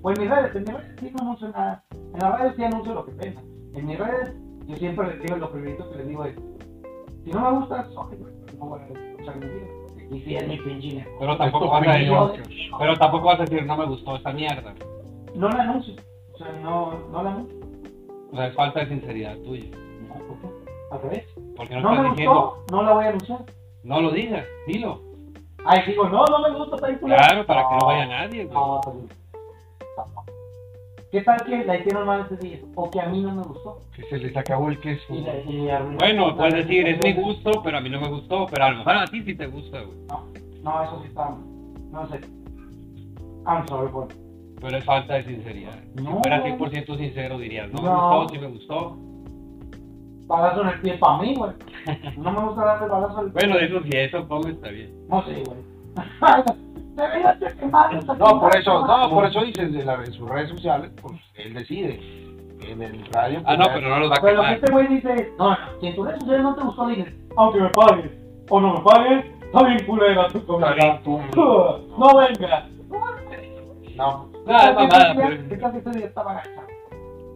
[SPEAKER 1] O en mis redes, en mis redes sí no anuncio nada. En las redes sí anuncio lo que tenga. En mis redes yo siempre les digo, lo primerito que les digo es, si no me gusta, soy, güey, no voy a escuchar mi vida. Y si es mi pinche negocio.
[SPEAKER 3] Pero tampoco vas a decir. Pero tampoco vas a decir, no me gustó esta mierda.
[SPEAKER 1] No la anuncio. O sea, no, no la anuncio.
[SPEAKER 3] O sea, es falta de sinceridad tuya.
[SPEAKER 1] No, ¿por qué? Al revés.
[SPEAKER 3] Porque no,
[SPEAKER 1] No
[SPEAKER 3] estás
[SPEAKER 1] me
[SPEAKER 3] diciendo,
[SPEAKER 1] gustó, no la voy a anunciar.
[SPEAKER 3] no lo digas, dilo.
[SPEAKER 1] Ay, digo, no, no me gusta, está bien culero.
[SPEAKER 3] Claro, para que no
[SPEAKER 1] No.
[SPEAKER 3] vaya nadie, güey.
[SPEAKER 1] No, pero- ¿Qué tal que la hicieron mal ese día? O que a mí no me gustó.
[SPEAKER 4] Que se les acabó el queso.
[SPEAKER 1] Y la- y arruinó-
[SPEAKER 3] Bueno, puedes
[SPEAKER 1] la-
[SPEAKER 3] decir, es mi gusto, pero a mí no me gustó, pero a lo mejor a ti sí te gusta, güey.
[SPEAKER 1] No, eso sí está mal. No sé. I'm sorry for
[SPEAKER 3] Pero es falta de sinceridad.
[SPEAKER 1] No.
[SPEAKER 3] Si fuera 100% sincero, dirías, no,
[SPEAKER 1] No.
[SPEAKER 3] me gustó, sí me gustó.
[SPEAKER 1] Balazo en el pie para mí, güey. No me gusta darle balazo al pie.
[SPEAKER 3] Bueno, de eso sí, eso pongo está bien.
[SPEAKER 1] No sé, güey. Debería ser quemado. esta
[SPEAKER 4] No, por
[SPEAKER 1] chingada.
[SPEAKER 4] eso, no, por eso dicen de la- en sus redes sociales, pues él decide. En el radio.
[SPEAKER 3] Ah,
[SPEAKER 4] pues,
[SPEAKER 3] no,
[SPEAKER 4] ya-
[SPEAKER 3] pero no los va a
[SPEAKER 1] Pero lo que
[SPEAKER 3] quemar.
[SPEAKER 1] este güey dice es, no, no, si en tus redes sociales no te gustó, dices,
[SPEAKER 6] Aunque me pagues o no me pagues, está bien culera tu
[SPEAKER 4] Está
[SPEAKER 6] comida.
[SPEAKER 4] bien, tú.
[SPEAKER 6] No vengas.
[SPEAKER 4] No.
[SPEAKER 3] No, es mamada,
[SPEAKER 1] ¿qué
[SPEAKER 3] pues.
[SPEAKER 1] tal que este día estaba gacha?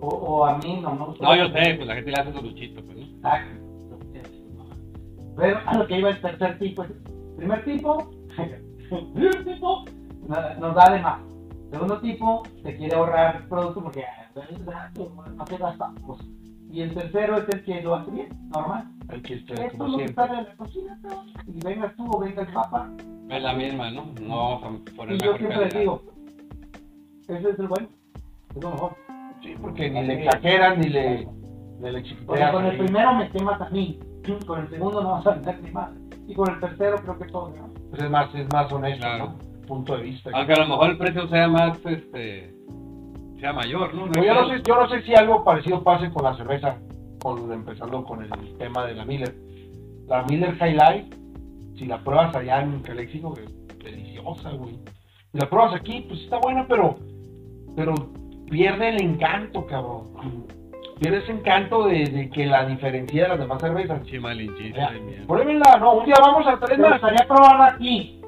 [SPEAKER 1] O, o a mí no me gustó.
[SPEAKER 3] No, yo sé, pues la gente le hace su luchito, pues. ¿no?
[SPEAKER 1] Ah, Pero a lo que iba el tercer tipo. Primer tipo, primer tipo, no- nos da de más. Segundo tipo, se quiere ahorrar producto porque ah, es gasto, no se gasta. pues. Y el tercero es el que lo hace bien, normal.
[SPEAKER 4] Aquí estoy,
[SPEAKER 1] Esto es
[SPEAKER 4] como
[SPEAKER 1] lo que
[SPEAKER 4] siempre.
[SPEAKER 1] sale de la cocina, cabrón. Y vengas tú o venga el papá.
[SPEAKER 3] Es la misma, ¿no? No vamos a poner
[SPEAKER 1] Y yo
[SPEAKER 3] mejor
[SPEAKER 1] siempre les
[SPEAKER 3] calidad.
[SPEAKER 1] digo, ese es el bueno, es lo mejor.
[SPEAKER 4] Sí, porque ni le exageran, ni le. de la
[SPEAKER 1] O sea,
[SPEAKER 4] chiquitera.
[SPEAKER 1] con el
[SPEAKER 4] sí.
[SPEAKER 1] primero me quemas a mí, con el segundo no vas a meter ni más, y con el tercero creo que todo, ¿no?
[SPEAKER 4] Pues es más, es más honesto,
[SPEAKER 3] Claro. Ah,
[SPEAKER 4] ¿no? Punto de vista.
[SPEAKER 3] Aunque a lo mejor el precio sea más, este, sea mayor, ¿no?
[SPEAKER 4] Pero yo, no sé, yo no sé si algo parecido pase con la cerveza, con, empezando con el tema de la Miller. La Miller High Life, si la pruebas allá en Caléxico, que es deliciosa, güey. Si la pruebas aquí, pues está buena, pero, pero pierde el encanto, cabrón. Pierde ese encanto de, de que la diferencia de las demás cervezas.
[SPEAKER 3] Pinche malinchista de mierda.
[SPEAKER 4] Pruébenla, no, un día vamos a tres
[SPEAKER 1] Me
[SPEAKER 4] más,
[SPEAKER 1] gustaría probarla aquí,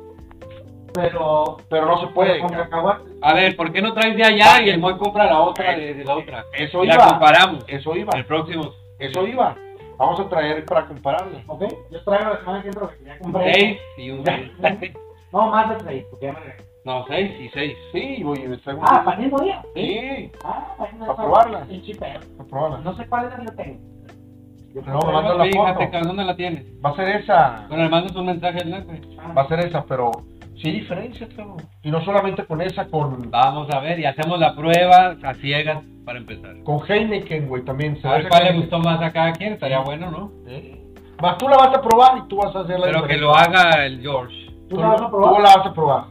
[SPEAKER 1] pero
[SPEAKER 4] pero no se puede.
[SPEAKER 1] con
[SPEAKER 4] cabrón.
[SPEAKER 1] cacahuate.
[SPEAKER 3] A ver, ¿por qué no traes de allá y el Moy compra la otra de, de la otra?
[SPEAKER 4] Eso
[SPEAKER 3] Y la
[SPEAKER 4] iba.
[SPEAKER 3] comparamos.
[SPEAKER 4] Eso iba,
[SPEAKER 3] El próximo.
[SPEAKER 4] eso iba. Vamos a traer para compararla.
[SPEAKER 1] ¿ok? Yo traigo la semana que entra lo que quería comprar.
[SPEAKER 3] Seis y un seis.
[SPEAKER 1] No, más de tres, porque ya me regalé.
[SPEAKER 3] No, seis y seis.
[SPEAKER 4] Sí, voy a traer
[SPEAKER 1] Ah, ¿para el mismo día?
[SPEAKER 4] Sí,
[SPEAKER 1] Ah, para el mismo
[SPEAKER 4] Para
[SPEAKER 1] día.
[SPEAKER 4] probarla.
[SPEAKER 1] Sí, sí, pero
[SPEAKER 4] a probarla.
[SPEAKER 1] No sé cuál es la que yo tengo.
[SPEAKER 4] No, me manda la
[SPEAKER 3] Fíjate,
[SPEAKER 4] foto.
[SPEAKER 3] cabrón, ¿dónde la tienes?
[SPEAKER 4] Va a ser esa,
[SPEAKER 3] Bueno, le mandas un mensaje al Naco.
[SPEAKER 1] Ah,
[SPEAKER 4] va a ser esa, pero sí hay diferencia, cabrón. Y no solamente con esa, con,
[SPEAKER 3] Vamos a ver y hacemos la prueba a ciegas para empezar.
[SPEAKER 4] con Heineken, güey, también.
[SPEAKER 3] A ver
[SPEAKER 4] cerveza
[SPEAKER 3] cuál le
[SPEAKER 4] Heineken.
[SPEAKER 3] gustó más a cada quien, estaría bueno, ¿no?
[SPEAKER 4] ¿Eh? Vas, tú la vas a probar y tú vas a hacer la
[SPEAKER 3] Pero que
[SPEAKER 4] diferencia.
[SPEAKER 3] lo haga el George.
[SPEAKER 1] Tú la vas a probar.
[SPEAKER 4] Tú la vas a probar.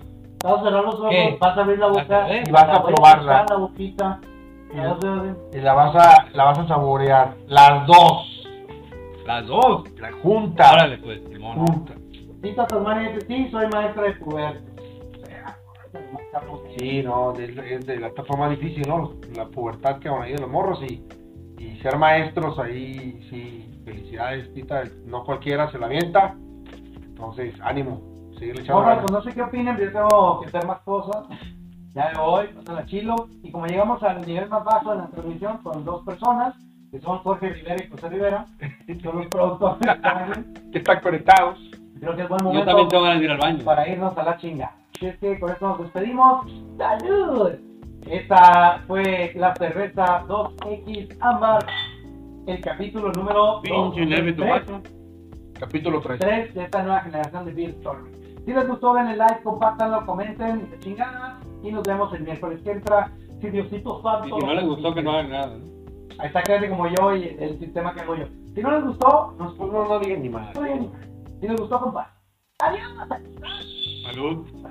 [SPEAKER 1] Vas a cerrar los ojos,
[SPEAKER 3] ¿Qué?
[SPEAKER 1] vas a abrir la
[SPEAKER 3] ¿La
[SPEAKER 1] boca
[SPEAKER 3] cerré?
[SPEAKER 4] ¿Eh? Y vas a
[SPEAKER 1] la voy
[SPEAKER 4] probarla.
[SPEAKER 1] besar, La boquita.
[SPEAKER 4] Mira.
[SPEAKER 1] la vas a ver.
[SPEAKER 4] Y la vas a, la vas a saborear. Las dos.
[SPEAKER 3] Las dos.
[SPEAKER 4] La junta.
[SPEAKER 3] Órale, pues, Simón.
[SPEAKER 4] junta.
[SPEAKER 1] Tita Tasmania dice, sí, soy maestra de puberto.
[SPEAKER 4] Sí, no, es, es de la etapa más difícil, ¿no? La pubertad que van ahí de los morros y, y ser maestros ahí, sí, felicidades, tita, no cualquiera se la avienta. Entonces, ánimo, seguirle echando
[SPEAKER 1] Ahora,
[SPEAKER 4] ganas.
[SPEAKER 1] pues no sé qué opinen, pero yo tengo que hacer más cosas. Ya me voy, pasan la chilo. Y como llegamos al nivel más bajo de la transmisión con dos personas, que son Jorge Rivera y José Rivera, que son los productores, también,
[SPEAKER 4] que están conectados.
[SPEAKER 1] creo que es buen
[SPEAKER 3] Yo también
[SPEAKER 1] momento
[SPEAKER 3] tengo ganas de ir al baño.
[SPEAKER 1] para irnos a la chinga. Así es que con esto nos despedimos. ¡Salud! Esta fue la cerveza 2X Ámbar, el capítulo número
[SPEAKER 3] Pinche
[SPEAKER 1] 2,
[SPEAKER 3] neve tu
[SPEAKER 1] 3.
[SPEAKER 3] vaca.
[SPEAKER 4] Capítulo 3.
[SPEAKER 1] tres de esta nueva generación de Beer Storm. Si les gustó, denle like, compártanlo, comenten, y chingada. Y nos vemos el miércoles que entra. Si Diosito
[SPEAKER 3] Y
[SPEAKER 1] Santo.
[SPEAKER 3] si no les gustó, que no hagan nada.
[SPEAKER 1] Ahí está, quédate como yo y el sistema que hago yo. Si no les gustó, nos
[SPEAKER 4] No, no digan ni más.
[SPEAKER 1] pueden animar. Si les gustó, compadre.
[SPEAKER 3] Salud.